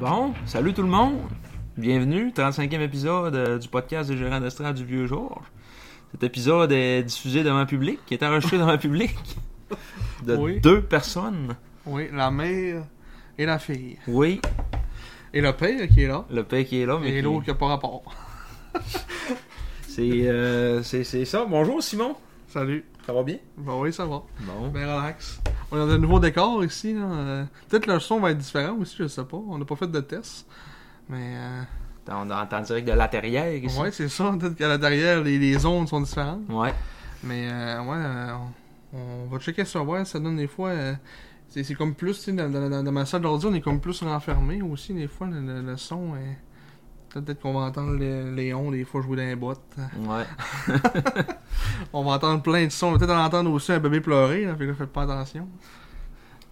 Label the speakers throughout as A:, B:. A: Bon, salut tout le monde. Bienvenue, 35e épisode euh, du podcast des gérants d'estrade du Vieux Georges. Cet épisode est diffusé devant le public, qui est enregistré devant le public de
B: Oui.
A: deux personnes.
B: Oui, la mère et la fille.
A: Oui,
B: Et le père qui est là.
A: le père qui est là, mais
B: Et
A: qui-
B: l'autre qui n'a pas rapport.
A: c'est, euh, c'est, c'est ça. Bonjour Simon,
B: Salut.
A: ça va bien?
B: Ben oui, ça va.
A: Bon.
B: Ben relax. On a un nouveau décor ici. là. Euh, Peut-être le son va être différent aussi, je sais pas. On n'a pas fait de test. Mais euh,
A: On entend direct de l'intérieur ici.
B: ouais, c'est ça. Peut-être qu'à l'intérieur, les, les ondes sont différentes.
A: Ouais.
B: Mais euh, ouais, euh, on, on va checker sur ouais, ça donne des fois. euh, c'est c'est comme plus, tu sais, dans, dans- dans- dans ma salle d'ordi, on est comme plus renfermé aussi, des fois, le, le- le son. euh, Peut-être qu'on va entendre le- les ondes des fois jouer dans les boîtes.
A: Ouais.
B: On va entendre plein de sons. On va peut-être en entendre aussi un bébé pleurer, là, fait que là, faites pas attention.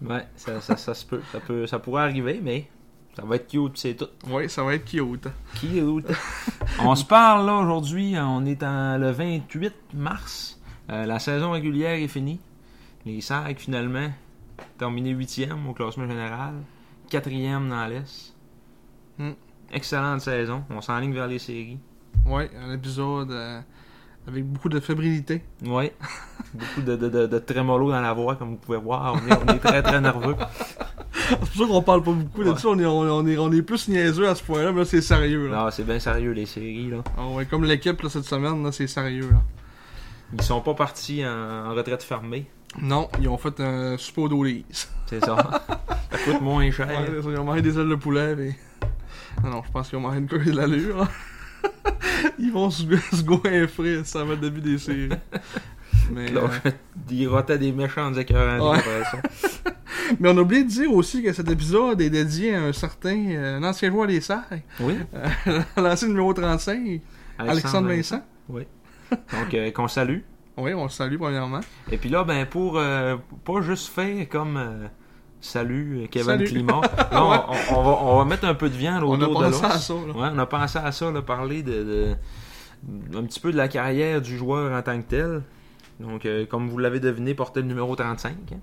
A: Ouais, ça, ça, ça se peut. Ça peut. Ça pourrait arriver, mais ça va être cute, c'est tout.
B: Oui, ça va être cute.
A: Cute. on se parle là aujourd'hui, on est en- le 28 mars. Euh, la saison régulière est finie. Les Sags finalement terminé 8e au classement général, 4e dans l'Est.
B: Mm.
A: Excellente saison, on s'enligne vers les séries.
B: Ouais, un épisode euh, avec beaucoup de fébrilité.
A: Ouais, beaucoup de, de, de, de trémolo dans la voix comme vous pouvez voir, on est, on est très très nerveux.
B: C'est pour ça qu'on parle pas beaucoup de ça. On est, on, est, on est plus niaiseux à ce point-là, mais là, c'est sérieux. Là.
A: Non, c'est bien sérieux les séries là.
B: Ah ouais, comme l'équipe là, cette semaine, là, c'est sérieux. Là.
A: Ils sont pas partis en, en retraite fermée,
B: Non, ils ont fait un super d'olies.
A: c'est ça. ça coûte moins cher.
B: Ouais, c'est ça, ils ont mangé des ailes de poulet, mais... Non, non, je pense qu'ils ont mangé une couille de l'allure. hein. Ils vont se, se goinfrer, ça va être le début des séries. Mais,
A: Là,
B: euh,
A: Il rotait des méchants écœurants,
B: Ouais.
A: j'ai l'impression.
B: mais on a oublié de dire aussi que cet épisode est dédié à un certain euh, un ancien joueur des Serres,
A: Oui,
B: euh, l'ancien numéro 35, Alexandre Vincent.
A: Donc, euh, qu'on salue.
B: Oui, on le salue premièrement.
A: Et puis là, ben, pour euh, pas juste faire comme euh, salut euh, Kevin
B: Salut.
A: Climat, là, on- on, on va, on va mettre un peu de viande
B: On a
A: autour de
B: pensé à
A: l'os.
B: ça. Là.
A: Ouais, on a pensé à ça, là, parler de, de- un petit peu de la carrière du joueur en tant que tel. Donc, euh, comme vous l'avez deviné, portait le numéro 35, hein,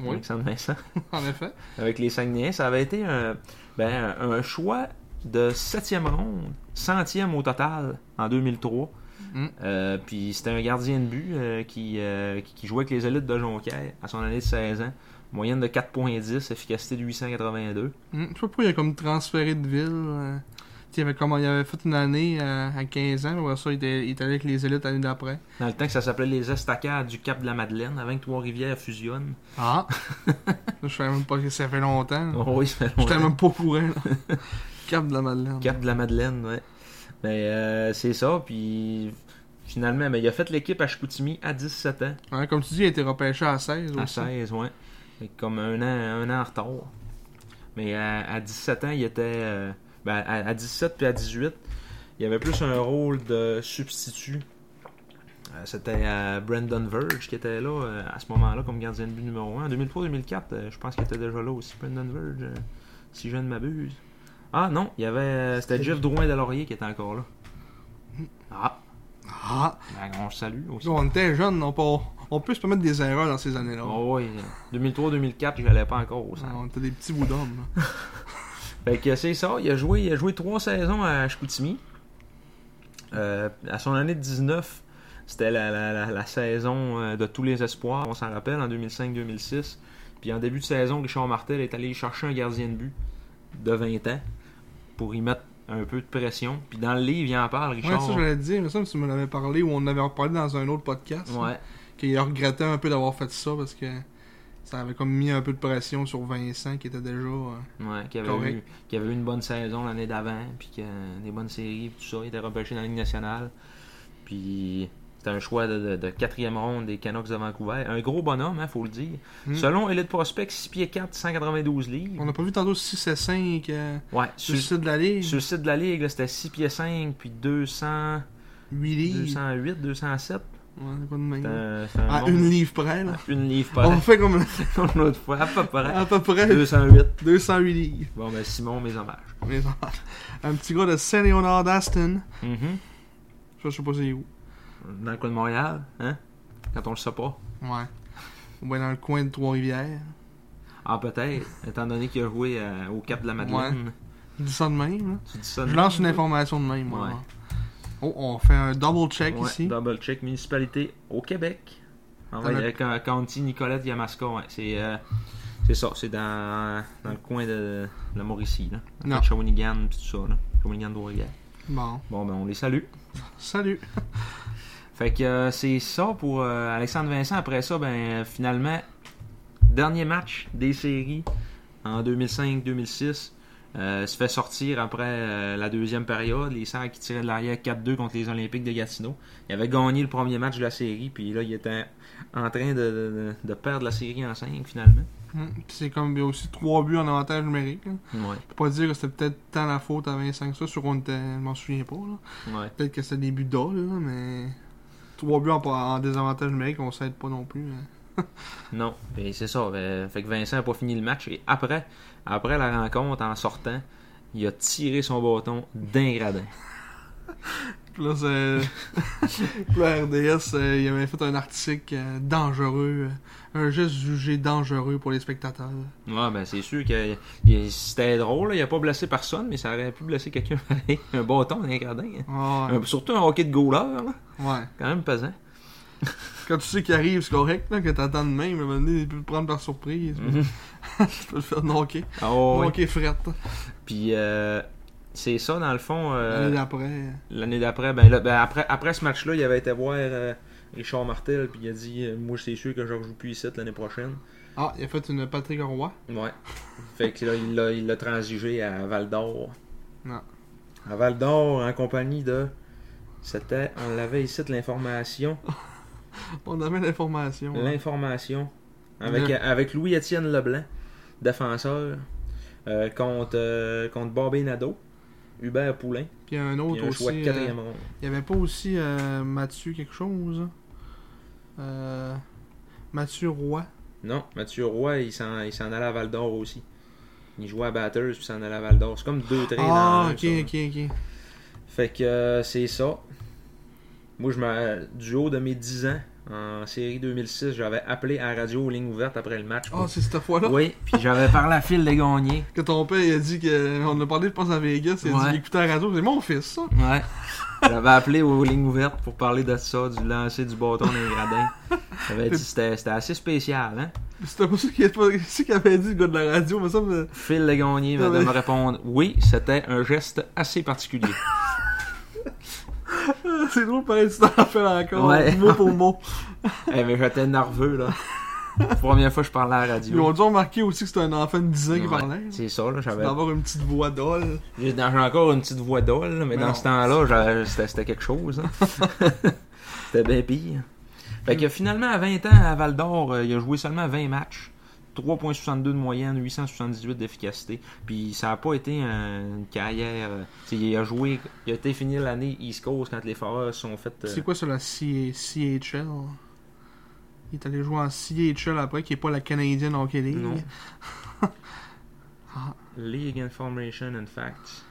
B: Oui,
A: Alexandre Vincent,
B: en effet.
A: avec les Saguenayens. Ça avait été un, ben, un choix de septième ronde, centième au total, en 2003.
B: Mm.
A: Euh, puis c'était un gardien de but euh, qui, euh, qui- qui jouait avec les élites de Jonquière à son année de 16 ans. Moyenne de 4.10, efficacité de 882.
B: Hmm, Je sais pas pourquoi il a comme transféré de ville. euh. Tu sais, Il avait, comme, il avait fait une année euh, à 15 ans, mais après ça, il était, il était allé avec les élites l'année d'après.
A: Dans le temps que ça s'appelait les Estacades du Cap de la Madeleine, avant que Trois-Rivières fusionne.
B: Ah! je savais même pas que ça fait longtemps.
A: Oh oui, ça fait
B: Mm. J'étais
A: longtemps.
B: même pas au courant. là. Cap de la Madeleine.
A: Cap de la Madeleine, ouais. Ben, euh, c'est ça, puis finalement, ben, il a fait l'équipe à Chicoutimi à 17 ans.
B: Ouais, comme tu dis, il a été repêché à 16
A: À
B: aussi.
A: 16, ouais. Fait que Comme un an, un an en retard. Mais à, à 17 ans, il était. euh, ben, à, à 17 puis à 18, il avait plus un rôle de substitut. Euh, C'était euh, Brandon Verge qui était là euh, à ce moment-là comme gardien de but numéro 1. En 2003-2004, euh, je pense qu'il était déjà là aussi, Brandon Verge, euh, si je ne m'abuse. Ah non, il y avait. euh, C'était Jeff Drouin-Delaurier qui était encore là. Ah,
B: Ah!
A: ben, on le salue aussi.
B: On était jeunes, on, peut, on peut se permettre des erreurs dans ces années-là.
A: Oh, oui, 2003-2004, j'allais pas encore au centre.
B: On était des petits bouts d'hommes. là.
A: Fait Ben, que c'est ça, il a joué, il a joué trois saisons à Chicoutimi. Euh, à son année de 19, c'était la, la- la- la saison euh, de tous les espoirs, on s'en rappelle, en 2005-2006. Puis en début de saison, Richard Martel est allé chercher un gardien de but de 20 ans pour y mettre un peu de pression. Puis dans le livre, il en parle,
B: Ouais,
A: Richard.
B: ça, je l'ai dit, mais ça, tu me l'avais parlé ou on en avait parlé dans un autre podcast. là,
A: Ouais.
B: Qu'il regrettait un peu d'avoir fait ça parce que ça avait comme mis un peu de pression sur Vincent qui était déjà. euh,
A: Ouais, qui avait,
B: Correct.
A: eu, qui avait eu une bonne saison l'année d'avant, puis que, euh, des bonnes séries, puis tout ça. Il était repêché dans la Ligue nationale. Puis c'était un choix de, de- de quatrième ronde des Canucks de Vancouver. Un gros bonhomme, hein, faut le dire.
B: Hmm.
A: Selon Elite Prospect, 6 pieds 4, 192 livres.
B: On n'a pas vu tantôt 6 à 5 euh,
A: Ouais, sur,
B: sur le site de la Ligue.
A: sur le site de la Ligue, là, c'était 6 pieds 5, puis 200,
B: 8 livres.
A: 208, 207.
B: Ouais, c'est pas de même.
A: C'est un- c'est un
B: à
A: bon-
B: Ah, une livre Ah, près, là.
A: une livre
B: On
A: pareil
B: fait comme
A: comme l'autre fois, à peu près.
B: à peu près
A: 208.
B: 208 livres.
A: Bon, ben Simon, mes hommages.
B: Mais genre, un petit gars de Saint-Léonard d'Aston.
A: Mhm.
B: Mm-hmm. Je sais pas c'est où.
A: Dans le coin de Montréal, hein? Quand on le sait pas.
B: Ouais. Ou bien dans le coin de Trois-Rivières.
A: Ah, peut-être, étant donné qu'il a joué euh, au Cap de la Madeleine.
B: Je dis ça de même, là.
A: Tu dis ça de
B: Je lance une
A: même?
B: information de même, moi.
A: Ouais.
B: Oh, on fait un double check
A: Ouais,
B: ici.
A: Double check, municipalité au Québec. En
B: Dans
A: vrai,
B: le-
A: avec euh, County Nicolette Yamaska, ouais. C'est, euh, c'est ça, c'est dans, dans le coin de, de la Mauricie, là.
B: Non.
A: De Shawinigan, pis tout ça, là. Shawinigan d'Oregon.
B: Bon,
A: Bon, ben, on les salue.
B: salut.
A: Fait que euh, c'est ça pour euh, Alexandre Vincent. Après ça, ben euh, finalement, dernier match des séries en 2005-2006. euh, se fait sortir après euh, la deuxième période. Les Sags qui tiraient de l'arrière 4-2 contre les Olympiques de Gatineau. Il avait gagné le premier match de la série, puis là, il était en train de, de- de perdre la série en 5 finalement.
B: Hum, puis c'est comme, il y a aussi trois buts en avantage numérique. là.
A: Ouais,
B: Je peux pas dire que c'était peut-être tant la faute à 25 ça, sur on était, je m'en souviens pas. Là.
A: ouais.
B: Peut-être que c'était des buts d'or, là, mais... Trois buts en, en désavantage numérique, on s'aide pas non plus. hein.
A: Non, et c'est ça. euh, fait que Vincent n'a pas fini le match. Et après, après la rencontre, en sortant, il a tiré son bâton d'un gradin.
B: Puis là, c'est... Puis là, RDS, euh, il avait fait un article euh, dangereux, euh, un geste jugé dangereux pour les spectateurs.
A: Ouais, ben c'est sûr que il- c'était drôle, là. il a pas blessé personne, mais ça aurait pu blesser quelqu'un avec un bâton, un gradin. hein.
B: Ouais,
A: Un- surtout un hockey de goaler, là.
B: ouais.
A: quand même pesant.
B: Quand tu sais qu'il arrive, c'est correct, là, que t'attends de même, mais à un moment donné, il peut te prendre par surprise.
A: Mhm.
B: tu peux le faire knocker.
A: Ah ouais, ouais.
B: Knocker frette.
A: Puis euh, c'est ça, dans le fond, euh,
B: L'année d'après.
A: l'année d'après, ben, là, ben, après, après ce match-là, il avait été voir euh, Richard Martel, puis il a dit euh, Moi, c'est sûr que je rejoue plus ici l'année prochaine.
B: Ah, il a fait une Patrick Roy.
A: Ouais. fait que là, il l'a- il l'a transigé à Val d'Or.
B: Non.
A: À Val d'Or, en compagnie de. C'était, on l'avait ici, de l'information.
B: On avait l'information. hein.
A: L'information. Avec,
B: Ouais.
A: avec Louis-Étienne Leblanc, défenseur, euh, contre, euh, contre Bobby Nadeau, Hubert Poulain,
B: Puis un
A: puis
B: autre
A: un
B: aussi.
A: choix de
B: euh,
A: quatrième ronde.
B: Il y avait pas aussi euh, Mathieu quelque chose. hein? Euh, Mathieu Roy.
A: Non, Mathieu Roy, il s'en, il s'en allait à Val d'Or aussi. Il jouait à Batters, puis s'en allait à Val d'Or. C'est comme deux traits dans
B: Ah,
A: un,
B: ok,
A: ça.
B: ok, ok.
A: Fait que euh, c'est ça. Moi, je me, du haut de mes 10 ans, en série 2006, j'avais appelé à la radio aux lignes ouvertes après le match.
B: Ah,
A: pour-
B: c'est cette fois-là
A: oui, puis j'avais parlé à Phil Légagné.
B: que ton père il a dit que. On a parlé, je pense, à Vegas. Il a
A: Ouais.
B: dit écoutez la radio. C'est mon fils, ça.
A: Ouais. J'avais appelé aux lignes ouvertes pour parler de ça, du lancer du bâton dans les gradins. J'avais dit c'était c'était assez spécial, hein?
B: C'était pas ça qu'il c'est qu'il avait dit, le gars de la radio. Mais ça, mais-
A: Phil Lagonier va
B: Non, mais-
A: me répondre Ah Oui, c'était un geste assez particulier.
B: c'est drôle, pareil, tu t'en rappelles encore.
A: Ouais.
B: Mot pour mot.
A: Eh, mais j'étais nerveux là. Première fois que je parlais à la
B: Ils ont
A: radio.
B: dû remarquer aussi que c'était un enfant de 10 ans qui
A: Ouais,
B: parlait.
A: C'est ça, là, j'avais.
B: D'avoir une petite voix d'ol.
A: J'ai j'ai encore une petite voix d'ol, là, mais,
B: Mais
A: dans
B: non.
A: ce temps-là, j'avais- c'était c'était quelque chose. hein. c'était bien pire. Fait que finalement, à 20 ans, à Val d'Or, euh, il a joué seulement 20 matchs. 3.62 de moyenne, 878 d'efficacité. Puis ça n'a pas été un- une carrière. euh, t'sais, il a joué. Il a été fini l'année East Coast quand les Foreurs se sont faites. euh,
B: C'est quoi ça, la C- CHL Il est allé jouer en CHL après, qui est pas la Canadian Hockey League.
A: Non.
B: Ah.
A: League Information and Facts.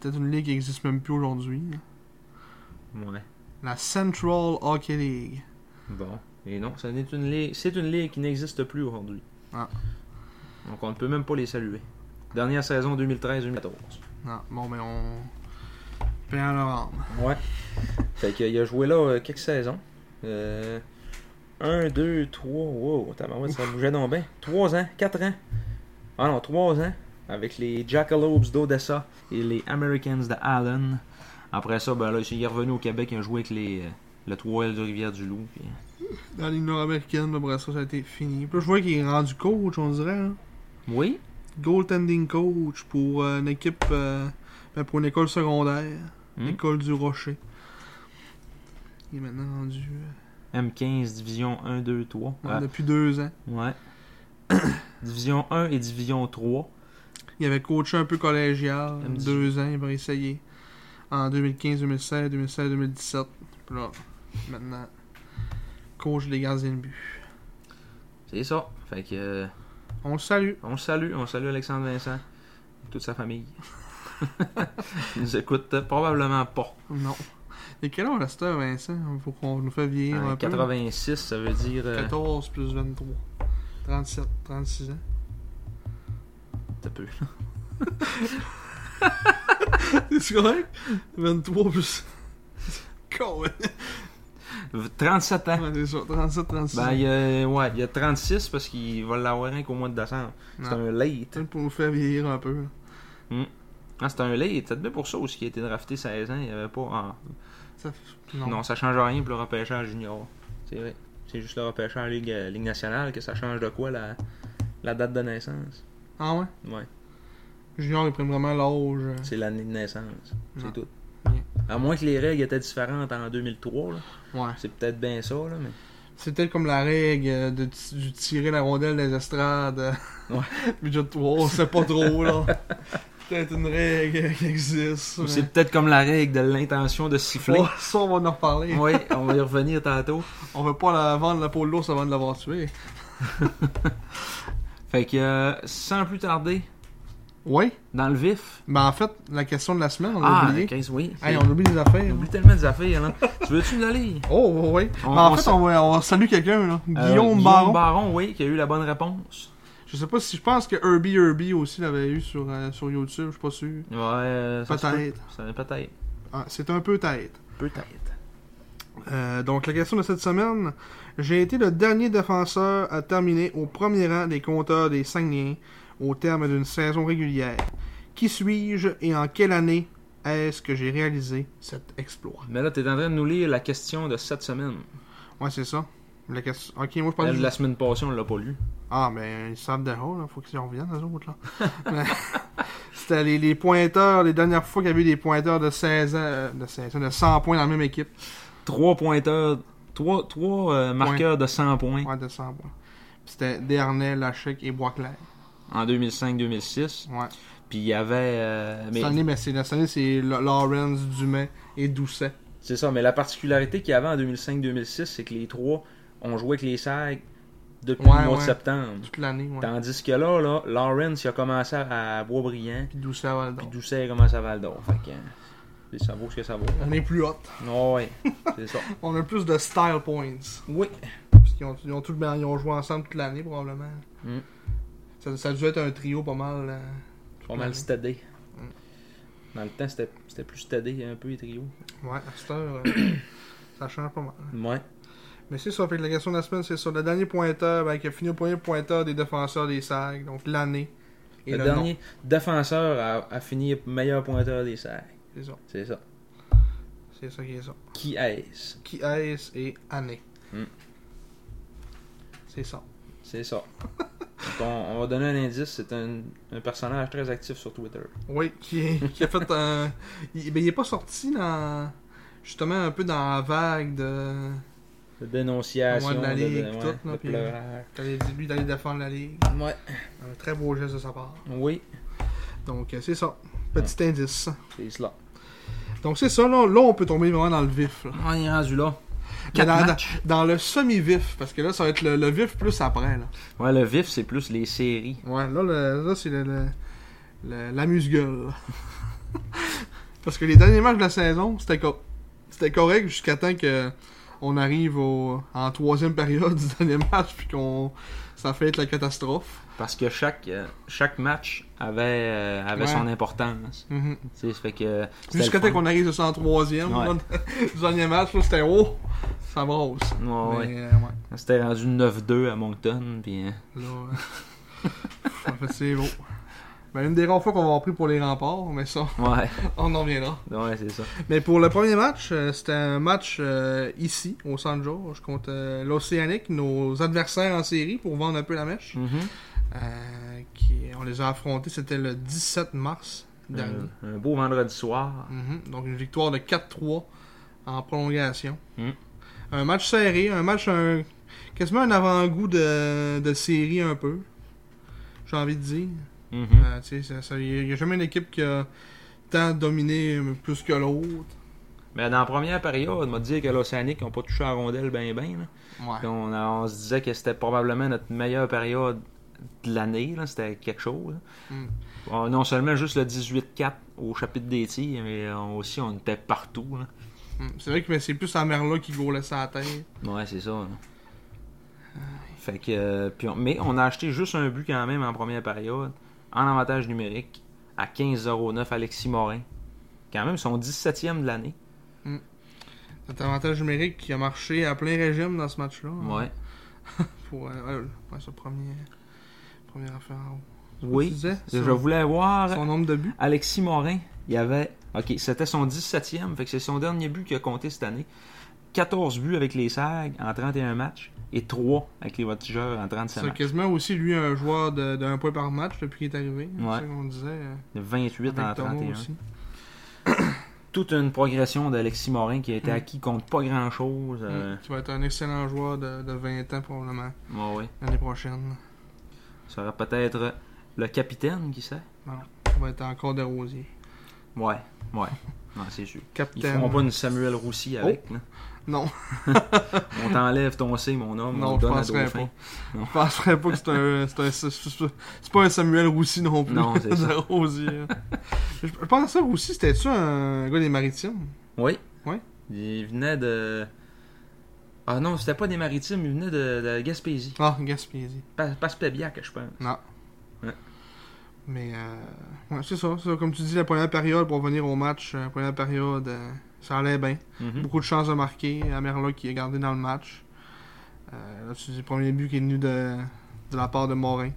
B: Peut-être une ligue qui existe même plus aujourd'hui. là.
A: Ouais.
B: La Central Hockey League.
A: Bon. Et non, ça n'est une ligue- c'est une ligue qui n'existe plus aujourd'hui.
B: Ah.
A: Donc on ne peut même pas les saluer. Dernière saison 2013-2014.
B: Non, bon, mais on. Père Laurent.
A: Ouais. Fait qu'il a joué là euh, quelques saisons. Euh, 1, 2, 3, wow, tabarouette, ça bougeait donc bien. 3 ans, 4 ans. Ah non, 3 ans. Avec les Jackalopes d'Odessa et les Americans de Allen. Après ça, ben là, il est revenu au Québec, il a joué avec les, euh, le 3L de Rivière-du-Loup. puis, euh,
B: Dans la Ligue nord-américaine, ben, après ça, ça a été fini. Puis là, je vois qu'il est rendu coach, on dirait. Hein.
A: Oui?
B: Goaltending coach pour euh, une équipe, euh, ben, pour une école secondaire.
A: Hmm.
B: L'école du Rocher. Il est maintenant rendu euh,
A: M15, division 1, 2, 3. Ah,
B: depuis deux ans.
A: ouais. division 1 et division 3.
B: Il avait coaché un peu collégial,
A: Elle me dit-
B: deux ans, il va essayer. En 2015, 2016, 2016, 2017. Puis là, maintenant, coach des gardiens de but.
A: C'est ça. Fait que. euh,
B: On le salue.
A: On le salue, on salue Alexandre Vincent, toute sa famille. Il nous écoute euh, probablement pas.
B: Non. Et quel âge à cette heure, Vincent Faut qu'on nous fait vieillir
A: En
B: un peu.
A: 86, Hein, ça veut dire. euh,
B: 14 plus 23. 37, 36 ans.
A: t'as peu.
B: C'est correct 23 plus. Con, ouais.
A: 37 ans.
B: Ouais, c'est ça, 37, 36
A: Ben,
B: ans.
A: il y a, ouais, il y a 36 parce qu'il va l'avoir un qu'au mois de décembre. C'est
B: Non.
A: un late.
B: Peut-être pour nous faire vieillir un peu.
A: Ah, c'est un late. C'est bien pour ça aussi qu'il a été drafté 16 ans. Il y avait pas. ah,
B: Ça-
A: non. ça change rien pour le repêchage junior. C'est vrai. C'est juste le repêchage en Ligue, euh, Ligue nationale que ça change de quoi la, la date de naissance.
B: Ah ouais
A: Ouais.
B: Junior, il prend vraiment l'âge.
A: C'est l'année de naissance.
B: Non.
A: C'est tout.
B: Bien.
A: À moins que les règles étaient différentes en 2003, là.
B: Ouais.
A: c'est peut-être bien ça, là, mais.
B: C'est peut-être comme la règle euh, de, t- du tirer la rondelle des estrades.
A: Ouais.
B: Budget 3, c'est pas trop, là. peut-être une règle euh, qui existe.
A: Ou
B: mais-
A: c'est peut-être comme la règle de l'intention de siffler.
B: Ouais, ça, on va en reparler.
A: oui, on va y revenir tantôt.
B: On veut pas la vendre la peau de l'ours avant de l'avoir tué.
A: Fait que, euh, sans plus tarder,
B: Oui.
A: dans le vif.
B: Ben, en fait, la question de la semaine, on l'a
A: ah,
B: oublié.
A: 15, oui.
B: Hey, on oublie les affaires.
A: On oublie tellement des affaires, là. tu veux-tu l'aller?
B: Oh, oui, oui.
A: On-
B: Ben, en
A: on
B: fait,
A: sa-
B: on va, on va saluer quelqu'un, là. Guillaume
A: Euh, Guillaume
B: Baron.
A: Baron, oui, qui a eu la bonne réponse.
B: Je sais pas si je pense que Herbie Herbie aussi l'avait eu sur, euh, sur YouTube, je suis pas sûr.
A: Ouais, euh, ça se peut.
B: Peut-être.
A: Ça- Peut-être.
B: Ah, c'est un peu tête.
A: Peut-être.
B: Euh, donc, la question de cette semaine, j'ai été le dernier défenseur à terminer au premier rang des compteurs des Saguenayens au terme d'une saison régulière. Qui suis-je et en quelle année est-ce que j'ai réalisé cet exploit?
A: Mais là, t'es en train de nous lire la question de cette semaine.
B: Ouais, c'est ça. La question... Ok, moi je pense
A: La,
B: que je-
A: la semaine passée, on l'a pas lu.
B: Ah, ben, ils savent déjà, là. Faut qu'ils en reviennent, eux autres, là. Mais, C'était les, les pointeurs, les dernières fois qu'il y avait eu des pointeurs de 16 ans, euh, de 16 ans, de 100 points dans la même équipe.
A: Trois pointeurs, trois, trois euh, marqueurs de 100 points
B: Ouais, de 100 points. Puis C'était Dernay, Lachec et Boisclair.
A: en 2005-2006.
B: Ouais.
A: Puis il y avait. euh, mais-
B: Cette année, ben, c'est, cette année, c'est La- Lawrence, Dumais et Doucet.
A: c'est ça, mais la particularité qu'il y avait en 2005-2006, c'est que les trois ont joué avec les SAG depuis
B: Ouais,
A: le mois
B: ouais.
A: de septembre.
B: Toute l'année, ouais.
A: Tandis que là, là, Lawrence il a commencé à Boisbriand,
B: Puis Doucet à Val
A: puis
B: d'Or.
A: Doucet a commencé à Val d'Or. Fait que, euh, ça vaut ce que ça vaut.
B: On est plus haute.
A: ouais, c'est ça.
B: On a plus de style points.
A: Oui.
B: Parce qu'ils ont, ils ont, tout- ben, ils ont joué ensemble toute l'année, probablement.
A: Mm.
B: Ça, ça a dû être un trio pas mal. euh,
A: Pas mal
B: Ouais.
A: stadé.
B: Mm.
A: Dans le temps, c'était c'était plus stadé un peu les trios.
B: Ouais, à cette heure, euh, ça change pas mal.
A: Ouais.
B: Mais c'est ça, fait que la question de la semaine, c'est ça. Le dernier pointeur, ben, qui a fini au premier pointeur des défenseurs des sacs, donc l'année. Et
A: le,
B: le,
A: dernier
B: nom.
A: défenseur a, a fini meilleur pointeur des SAG.
B: C'est ça,
A: C'est ça.
B: c'est ça qui est ça.
A: Qui est-ce?
B: Qui est-ce et année.
A: Mm.
B: C'est ça.
A: C'est ça. Donc on, on va donner un indice, c'est un, un personnage très actif sur Twitter.
B: Oui, qui, est- qui a fait un. Il, ben, il est pas sorti dans. Justement, un peu dans la vague de.
A: De dénonciation,
B: Ouais, de la ligue,
A: de,
B: tout,
A: ouais,
B: là,
A: de
B: puis-
A: pleurage.
B: T'avais dit lui d'aller défendre la ligue.
A: Ouais.
B: Un très beau geste de sa part.
A: Oui,
B: Donc, euh, c'est ça. Petit indice.
A: c'est cela.
B: Donc, c'est ça, là, là, on peut tomber vraiment dans le vif. Là.
A: On est rendu là.
B: Mais
A: Quatre
B: dans, dans,
A: matchs.
B: dans le semi-vif, parce que là, ça va être le, le vif plus après. Là.
A: Ouais, le vif, c'est plus les séries.
B: Ouais, là, le- là c'est le, le, le- l'amuse-gueule. là. parce que les derniers matchs de la saison, c'était, co- c'était correct jusqu'à temps que on arrive au, en troisième période du dernier match, puis qu'on ça fait être la catastrophe.
A: Parce que chaque, euh, chaque match avait, euh, avait
B: Ouais.
A: son importance.
B: Mm-hmm.
A: Tu sais, ça fait que. c'était
B: Jusqu'à
A: le
B: temps
A: fun.
B: qu'on arrive au 103e,
A: Ouais.
B: là, du dernier match, là, c'était haut, ça brosse.
A: Ouais, ouais.
B: Mais, euh, ouais.
A: C'était rendu 9-2 à Moncton, puis. euh,
B: Là, ouais. en fait, c'est beau. Ben, une des rares fois qu'on va avoir pris pour les remparts, mais ça,
A: Ouais,
B: on en reviendra.
A: ouais c'est ça.
B: Mais pour le premier match, euh, c'était un match euh, ici, au San George, contre euh, l'Océanique, nos adversaires en série, pour vendre un peu la mèche.
A: Mhm.
B: Euh, qui, on les a affrontés, c'était le 17 mars dernier.
A: Un, Euh, un beau vendredi soir.
B: Mhm. Donc une victoire de 4-3 en prolongation.
A: Mm.
B: Un match serré, un match un, quasiment un avant-goût de, de série un peu. J'ai envie de dire.
A: Mhm.
B: Euh, tu sais, ça- Il n'y a jamais une équipe qui a tant dominé euh, plus que l'autre.
A: Mais dans la première période, on m'a dit que l'Océanique n'ont pas touché à la rondelle ben ben. là. Puis
B: Ouais.
A: On, on se disait que c'était probablement notre meilleure période de l'année, là, c'était quelque chose. là.
B: Mm.
A: On- non seulement juste le 18-4 au chapitre des tirs, mais on- aussi on était partout. là.
B: Mm. C'est vrai que mais c'est plus la merla qui gaulait sa tête.
A: Ouais, c'est ça. là. Fait que, euh, puis on- mais on a acheté juste un but quand même en première période, en avantage numérique, à 15-09 Alexis Morin. Quand même son 17e de l'année.
B: Cet avantage numérique qui a marché à plein régime dans ce match-là. hein,
A: Ouais.
B: Pour, euh, euh, ouais, son premier, première affaire. Tu
A: Oui.
B: disais,
A: Je
B: son-
A: voulais voir
B: son nombre de buts.
A: Alexis Morin, il y avait. Ok, c'était son 17e, fait que c'est son dernier but qu'il a compté cette année. 14 buts avec les SAG en 31 matchs et 3 avec les Voltigeurs en 37
B: C'est
A: matchs.
B: quasiment aussi lui un joueur de- d'un point par match depuis qu'il est arrivé.
A: Ouais.
B: C'est ça qu'on disait. euh,
A: 28 en
B: avec Thomas
A: 31.
B: aussi.
A: Toute une progression d'Alexis Morin qui a
B: Hmm.
A: été acquis contre pas euh, grand chose.
B: Mm. Qui va être un excellent joueur de, de 20 ans probablement l'année prochaine.
A: Ça sera peut-être euh, le capitaine, qui sait
B: Ça va être encore des rosiers.
A: Ouais, ouais. Non, c'est sûr. Ils
B: Capitaine. Oh.
A: feront pas une Samuel Roussy avec. là.
B: Non,
A: On t'enlève ton C, mon homme.
B: Non,
A: on
B: je
A: le donne à
B: penserais
A: Dauphin.
B: je penserais pas que c'est un. C'est un- c'est- c'est- c'est pas un Samuel Roussy non plus.
A: Non, c'est ça.
B: De Rosier. je, je pense que Roussy, c'était-tu un gars des maritimes
A: Oui.
B: Ouais.
A: Il venait de. Ah non, c'était pas des maritimes, il venait de, de Gaspésie.
B: Ah, Gaspésie.
A: Pas Paspébiac, je pense.
B: Non.
A: Ouais.
B: Mais euh, ouais, c'est ça, c'est ça. Comme tu dis, la première période pour venir au match, euh, la première période, euh, ça allait bien.
A: Mhm.
B: Beaucoup de chances de marquer. Amerla qui est gardé dans le match. Euh, là, tu dis, le premier but qui est venu de, de la part de Morin.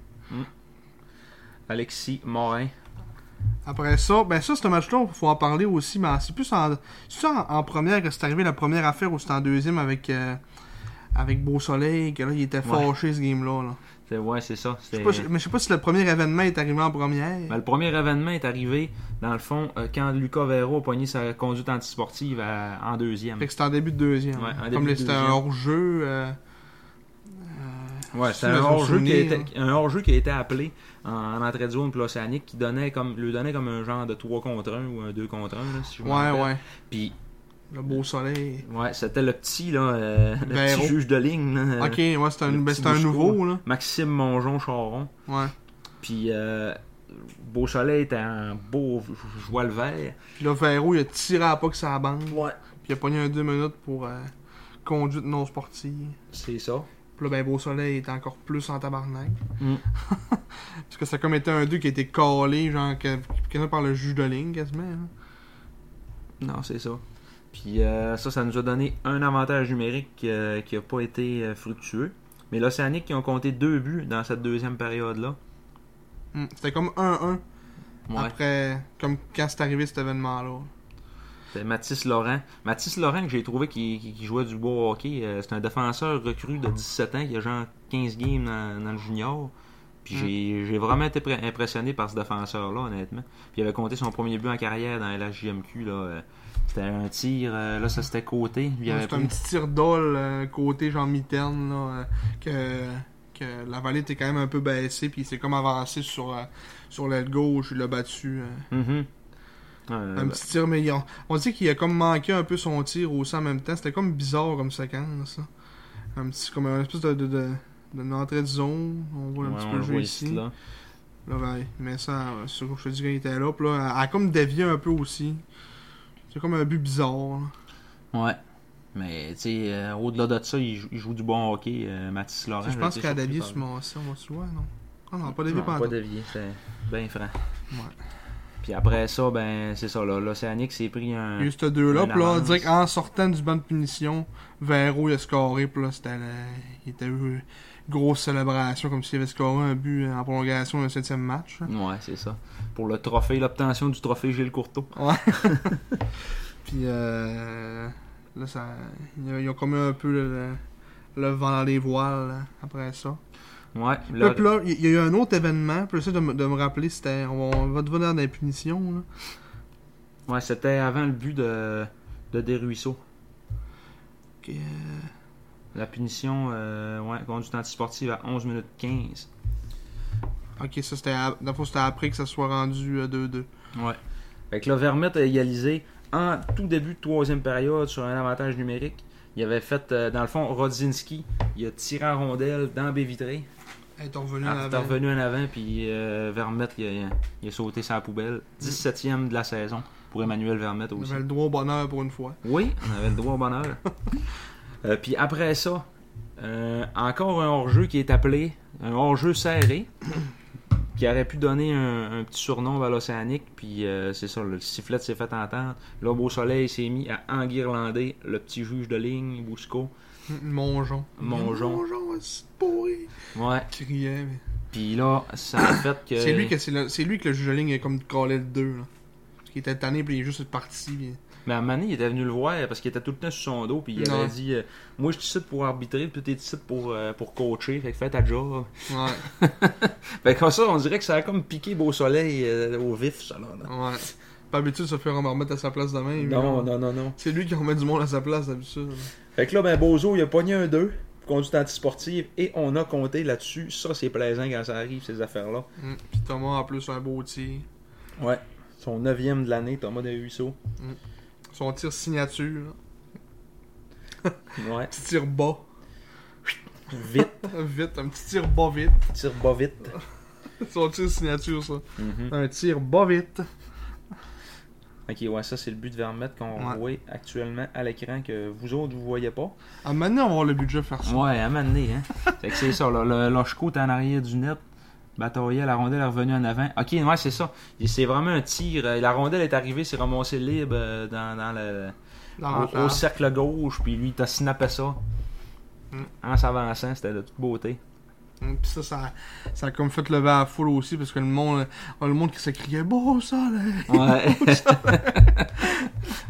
A: Alexis Morin.
B: Après ça, ben ça, ce match-là, il faut en parler aussi, mais c'est plus en, c'est en, en première que c'est arrivé la première affaire ou c'est en deuxième avec, euh, avec Beau Soleil, que là, il était
A: Ouais.
B: fâché ce game-là. là.
A: C'est- Ouais, c'est ça.
B: Je sais
A: c'était-
B: pas, je- mais je sais pas si le premier événement est arrivé en première.
A: Ben, le premier événement est arrivé, dans le fond, euh, quand Lucas Vero a pogné sa conduite antisportive à- en deuxième.
B: Fait que c'était en début de deuxième.
A: Ouais, en
B: Comme
A: début
B: les-
A: de
B: c'était un
A: deuxième.
B: hors-jeu. euh,
A: Ouais,
B: Si
A: c'est
B: je
A: un
B: me
A: hors-jeu qui, a
B: souviens,
A: été- un hors-jeu qui a été appelé en, en entrée de zone pour l'Océanique qui donnait comme, lui donnait comme un genre de 3 contre 1 ou un 2 contre 1, là, si je me
B: Ouais,
A: rappelle.
B: ouais.
A: Puis,
B: Le beau soleil.
A: ouais, c'était le petit, là, euh, le
B: Véro.
A: petit juge de ligne, là,
B: Ok, ouais, c'est un,
A: Euh, le
B: ben,
A: petit
B: c'est un
A: bouche-trou,
B: nouveau, là.
A: Maxime Mongeon-Charon.
B: Ouais.
A: Puis, euh, Beau Soleil était un beau joie le vert.
B: Puis là, Véro, il a tiré à la puck sur la bande.
A: Ouais.
B: Puis il a pogné un deux minutes pour euh, conduite non sportive.
A: C'est ça.
B: Puis là, ben, Beau Soleil est encore plus en tabarnak.
A: Mm.
B: Parce que ça a comme été un 2 qui a été collé, genre, que- quasiment par le juge de ligne, quasiment. hein.
A: Non, c'est ça. Puis euh, ça, ça nous a donné un avantage numérique euh, qui n'a pas été euh, fructueux. Mais l'Océanique, qui ont compté deux buts dans cette deuxième période-là. Ah,
B: Mm. C'était comme 1-1
A: Ouais.
B: après, comme quand c'est arrivé cet événement-là.
A: C'était Mathis Laurent. Mathis Laurent, que j'ai trouvé qui, qui- qui jouait du beau hockey, euh, c'est un défenseur recru de 17 ans qui a genre 15 games dans, dans le junior. Puis
B: Mm.
A: j'ai- j'ai vraiment été pré- impressionné par ce défenseur-là, honnêtement. Puis il avait compté son premier but en carrière dans la JMQ. là, euh, C'était un tir, euh, là, ça c'était côté. Il
B: Ouais,
A: avait
B: Ah, C'est un
A: pris-
B: petit tir d'ol euh, côté Jean Mitaine, là, euh, que, que la vallée était quand même un peu baissée, puis il s'est comme avancé sur, euh, sur l'aile gauche, il l'a battu. euh.
A: Mhm. Euh,
B: un petit tir, mais il a- on dit qu'il a comme manqué un peu son tir aussi en même temps. C'était comme bizarre comme séquence. là. Un petit, comme un espèce de, de, de, d'une entrée de zone. On voit un
A: ouais,
B: petit
A: on
B: peu le
A: le
B: jeu
A: voit
B: ici.
A: ici, là.
B: Là, ben, mais ça, euh, sur je te dis quand il était là, puis là, elle a comme dévié un peu aussi. C'est comme un but bizarre. là.
A: Ouais. Mais, tu sais, euh, au-delà de ça, il joue, il joue du bon hockey, euh, Mathis Laurent.
B: je pense
A: J'ai été
B: qu'elle a dévié
A: surpris
B: sur mon on va se voir, non? Ah non, pas
A: par-
B: dévié
A: Non,
B: pendant.
A: pas dévié, c'est bien franc.
B: Ouais.
A: Puis après ça, ben c'est ça, là, l'Océanique s'est pris un.
B: Il y a eu ces deux-là,
A: une
B: puis là, on
A: avance.
B: dirait qu'en sortant du banc de punition, Vero il a scoré, puis là, c'était la- il était eu grosse célébration, comme s'il avait scoré un but en prolongation d'un septième match. là.
A: Ouais, c'est ça. Pour le trophée, l'obtention du trophée Gilles Courteau.
B: Puis euh, là, ça, ils ont- ils ont commis un peu le, le vent dans les voiles là, après ça.
A: Ouais,
B: Là,
A: là,
B: puis là, il y a eu un autre événement, puis j'essaie de, me- de me rappeler, c'était, on va- on va devenir dans les punitions, là.
A: ouais c'était avant le but de, de Desruisseaux.
B: Que, euh,
A: La punition, euh, ouais, conduite antisportive à 11 minutes 15.
B: Ok, ça c'était, à- dans le fond, c'était après que ça soit rendu euh, 2-2.
A: Ouais. Fait que là, Vermette a égalisé en tout début de troisième période sur un avantage numérique. Il avait fait, euh, dans le fond, Rodzinski, il a tiré en rondelle dans la baie vitrée.
B: Elle est revenue
A: Ah, T'es revenu en avant, puis euh, Vermette, il a, il a sauté sa poubelle. 17e de la saison pour Emmanuel Vermette
B: On
A: aussi.
B: avait le droit au bonheur pour une fois.
A: Oui, on avait le droit au bonheur. Euh, puis après ça, euh, encore un hors-jeu qui est appelé, un hors-jeu serré, qui aurait pu donner un, un petit surnom à l'Océanique. Puis euh, c'est ça, le sifflet s'est fait entendre. Là, Beau Soleil s'est mis à enguirlander le petit juge de ligne, Bousco.
B: Monjon.
A: Mongeon.
B: Monjon, c'est pourri.
A: Ouais,
B: Il criait, mais-
A: puis là, ça a fait que.
B: C'est lui que c'est le, c'est lui que le juge de ligne a comme collé le 2, là. Parce qu'il était tanné, puis il est juste parti. puis-
A: Mais à un moment donné, il était venu le voir parce qu'il était tout le temps sur son dos. Puis il
B: Ouais.
A: avait dit euh, Moi, je suis ici pour arbitrer, puis t'es ici pour, euh, pour coacher. Fait que fais ta job.
B: Ouais,
A: Fait comme ça, on dirait que ça a comme piqué Beau Soleil euh, au vif, ça là. là.
B: ouais. Pas habitué de se faire remettre à sa place demain. mais-
A: non, non, non.
B: C'est lui qui remet du monde à sa place d'habitude.
A: Fait que là, ben, Bozo, il a pogné un 2, conduite antisportive, et on a compté là-dessus. Ça, c'est plaisant quand ça arrive, ces affaires-là.
B: Mm. Puis Thomas, en plus, un beau tir.
A: Ouais. Son neuvième de l'année, Thomas de Huisseau.
B: Son tir signature. là.
A: Ouais.
B: Petit tir bas.
A: Vite,
B: Vite, un petit tir bas vite.
A: tire bas vite. Mhm.
B: Son tir signature, ça. Un tir bas vite.
A: Ok, ouais, ça, c'est le but de Vermette qu'on
B: Ouais.
A: voit actuellement à l'écran que vous autres, vous voyez pas.
B: Ah, maintenant, on va avoir le budget faire ça.
A: Ouais, à un moment donné, hein. Fait que c'est ça, là. Le Lochko est en arrière du net. Bataillait, la rondelle est revenue en avant. Ok, ouais, c'est ça. Et C'est vraiment un tir. Euh, La rondelle est arrivée, c'est remonté libre euh, dans, dans le,
B: Dans
A: au- au,
B: l'enfer.
A: cercle gauche, puis lui, il t'a snappé ça.
B: Mm.
A: En s'avançant, c'était de toute beauté.
B: Mm, Puis ça, ça, ça a comme fait lever à la foule aussi parce que le monde, euh, le monde qui se criait beau ça là.
A: Ouais.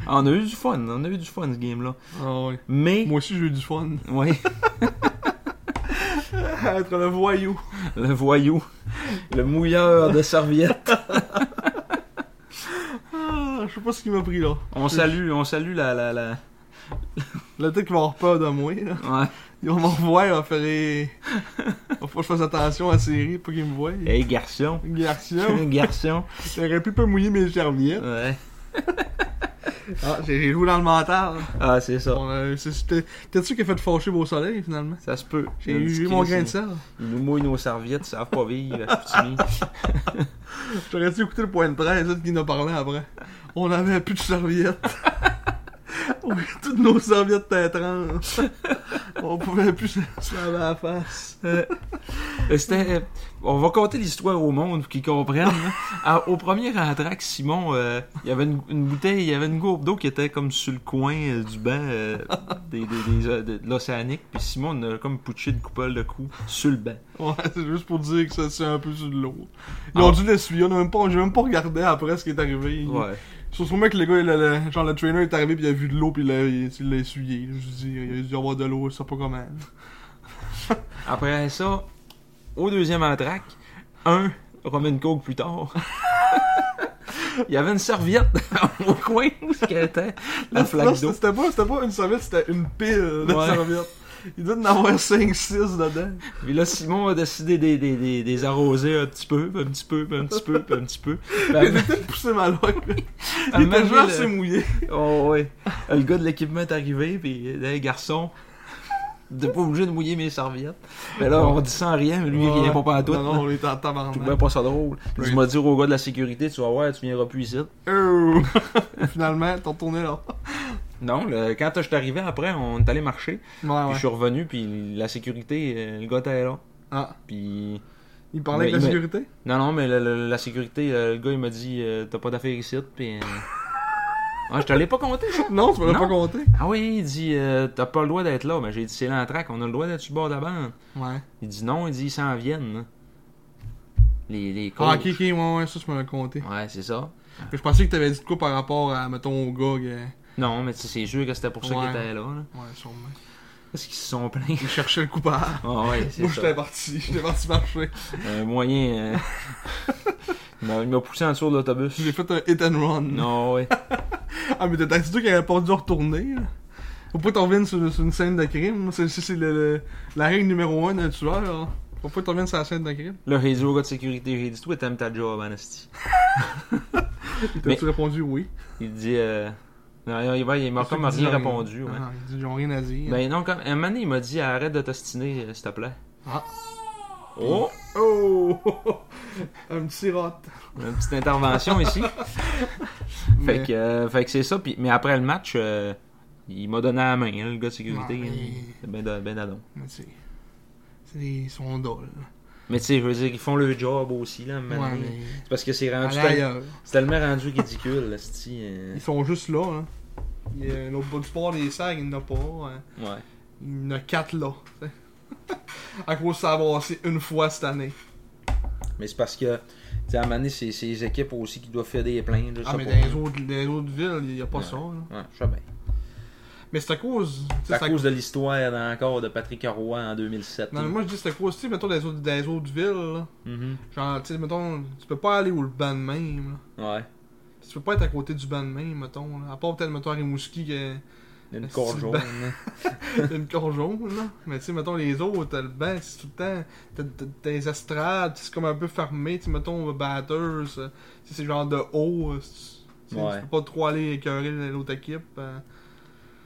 A: on a eu du fun, on a eu du fun ce game-là.
B: Ah ouais.
A: Mais,
B: Moi aussi j'ai eu du fun.
A: oui,
B: Être le voyou.
A: le voyou, le mouilleur de serviettes.
B: Ah, je sais pas ce qui m'a pris là.
A: On salue, on salue la. la, la...
B: La tête qui va avoir peur de moi là.
A: Ouais.
B: Ils vont me revoir, ils vont faire les... Faut que je fasse attention à la série pour qu'ils me voient.
A: Hey, garçon.
B: Garcia,
A: garçon.
B: j'aurais pu pas mouiller mes serviettes.
A: Ouais.
B: Ah, j'ai j'ai joué dans le mental.
A: Ah, c'est ça.
B: Bon, euh, c'est- c'était- T'es-tu qui a fait fâcher beau soleil finalement?
A: Ça se peut.
B: J'ai
A: Il y a
B: eu
A: du
B: mon
A: Chris,
B: grain de
A: il-
B: sel.
A: Ils nous mouillent nos serviettes, ils savent pas vivre à Chicoutimi.
B: J'aurais dû écouter le point de presse, là, qui nous parlait après. On avait plus de serviettes. Oui, toutes nos serviettes étaient étranges. On pouvait plus se laver la face.
A: Euh, C'était. euh, On va conter l'histoire au monde pour qu'ils comprennent. là. À- au premier entraque, Simon, euh, il y avait une, une bouteille, il y avait une gourde d'eau qui était comme sur le coin euh, du banc euh, des, des- des- euh, de, de l'océanique. Puis Simon on a comme pouché de coupole de coups sur le banc.
B: Ouais, c'est juste pour dire que ça c'est un peu sur de l'eau. Ils
A: Ah.
B: ont dû l'essuyer, on a même pas, j'ai même pas regardé après ce qui est arrivé.
A: Ouais.
B: Sur ce moment que le gars, le- le- genre le trainer est arrivé puis il a vu de l'eau puis il l'a- il il l'a essuyé. Je dis, il a dû y avoir de l'eau, je sais pas comment.
A: Après ça, au deuxième entraque, un Roman Coke plus tard. Il y avait une serviette au coin où qu'elle était, la
B: Là,
A: flaque
B: c'était
A: d'eau.
B: c'était pas, c'était pas une serviette, c'était une pile de
A: Ouais.
B: serviettes. Il doit en avoir 5-6 dedans.
A: Puis là, Simon a décidé de des, des, des arroser un petit peu, puis un petit peu, puis un petit peu, puis un petit peu. Puis
B: Il
A: à-
B: était poussé ma
A: à
B: loin. Il était
A: m'amener
B: juste assez mouillé.
A: le... Oh, ouais. Le gars de l'équipement est arrivé, puis il dit, Hey, garçon, t'es pas obligé de mouiller mes serviettes. Mais là, on dit sans rien, mais lui, il vient pas pantoute.
B: Non, non, on était en
A: Je trouvais
B: tabarnak. Oh.
A: pas ça drôle.
B: Oui.
A: Tu m'as dit au gars de la sécurité, tu vas voir, tu viendras plus ici.
B: Euh. Finalement, t'es retourné là.
A: Non, le- quand je suis arrivé après, on est allé marcher.
B: Ah Ouais,
A: Puis
B: ouais.
A: je suis revenu, puis la sécurité, euh, le gars était là.
B: Ah,
A: Puis
B: Il parlait
A: Mais
B: avec la
A: il me-
B: sécurité?
A: Non, non, mais le- le- la sécurité, euh, le gars, il m'a dit euh, T'as pas d'affaires ici, puis. euh, Ah, je te l'ai pas compté, ça.
B: Non, tu me l'as
A: Non.
B: pas compté.
A: Ah oui, il dit euh, T'as pas le droit d'être là. Mais j'ai dit C'est l'entraque, on a le droit d'être sur le bord de la bande.
B: Ouais.
A: Il dit non, il dit ils s'en viennent. là. Les, les
B: Ah,
A: coachs.
B: ok, ok, ouais, ouais, ça, tu me l'as compté.
A: Ouais, c'est ça.
B: Mais je pensais que t'avais dit de quoi par rapport à, mettons, au gars. que-
A: Non, mais c'est- c'est sûr que c'était pour ça
B: Ouais.
A: qu'ils étaient là. là.
B: Ouais, sûrement.
A: Parce qu'ils se sont plaints.
B: Il cherchait le coupable.
A: Ah ouais, c'est
B: Moi, j'étais
A: ça.
B: parti. J'étais parti marcher.
A: Un moyen. euh, il m'a- il m'a poussé en dessous de l'autobus.
B: J'ai fait un hit and run.
A: Non, ouais.
B: Ah, mais t'as dit qu'il n'avait pas dû retourner. là. Faut pas t'en reviennes sur, sur une scène de crime. C'est c'est- c'est le- le- la règle numéro un d'un tueur. là. Faut pas que t'en reviennes sur la scène de crime.
A: Là, j'ai dit au gars de sécurité, j'ai dit Toi, t'aimes ta job, Anastie.
B: T'as-tu
A: Mais-
B: répondu oui?
A: Il dit euh... Non, il, il, il m'a
B: C'est
A: comme
B: ça qu'ils
A: rien
B: disent,
A: répondu. Ouais.
B: Ah, ils disent, ils ont rien à dire.
A: Ben non, comme. Un moment donné, il m'a dit Arrête de t'ostiner, euh, s'il te plaît.
B: Ah.
A: Oh
B: Oh! un petit rot.
A: Une petite intervention ici. Fait que, euh, fait que c'est ça. Puis, mais après le match, euh, il m'a donné la main, hein, le gars de sécurité.
B: Ouais.
A: hein. C'est ben, da- ben dadon.
B: Mais tu sais, c'est des sont dol.
A: Mais tu sais, je veux dire, ils font le job aussi, là, à un moment
B: Ouais,
A: donné.
B: mais.
A: C'est parce que c'est rendu.
B: Allez
A: tel-
B: ailleurs.
A: C'est tellement rendu ridicule, là, c'ti, euh,
B: Ils sont juste là. Hein. Il y a un autre bout du sport des sacs, il n'y en a pas. hein.
A: Ouais.
B: Il y en a quatre là. tu sais. à cause de ça a brassé une fois cette année.
A: Mais c'est parce que, tu sais, à un moment donné, c'est c'est les équipes aussi qui doivent faire des plaintes. je
B: Ah,
A: sais
B: mais
A: pas.
B: dans les, autres, dans les autres villes, il n'y a pas
A: Ouais.
B: ça. là.
A: Ouais, je sais bien.
B: Mais c'est à cause. tu sais,
A: C'est à
B: c'est à-
A: cause de l'histoire encore de Patrick Roy en 2007.
B: Non, mais
A: là.
B: moi je dis c'est à cause, tu sais, mettons, dans les autres, dans les autres villes, là,
A: Mhm.
B: genre, tu sais, mettons, tu peux pas aller au ban de même. Là.
A: Ouais.
B: Tu peux pas être à côté du ban de même, mettons. Là. À part peut-être, mettons, à Rimouski, que
A: Une
B: Esti,
A: cour jaune.
B: ben- t'as une corjon, là. Mais tu sais, mettons, les autres, t'as le ban, c'est tout le temps. T'as t'as- t'as des estrades, c'est comme un peu fermé, tu sais, mettons, batteuse. euh, tu sais, c'est genre de haut. euh, c'est- Tu sais,
A: Ouais.
B: tu peux pas trop aller écœurer l'autre équipe. euh.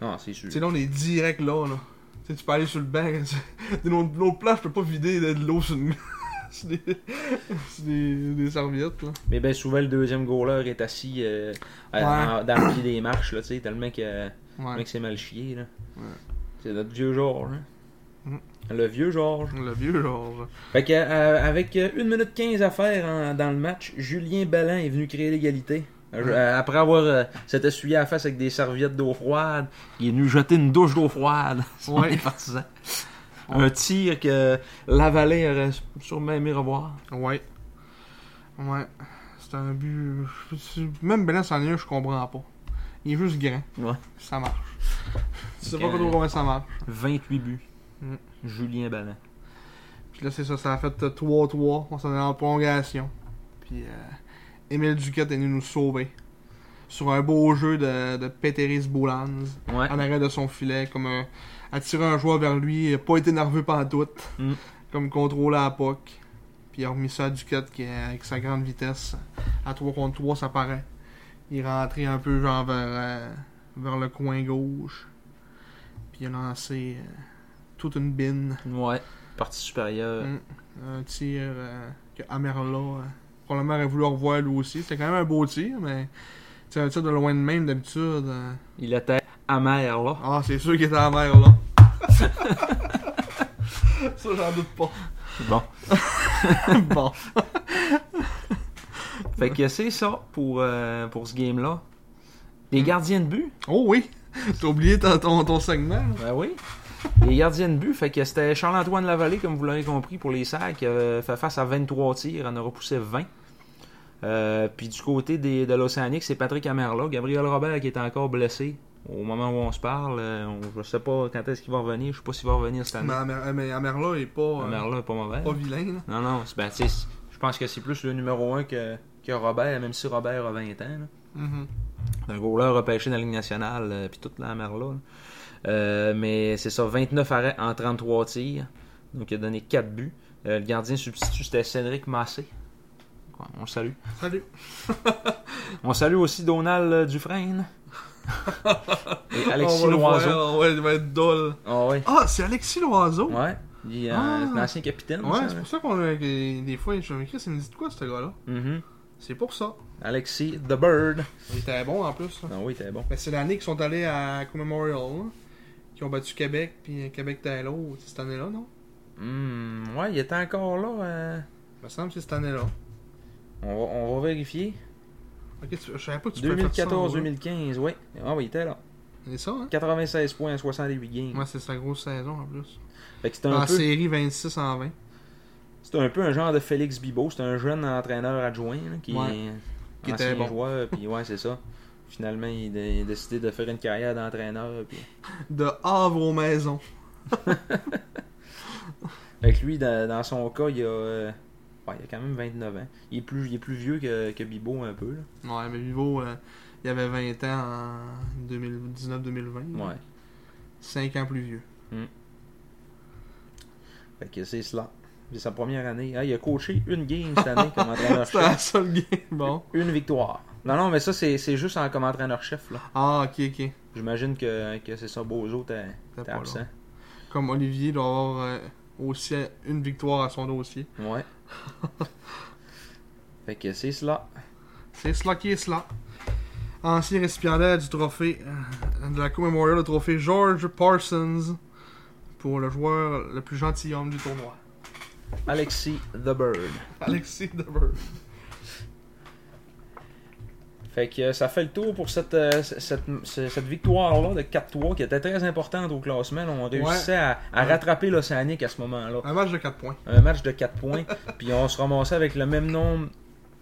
A: Non, Ah, c'est sûr.
B: Tu sais, là, on est direct là, là. Tu sais, tu peux aller sur le banc. tu- De l'autre de l'autre place, je peux pas vider là, de l'eau sur, une- sur des... sur des... des serviettes, là.
A: Mais ben souvent le deuxième goaler est assis euh, à-
B: Ouais.
A: en- dans le pied des marches là, tu sais, tellement que euh,
B: Ouais.
A: tellement que c'est mal chié là.
B: Ouais.
A: C'est notre vieux Georges. hein.
B: Mhm.
A: Le vieux Georges.
B: Le vieux, genre.
A: Fait que euh, avec 1 minute 15 à faire en- dans le match, Julien Ballin est venu créer l'égalité. Euh, je-
B: Ouais.
A: euh, Après avoir euh, s'être essuyé à la face avec des serviettes d'eau froide, il est venu jeter une douche d'eau froide sur
B: Ouais.
A: les partisans. Un tir que Lavalée aurait sûrement aimé revoir.
B: Ouais. Ouais. C'est un but. je- Même Belen en est un, je comprends pas. Il est juste grand.
A: Ouais.
B: Ça marche. Tu sais pas
A: Quand-
B: trop comment ça marche.
A: 28 buts.
B: Mhm.
A: Julien Ballin.
B: Puis là, c'est ça, ça a fait euh, 3-3. On s'en est en prolongation. Puis euh, Émile Duquette est venu nous sauver. Sur un beau jeu de, de Peteris Boulans.
A: Ouais.
B: en arrêt de son filet, comme un, attirer un joueur vers lui, il a pas été nerveux pantoute,
A: Mm.
B: comme contrôler la POC. Puis il a remis ça à Duquette qui, euh, avec sa grande vitesse, à 3 contre 3, ça paraît. Il est rentré un peu genre vers, euh, vers le coin gauche. Puis il a lancé euh, toute une bine.
A: Ouais. Partie supérieure.
B: Mm. Un tir euh, que Amerla euh, probablement aurait voulu revoir lui aussi. C'était quand même un beau tir, mais c'est un tir de loin de même d'habitude. euh,
A: Il était amer, là.
B: ah, c'est sûr qu'il était en mer, là. Ça, j'en doute pas.
A: Bon.
B: bon.
A: Fait que c'est ça pour, euh, pour ce game-là. Les gardiens de but.
B: Oh oui! T'as oublié ton, ton, ton segment. là.
A: Ben oui. Les gardiens de but. Fait que c'était Charles-Antoine Lavallée, comme vous l'avez compris, pour les sacs. qui avait fait face à 23 tirs. En a repoussé 20. Euh, puis du côté des, de l'Océanique, c'est Patrick Amerla. Gabriel Robert qui est encore blessé au moment où on se parle. Euh, on- je sais pas quand est-ce qu'il va revenir. Je sais pas s'il va revenir cette année.
B: Mais Amer- euh, Mais Amerla il est pas, euh,
A: Amerla est pas mauvais.
B: pas vilain. Là.
A: Non, non, c'est- ben, tu sais, c'est- je pense que c'est plus le numéro 1 que, que Robert, même si Robert a 20 ans. là. Mm-hmm.
B: Mhm.
A: C'est Un goaler repêché dans la Ligue nationale, euh, puis toute la merde là. Euh, mais c'est ça, 29 arrêts en 33 tirs. Donc il a donné 4 buts. Euh, le gardien substitut, c'était Cédric Massé. Quoi, On le salue.
B: Salut!
A: On salue aussi Donald euh, Dufresne. Et Alexis
B: On va le voir,
A: Loiseau.
B: on va- il va être dole.
A: Ah ouais.
B: Ah, c'est Alexis Loiseau!
A: Ouais. Il est euh,
B: Ah.
A: c'est l'ancien capitaine.
B: Ouais,
A: ça,
B: c'est
A: là.
B: pour ça qu'on a. que Des fois, je me dis, ça me dit de quoi, ce gars-là?
A: Mhm.
B: C'est pour ça.
A: Alexis The Bird.
B: Il était bon en plus. là.
A: Ah oui, t'es bon.
B: Mais c'est l'année qu'ils sont allés à Commemorial, là, qui ont battu Québec, puis euh, Québec était à l'autre. C'est cette année-là, non?
A: Hmm, ouais, il était encore là. euh,
B: me semble que c'est cette année-là.
A: On va, on va vérifier.
B: Ok, tu- je savais pas que tu pouvais faire ça.
A: 2014-2015, oui. Ah oui, il était là.
B: C'est ça, hein?
A: 96 points, 68 games.
B: Ouais, Ah, c'est sa grosse saison en plus.
A: Fait que c'était un,
B: En
A: peu-
B: série 26 en 20.
A: c'était un peu un genre de Félix Bibo. C'était un jeune entraîneur adjoint là, qui,
B: Ouais. Qui
A: ancien
B: était bon.
A: joueur. Puis ouais, c'est ça. Finalement, il, a- il a décidé de faire une carrière d'entraîneur. Puis...
B: De Havre aux maisons.
A: Fait que lui, dans, dans son cas, il a, euh, ouais, il a quand même 29 ans. Il est plus, il est plus vieux que, que Bibo un peu. Là.
B: Ouais, mais Vivo, euh, il avait 20 ans en 2019-2020.
A: Ouais.
B: 5 ans plus vieux.
A: Fait que c'est cela. C'est sa première année. Ah, il a coaché une game cette année comme
B: C'était
A: entraîneur-chef.
B: la seule game. Bon.
A: Une victoire. Non, non, mais ça, c'est c'est juste en, comme entraîneur-chef. là.
B: Ah, ok, ok.
A: J'imagine que, que c'est ça, Bozo, hein, t'es
B: T'es pas
A: absent.
B: là. Comme Olivier doit avoir euh, aussi une victoire à son dossier.
A: Ouais. fait que c'est cela.
B: C'est cela qui est cela. Ancien récipiendaire du trophée euh, de la Coupe Memorial, le trophée George Parsons pour le joueur le plus gentilhomme du tournoi.
A: Alexis The Bird.
B: Alexis Dever.
A: Fait que euh, ça fait le tour pour cette, euh, c- cette, c- cette victoire-là de 4-3 qui était très importante au classement. là. On réussissait à, à
B: Ouais.
A: rattraper l'Océanique à ce moment-là.
B: Un match de 4 points.
A: Un match de 4 points, puis on se ramassait avec le même nombre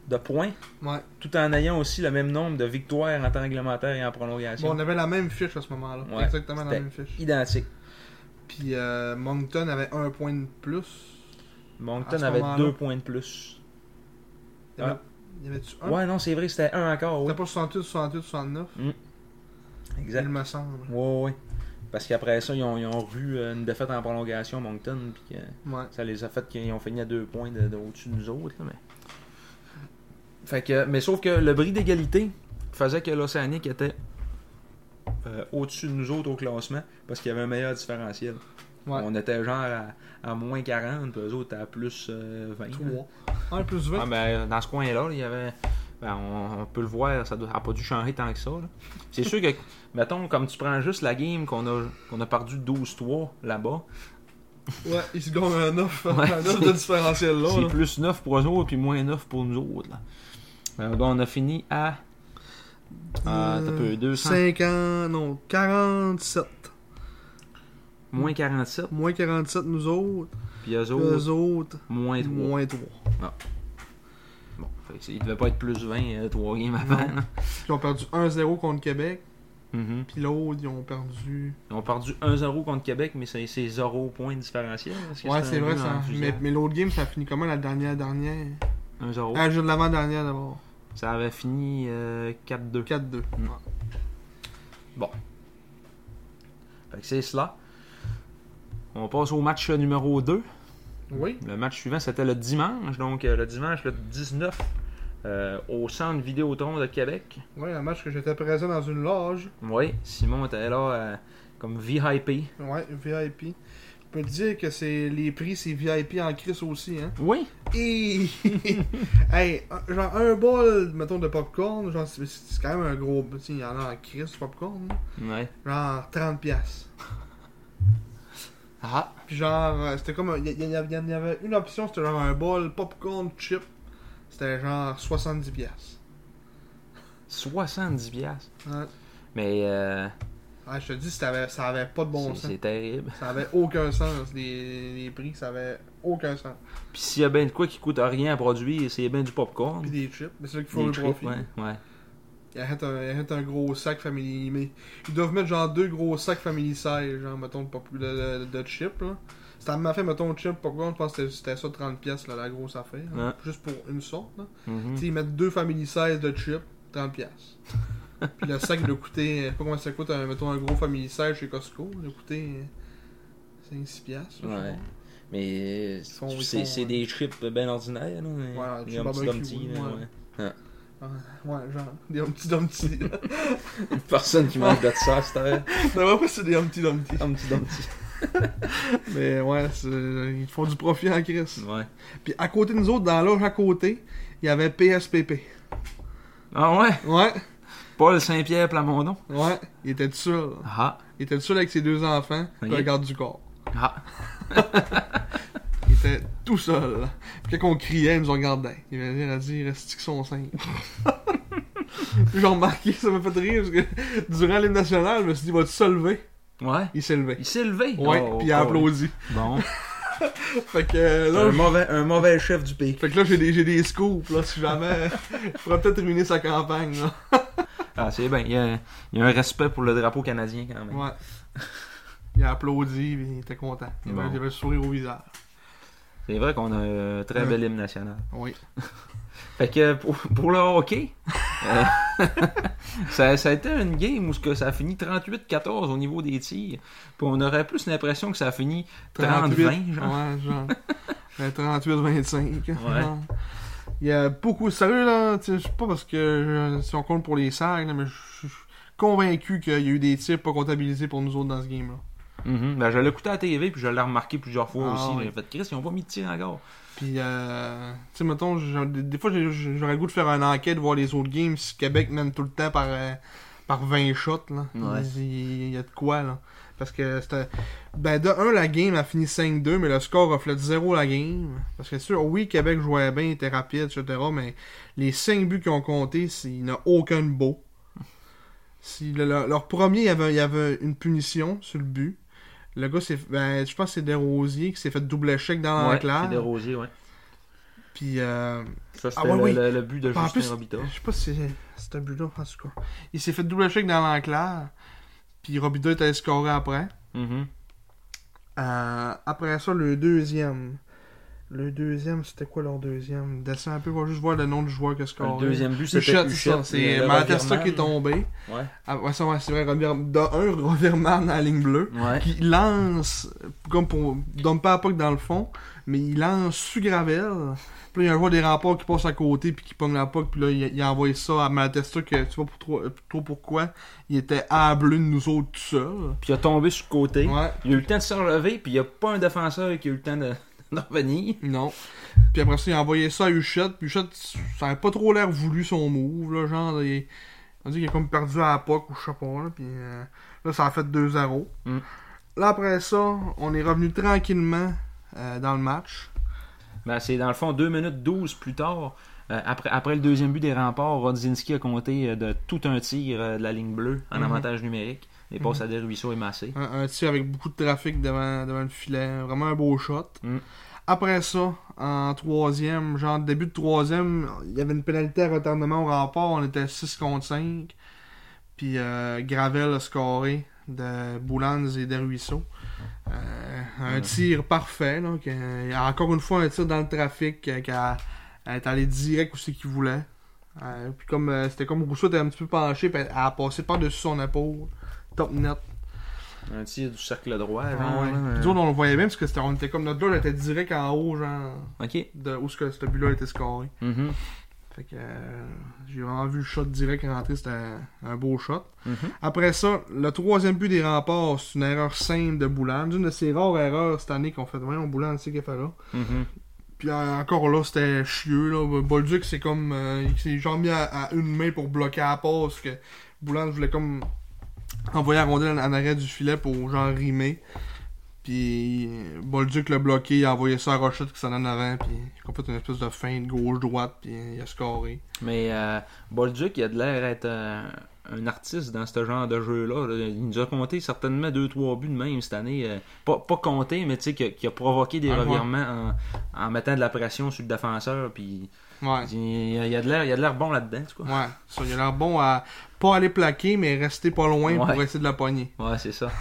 A: de points,
B: Ouais.
A: tout en ayant aussi le même nombre de victoires en temps réglementaire et en
B: Bon,
A: prolongation.
B: on avait la même fiche à ce moment-là.
A: Ouais,
B: Exactement la
A: c'était-
B: même fiche.
A: Identique.
B: Puis euh, Moncton avait un point de plus. À
A: Moncton
B: ce
A: avait
B: moment-là.
A: 2 points de plus.
B: Il y avait-
A: Ah.
B: il y avait-tu un
A: Ouais, non, c'est vrai, c'était un encore. oui.
B: C'était pas 68, 68, 69
A: Exact.
B: Il me semble.
A: Ouais, ouais. Parce qu'après ça, ils ont, ils ont eu euh, une défaite en prolongation, Moncton, puis que
B: Ouais.
A: ça les a fait qu'ils ont fini à deux points de, de- au-dessus de nous autres. là, mais... Fait que, mais sauf que le bris d'égalité faisait que l'Océanique était euh, au-dessus de nous autres au classement parce qu'il y avait un meilleur différentiel.
B: Ouais.
A: On était genre à, à moins 40, puis eux autres étaient à plus euh, 20. là.
B: 3. 1 plus 20.
A: Ah, ben, dans ce coin-là, là, il y avait. ben, on, on peut le voir, ça n'a pas dû changer tant que ça. là. C'est sûr que, mettons, comme tu prends juste la game qu'on a, qu'on a perdu 12-3 là-bas,
B: Ouais, il se gagne un 9,
A: Ah. Ouais.
B: un 9 de différentiel là.
A: c'est
B: là.
A: plus 9 pour eux autres puis moins 9 pour nous autres. Là. Euh, ben, on a fini à. Ah, t'as
B: Euh,
A: peu, 200.
B: 50, non, 47.
A: Moins 47,
B: Moins 47 nous autres,
A: puis eux autres,
B: eux autres,
A: moins 3.
B: moins 3.
A: Bon, fait que c'est- il devait pas être plus 20, 3 games avant. là.
B: Ils ont perdu 1-0 contre Québec,
A: Mhm.
B: puis l'autre, ils ont perdu...
A: Ils ont perdu 1-0 contre Québec, mais c'est c'est 0 points différentiel. parce que
B: Ouais,
A: un
B: c'est vrai,
A: but en
B: ça. mais
A: fusillade.
B: mais l'autre game, ça a fini comment la dernière, dernière
A: 1-0.
B: Ah, le jeu de l'avant-dernière d'abord.
A: Ça avait fini euh, 4-2.
B: 4-2.
A: Mm. Fait que c'est cela. On passe au match euh, numéro 2.
B: Oui.
A: Le match suivant, c'était le dimanche. Donc, euh, le dimanche, le 19, euh, au centre Vidéotron de Québec.
B: Ouais, un match que j'étais présent dans une loge.
A: Oui, Simon était là euh, comme VIP.
B: Ouais, VIP. Je peux te dire que c'est les prix, c'est VIP en crise aussi, hein.
A: Oui.
B: Et... hey, un- genre un bol, mettons, de popcorn, genre c'est c'est quand même un gros... tu sais, Il y en a en crise, popcorn. là.
A: Ouais.
B: Genre 30 piastres.
A: Ah.
B: Puis genre, euh, c'était comme... un- Il y, il y avait- il y avait une option, c'était genre un bol popcorn chip. C'était genre 70 piastres.
A: 70 piastres.
B: Ouais.
A: Mais euh,
B: Ouais, je te dis, c'était- ça avait pas de bon
A: c'est-
B: sens.
A: c'est terrible.
B: Ça avait aucun sens, les, les prix, ça avait aucun sens.
A: Puis s'il y a bien de quoi qui coûte rien à produire, c'est bien du popcorn.
B: Puis des chips, mais c'est là qu'il faut
A: Des
B: le
A: chips,
B: profit.
A: ouais. ouais.
B: Ils arrêtent un, ils arrêtent un gros sac Family mais Ils doivent mettre genre deux gros sacs Family Size, genre mettons de, pop- de, de- de chips là. Ça m'a fait mettons chip, pourquoi je pense que c'était- c'était ça 30$ piastres, là, la grosse affaire. là.
A: Ouais.
B: Juste pour une sorte là.
A: Mhm.
B: Tu sais, ils mettent deux Family Size de chips, 30$. piastres. Puis le sac de coûter, je sais pas combien ça coûte, un, mettons un gros Family Size chez Costco, il a coûté 5-6$. piastres, là, je
A: Ouais.
B: sais
A: Mais
B: font- ils
A: c'est
B: font,
A: c'est
B: euh,
A: des chips bien ordinaires. Là.
B: Ouais,
A: Des
B: chips
A: Humpty
B: barbecue,
A: Dumpty, là,
B: ouais.
A: ouais.
B: pas. Ouais, genre, des Humpty Dumpty. là.
A: Personne qui mange de ça, c'était
B: D'après moi, c'est des Humpty Dumpty.
A: un petit dentiste.
B: Mais ouais, c'est- ils font du profit en crise.
A: Ouais.
B: Puis à côté de nous autres, dans l'âge à côté, il y avait PSPP.
A: Ah ouais?
B: Ouais,
A: Paul Saint-Pierre Plamondon.
B: ouais. Il était tout seul.
A: Ah.
B: Il était tout seul avec ses deux enfants, puis
A: Ok.
B: le garde du corps.
A: Ah.
B: Il était tout seul. Puis quand on criait, ils nous regardaient. Ils venaient à dire Reste qu'ils sont cinq. Puis j'ai remarqué, ça m'a fait rire, parce que durant l'hymne national, je me suis dit Va-tu se lever
A: ah. Ouais.
B: Il s'est levé.
A: Il s'est levé.
B: Ouais,
A: Oh,
B: puis il a
A: oh,
B: applaudi.
A: Bon.
B: Fait que euh, là,
A: un,
B: je-
A: mauvais, un mauvais chef du pays.
B: fait que là j'ai des, j'ai des scoops, là, si jamais. je pourrais peut-être ruiner sa campagne, là.
A: Ah, c'est bien. Il y, a, il y a un respect pour le drapeau canadien quand même.
B: Ouais. Il a applaudi, puis il était content. Il avait,
A: Bon.
B: il avait le sourire au visage.
A: C'est vrai qu'on a un très
B: Ouais.
A: bel hymne national.
B: Oui.
A: Fait que pour, pour le hockey, euh, ça, ça a été une game où ce que ça a fini 38-14 au niveau des tirs. Puis on aurait plus l'impression que ça a fini 30-20, genre.
B: Ouais, genre. Euh, 38-25.
A: Ouais.
B: genre. Il y a beaucoup. Sérieux, là, tu sais, je sais pas parce que euh, si on compte pour les sacs, là, mais je je suis convaincu qu'il y a eu des tirs pas comptabilisés pour nous autres dans ce game-là.
A: Mhm. Ben, je l'ai écouté à la TV, puis je l'ai remarqué plusieurs fois
B: Ah,
A: aussi.
B: oui.
A: J'ai fait, Chris, ils ont pas mis de tir encore.
B: Puis, euh, tu sais, mettons, j'ai- des, des fois, j'ai- j'ai- j'aurais le goût de faire une enquête, voir les autres games, si Québec mène tout le temps par, euh, par 20 shots, là.
A: Ouais.
B: Il, il y a de quoi, là. Parce que c'était. Ben, de 1, la game a fini 5-2, mais le score reflète 0 la game. Parce que, c'est sûr, oui, Québec jouait bien, était rapide, etc., mais les 5 buts qu'ils ont comptés, c'est- il n'y en a aucun de beau. Si le- le- leur premier, il y, avait, il y avait une punition sur le but. Le gars, c'est, ben, je pense que c'est Desrosiers qui s'est fait double échec dans
A: Ouais,
B: l'enclave.
A: c'est des rosiers, ouais.
B: Puis, euh,
A: Ça, c'était
B: Ah, ouais,
A: le,
B: oui.
A: le- le but de
B: Puis en
A: Justin
B: plus,
A: Robita.
B: je sais pas si c'est- c'est un but-là, en tout cas. Il s'est fait double check dans l'enclave. Puis Robida est allé scorer après.
A: Mhm.
B: Euh, après ça, le deuxième. Le deuxième, c'était quoi leur deuxième Descends un peu, on va juste voir le nom du joueur qui a scoré.
A: Le deuxième but,
B: Huchette,
A: c'était
B: c'est ça.
A: Huchette.
B: C'est
A: le
B: Malatesta qui est
A: revirement.
B: tombé.
A: Ouais.
B: Ah, ouais, ça, ouais, c'est vrai. revire- De un, revirement dans la ligne bleue.
A: Ouais.
B: Qui lance, comme pour. Donne pas à Puck dans le fond, mais il lance sur Gravel. Puis là, il y a un joueur des remparts qui passe à côté, puis qui pogne la Puck, puis là, il, il envoie ça à Malatesta, que tu vois pour trop, trop pourquoi. Il était à la bleue de nous autres tout seul.
A: Puis il a tombé sur le côté.
B: Ouais.
A: Il a eu le temps de se relever, puis il n'y a pas un défenseur qui a eu le temps de, de revenir.
B: Non. Puis après ça, il a envoyé ça à Huchette. Puis Huchette, ça avait pas trop l'air voulu son move. Là, genre, il... on dit qu'il a comme perdu à la POC ou je sais pas. Là, puis euh, là, ça a fait 2-0.
A: Mm.
B: Là, après ça, on est revenu tranquillement euh, dans le match.
A: Ben, c'est dans le fond 2 minutes 12 plus tard. euh, après, après le deuxième but des remparts, Rodzinski a compté euh, de tout un tir euh, de la ligne bleue en
B: Mhm.
A: avantage numérique. Les passes à Desruisseaux et Massé.
B: Un, un tir avec beaucoup de trafic devant, devant le filet. Vraiment un beau shot.
A: Mm.
B: Après ça, en troisième, genre début de troisième, il y avait une pénalité à retardement au rempart. On était 6 contre 5. Puis euh, Gravel a scoré de Boulans et des Ruisseaux. Euh, un
A: Ouais.
B: tir parfait. Là, que- encore une fois, un tir dans le trafic euh, qui est allé direct où c'est qu'il voulait. Euh, puis comme euh, c'était comme Rousseau était un petit peu penché, puis elle a passé par-dessus son épaule. Top net.
A: Un tir du cercle droit.
B: Ah
A: genre,
B: ouais.
A: là,
B: Puis nous autres, on le voyait bien parce que c'était, on était comme notre gars, là, était direct en haut, genre,
A: Ok.
B: de où ce que ce but-là était scoré.
A: Mhm.
B: Fait que euh, j'ai vraiment vu le shot direct rentrer, c'était un, un beau shot.
A: Mhm.
B: Après ça, le troisième but des remparts, c'est une erreur simple de Boulan. Une de ces rares erreurs cette année qu'on fait. Voyons, Boulan, c'est qu'il a fait là.
A: Mhm.
B: Puis euh, encore là, c'était chieux. Là. Bolduc, c'est comme. euh, il s'est genre mis à, à une main pour bloquer la passe. Que Boulan voulait comme envoyer la rondelle en, en arrière du filet pour genre rimer. Puis euh, Bolduc l'a bloqué, il a envoyé ça à Rochette qui s'en allait en avant. Puis il a fait une espèce de feinte gauche-droite. Puis euh, il a scoré.
A: Mais euh, Bolduc, il a de l'air être euh, un artiste dans ce genre de jeu-là. là. Il nous a compté certainement 2-3 buts de même cette année. euh, pas, pas compté, mais tu sais, qui a, qui a provoqué des
B: Ah, ouais.
A: revirements en, en mettant de la pression sur le défenseur. Puis
B: Ouais.
A: il y a, il y a de l'air- il y a de l'air bon là-dedans, tu quoi.
B: Ouais. Ça, il a l'air bon à pas aller plaquer, mais rester pas loin
A: Ouais.
B: pour essayer de la pogner.
A: Ouais, c'est ça.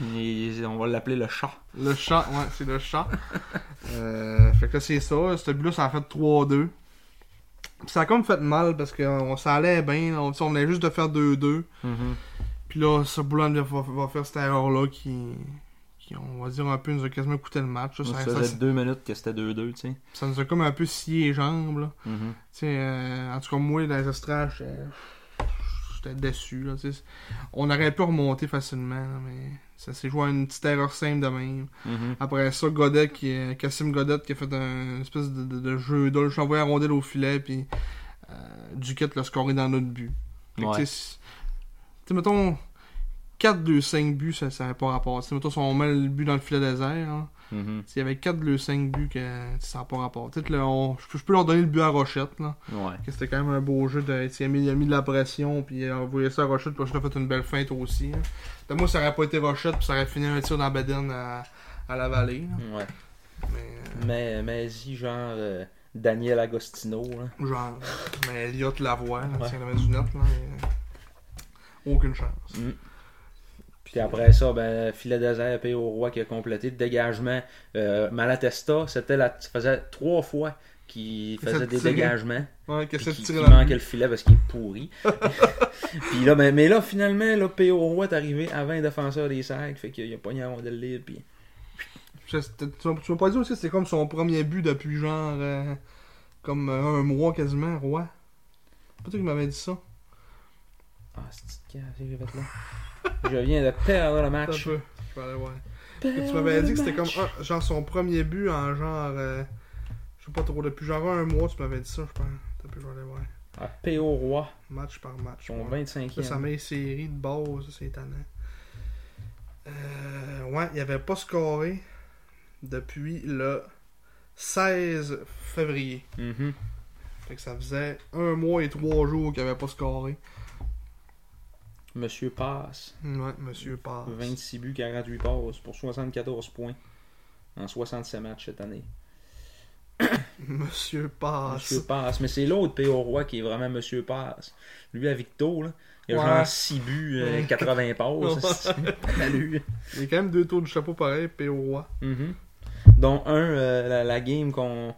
A: Il- on va l'appeler le chat.
B: Le chat, ouais, c'est le chat. Euh, fait que là, c'est ça. Ce but-là, ça a fait 3-2. Puis ça a comme fait mal parce qu'on s'allait bien. là. On, on venait juste de faire 2-2.
A: Mm-hmm.
B: Puis là, ce Boulan va, va faire cette erreur-là qui, qui, on va dire, un peu nous a quasiment coûté le match. là.
A: Ça
B: Ça, ça-
A: faisait deux minutes que c'était 2-2, tu sais.
B: ça nous a comme un peu scié les jambes. Là.
A: Mhm.
B: Tu sais, euh, en tout cas, moi, dans les estrades, j'étais- j'étais déçu. Là, tu sais. on aurait pu remonter facilement, là, mais ça s'est joué à une petite erreur simple de même.
A: Mhm.
B: Après ça, Godet, qui, euh, Cassim Godet, qui a fait un espèce de, de, de jeu d'ol. Je suis envoyé à rondelle au filet, puis euh, Duquette l'a scoré dans notre but. Fait que,
A: Ouais.
B: Tu sais, c'est- tu sais, mettons, 4 de 5 buts, ça n'avait pas rapport. Si mettons, si on met le but dans le filet désert, là,
A: Mhm.
B: s'il y avait 4 de 5 buts, que, ça n'a pas rapport. Tu sais, là, on- je, peux- je peux leur donner le but à Rochette. Là,
A: Ouais.
B: que c'était quand même un beau jeu. De, tu sais, il, a mis, il a mis de la pression, puis il a envoyé ça à Rochette, puis Rochette a fait une belle feinte aussi. là. D'après Moi, ça aurait pas été Rochette, puis ça aurait fini un tir dans la bédaine à, à la vallée. là.
A: Ouais.
B: Mais,
A: Mais, mais si, genre, euh, Daniel Agostino, là.
B: euh, genre, mais Elliot Lavoie, là,
A: Ouais.
B: tu sais, il avait du net, là, mais, euh, aucune chance.
A: Puis après ça, ben, filet désert, pays au roi qui a complété. Dégagement, euh, Malatesta, c'était la... ça faisait trois fois qu'il
B: Ça
A: faisait des
B: tirait.
A: dégagements.
B: Ouais, que
A: Puis
B: ça
A: qui,
B: tirait
A: qui
B: dans le
A: manquait
B: but.
A: le filet parce qu'il est pourri. puis là, ben, mais là, finalement, là, P.O. Roy est arrivé avant les défenseurs des sacs. Fait qu'il a pogné la rondelle libre. Puis...
B: Ça, c'était- Tu m'as- tu m'as pas dit aussi, c'est comme son premier but depuis genre. euh, comme euh, un mois quasiment, roi. Pas toi qui m'avais dit ça.
A: Ah, c'est petite cave, j'ai fait là. Je viens de perdre le
B: Attends un
A: match.
B: peu, je vais aller voir. Tu m'avais dit que c'était comme ah, genre son premier but en genre. euh, je sais pas trop, depuis genre un mois, tu m'avais dit ça, je pense. T'as pu aller voir.
A: Ah, P.O. Roy,
B: Match par match.
A: son
B: ouais. Ça, ça
A: 25e.
B: met série de base, ça, c'est étonnant. Euh, ouais, il avait pas scoré depuis le 16 février.
A: Mhm.
B: Fait que ça faisait un mois et trois jours qu'il avait pas scoré.
A: Monsieur Passe,
B: Ouais, monsieur passe.
A: 26 buts, 48 passes pour 74 points en 67 matchs cette année.
B: Monsieur passe.
A: Monsieur Passe. Mais c'est l'autre P.O. Roy qui est vraiment Monsieur Passe. Lui, à Victo, là, il a
B: Ouais.
A: genre 6 buts, euh, 80 passes. Salut.
B: Il y a quand même deux tours de chapeau pareil, P.O. Roy.
A: Mhm. Dont un, euh, la, la game qu'on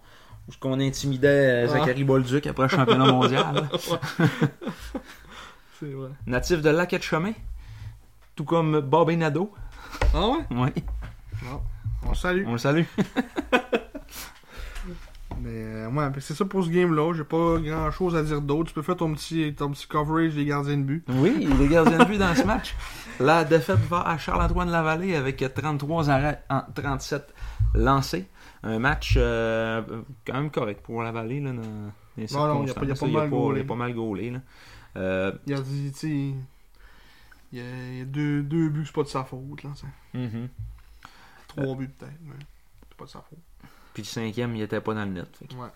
A: où ce qu'on intimidait euh,
B: Ah.
A: Zachary Bolduc après le championnat mondial.
B: C'est vrai.
A: Natif de Laquette Chemin, tout comme Bob Nadeau.
B: Ah ouais?
A: Ouais,
B: Non. On le salue.
A: on le salue.
B: Mais euh, ouais, puis c'est ça pour ce game-là. J'ai pas grand chose à dire d'autre. Tu peux faire ton petit, ton petit coverage des gardiens de but.
A: Oui, les gardiens de but dans ce match. La défaite va à Charles-Antoine Lavallée avec 33 arrêts en 37 lancés. Un match euh, quand même correct pour Lavallée. Là, dans les
B: Non, non, il a pas- il a
A: circonstances,
B: pas
A: là. Il a
B: mal
A: pas-
B: gaulé.
A: Il a pas mal gaulé. là. Euh,
B: Il a dit, tu sais, il y a, il y a deux, deux buts, c'est pas de sa faute. Là, ça. Mm-hmm.
A: mhm. Euh.
B: Trois buts peut-être, mais c'est pas de sa faute.
A: Puis le cinquième, il était pas dans le net. Fait que-
B: Ouais.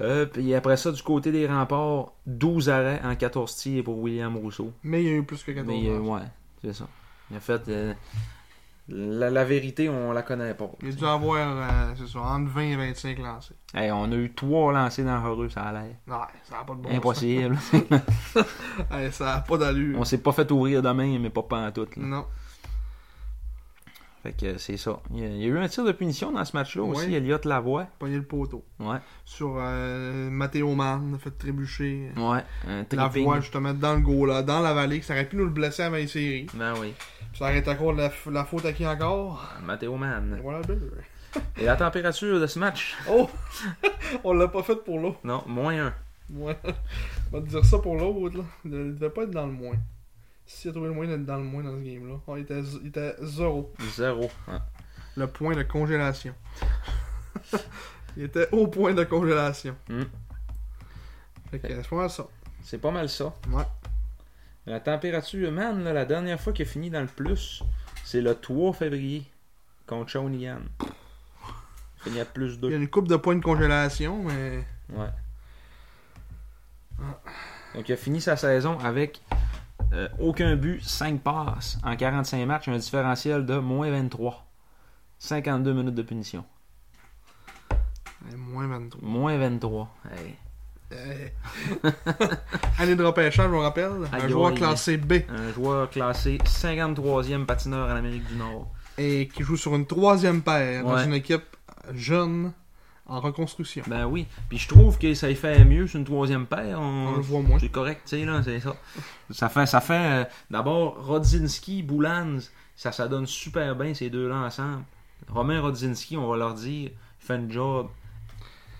A: Euh, puis après ça, du côté des remparts, 12 arrêts en 14 tirs pour William Rousseau.
B: Mais il y a eu plus que 14
A: Mais euh,
B: matchs.
A: ouais, c'est ça. En fait, euh, la, la vérité, on la connaît pas.
B: Il a dû avoir, euh, c'est ça, entre 20 et 25 lancés.
A: Hey, on a eu trois lancés dans Horreux, ça a l'air.
B: Ouais, ça a pas de bon
A: Impossible.
B: sens. Ouais, ça a pas d'allure.
A: on s'est pas fait ouvrir demain, mais pas en tout.
B: Non.
A: Fait que euh, c'est ça. Il y, a, il y a eu un tir de punition dans ce match-là aussi,
B: Ouais.
A: Elliot Lavoie.
B: Pogner le poteau.
A: Ouais.
B: Sur euh, Matteo Mann, fait trébucher.
A: Ouais. Un
B: La
A: tripping.
B: voix, justement, dans le goal, là, dans la vallée, que ça aurait pu nous le blesser avant les séries.
A: Ben oui.
B: Puis Ça arrête encore la, la faute à qui encore
A: Matteo
B: Et
A: Mann.
B: Voilà deux.
A: Et la température de ce match?
B: Oh On l'a pas fait pour l'eau.
A: Non, moins un.
B: Ouais. On va te dire ça pour l'autre. là. Il devait pas être dans le moins. S'il a trouvé le moyen d'être dans le moins dans ce game-là, oh, il, était, il était zéro.
A: Zéro. Ouais.
B: Le point de congélation. il était au point de congélation.
A: Mm.
B: Fait que c'est pas mal ça.
A: C'est pas mal ça.
B: Ouais.
A: La température, man, là, la dernière fois qu'il a fini dans le plus, c'est le 3 février contre Sean Yann. Il y a plus
B: Il y a
A: 2.
B: une coupe de points de congélation, mais.
A: Ouais. Donc il a fini sa saison avec euh, aucun but, 5 passes en 45 matchs, un différentiel de moins 23. 52 minutes de punition.
B: Eh, moins 23.
A: Moins 23. Hey.
B: Eh. Année de repêchage, on rappelle. Un
A: Aïe,
B: joueur
A: aïe.
B: classé B.
A: Un joueur classé 53e patineur en Amérique du Nord.
B: et qui joue sur une troisième paire dans
A: Ouais.
B: une équipe jeune en reconstruction.
A: Ben oui. Puis je trouve que ça y fait mieux sur une troisième paire.
B: On
A: On,
B: le voit moins.
A: C'est correct, tu sais, là, c'est ça. Ça fait, ça fait euh, d'abord Rodzinski, Boulans, ça, ça donne super bien ces deux-là ensemble. Romain Rodzinski, on va leur dire, fait un job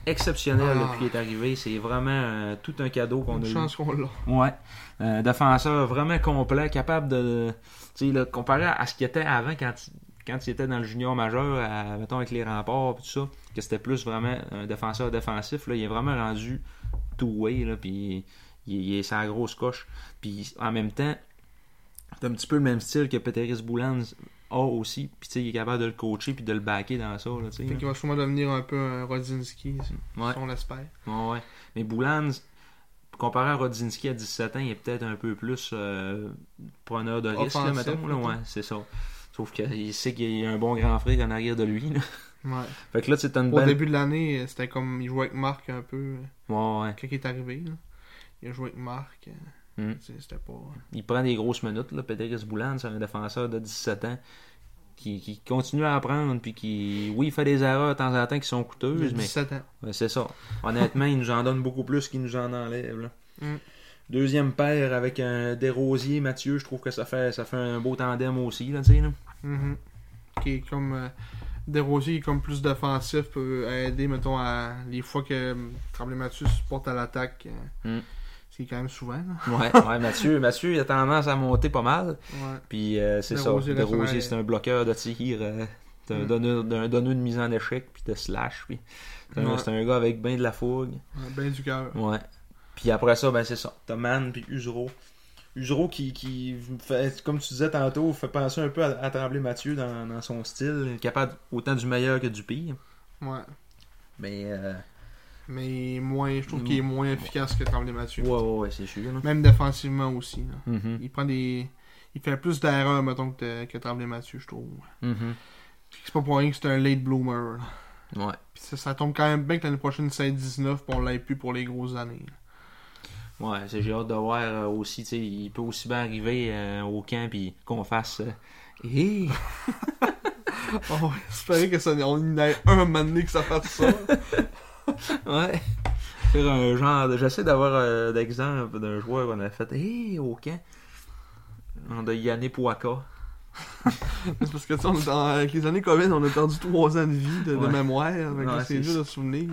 A: exceptionnel
B: Ah.
A: depuis qu'il est arrivé. C'est vraiment euh, tout un cadeau qu'on
B: Une
A: a eu.
B: chance qu'on l'a.
A: Ouais. Euh, défenseur vraiment complet, capable de. Tu sais, là, comparé à ce qu'il était avant quand il, quand il était dans le junior majeur, à- mettons avec les remparts et tout ça, que c'était plus vraiment un défenseur défensif, là, il est vraiment rendu two-way, là, puis il, il est sa grosse coche. Puis en même temps, C'est un petit peu le même style que Peteris Boulans a aussi. Puis tu sais, il est capable de le coacher puis de le backer dans ça. Là, tu sais,
B: Fait
A: là.
B: qu'il va sûrement devenir un peu un Rodzinski, si
A: Ouais.
B: on l'espère.
A: Ouais, ouais. Mais Boulans, comparé à Rodzinski à 17 ans, il est peut-être un peu plus euh, preneur de risque, là,
B: Offensif,
A: mettons. Là,
B: mettons.
A: ouais, c'est ça. Sauf qu'il sait qu'il y a un bon grand frère en arrière de lui. là.
B: Ouais.
A: Fait que là, c'est une
B: Au
A: belle.
B: début de l'année, euh, c'était comme il jouait avec Marc un peu euh,
A: Ouais, ouais.
B: quand il est arrivé. là. Il a joué avec Marc. euh,
A: Mm.
B: tu sais, C'était pas.
A: Il prend des grosses minutes. là. Péteris Boulan, c'est un défenseur de 17 ans qui, qui continue à apprendre. Puis qui, oui, il fait des erreurs de temps en temps qui sont
B: Il a
A: coûteuses, mais
B: 17 ans.
A: Ouais, c'est ça. Honnêtement, il nous en donne beaucoup plus qu'il nous en enlève. là.
B: Mm.
A: Deuxième paire avec un Desrosiers, Mathieu, je trouve que ça fait, ça fait un beau tandem aussi. Là, tu sais, là.
B: Mhm. Qui est comme. euh, Desrosiers qui est comme plus défensif, peut aider, mettons, à les fois que euh, Tremblay Mathieu se porte à l'attaque. euh,
A: Mm.
B: Ce qui est quand même souvent. là.
A: Ouais, ouais, Mathieu, Mathieu, il a tendance à monter pas mal.
B: Ouais.
A: Puis euh, c'est ça,
B: Desrosiers, là,
A: Desrosiers,
B: ouais.
A: c'est un bloqueur de tir, euh, c'est un
B: Mm.
A: donneur, d'un donneur de mise en échec, puis de slash. Puis, c'est, un,
B: Ouais.
A: c'est un gars avec bien de la fougue.
B: Ouais, Ben du cœur.
A: Ouais. Puis après ça, ben c'est ça. T'as Mann puis Usuro. Usuro qui, qui fait, comme tu disais tantôt, fait penser un peu à, à Tremblay Mathieu dans, dans son style, capable autant du meilleur que du pire.
B: Ouais.
A: Mais euh,
B: Mais moins, je trouve
A: Mm.
B: qu'il est moins efficace que Tremblay Mathieu.
A: ouais, ouais, ouais, c'est sûr. là.
B: Même défensivement aussi. là.
A: Mhm,
B: Il prend des. Il fait plus d'erreurs, mettons, que, que Tremblay Mathieu, je trouve.
A: mhm.
B: Puis C'est pas pour rien que c'est un late bloomer. là.
A: Ouais.
B: Puis ça, ça tombe quand même bien que l'année prochaine, c'est 19 puis on l'ait plus pour les grosses années. là.
A: Ouais, c'est- j'ai hâte de voir euh, aussi, tu sais, il peut aussi bien arriver euh, au camp puis qu'on fasse euh, Hé!
B: Oh, j'espérais que ça, on y ait un moment donné que ça fasse ça.
A: Ouais. Faire un genre de- J'essaie d'avoir euh, d'exemple d'un joueur qu'on a fait Hé! au camp. Genre De Yannick Ouaka.
B: c'est parce que, tu sais, on est dans- avec les années Covid, on a perdu 3 ans de vie, de, de
A: Ouais.
B: mémoire. Fait que
A: Ouais,
B: là,
A: c'est
B: c'est dur de se souvenir.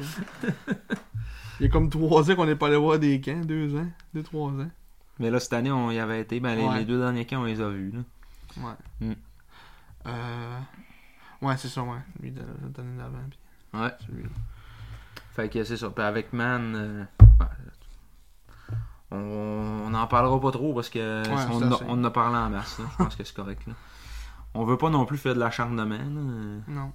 B: Il y a comme 3 ans qu'on n'est pas allé voir des camps, 2 ans, 2-3 ans.
A: Mais là, cette année, on y avait été. Ben, les,
B: Ouais.
A: les deux derniers camps, on les a vus. Là.
B: Ouais.
A: Mm.
B: Euh... Ouais, c'est ça, ouais. Lui, de l'année d'avant. puis
A: Ouais.
B: celui-là.
A: Fait que c'est ça. Puis avec Man, euh, ouais, on, on en parlera pas trop parce que
B: Ouais,
A: on,
B: c'est
A: en a-
B: assez.
A: on en a parlé en masse. là. Je pense que c'est correct. Là. On veut pas non plus faire de l'acharnement. là. Euh,
B: Non.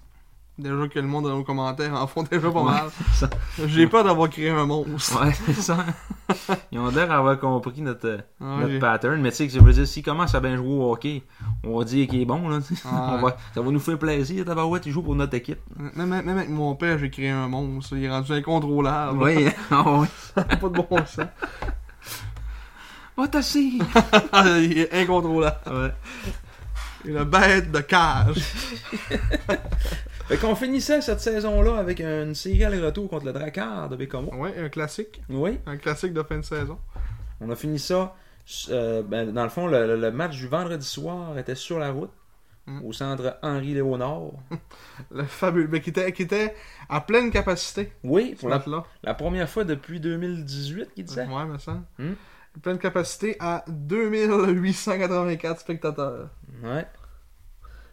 B: Déjà que le monde dans nos commentaires en font déjà pas
A: Ouais,
B: mal.
A: ça.
B: J'ai peur d'avoir créé un monstre.
A: Ouais, c'est ça. Ils ont l'air d'avoir compris notre, euh,
B: Ah,
A: notre
B: j'ai-
A: pattern. Mais tu sais, que ça veut dire, s'il commence à bien jouer au hockey, on va dire qu'il est bon. Là, tu sais.
B: Ah,
A: On va- ça va nous faire plaisir. Tabarouette, il joue pour notre équipe.
B: même, même- même avec mon père, j'ai créé un monstre. Il est rendu incontrôlable.
A: Oui, ah ouais.
B: pas de bon sens.
A: Va t'asseoir.
B: Ah, il est incontrôlable.
A: Ouais.
B: Il est une bête de cage.
A: Fait qu'on finissait cette saison-là avec une série aller-retour contre le Dracard de Bécamo.
B: Ouais, un classique.
A: Oui.
B: Un classique de fin de saison.
A: On a fini ça. euh, ben, dans le fond, le, le- le match du vendredi soir était sur la route,
B: Mm.
A: au centre Henri-Léonard.
B: Le fabuleux. Mais qui était, qui était à pleine capacité.
A: Oui,
B: ce
A: pour la,
B: match-là.
A: la première fois depuis 2018, qu'il disait.
B: Ouais, me semble.
A: Hmm.
B: Pleine capacité à 2884 spectateurs.
A: Ouais.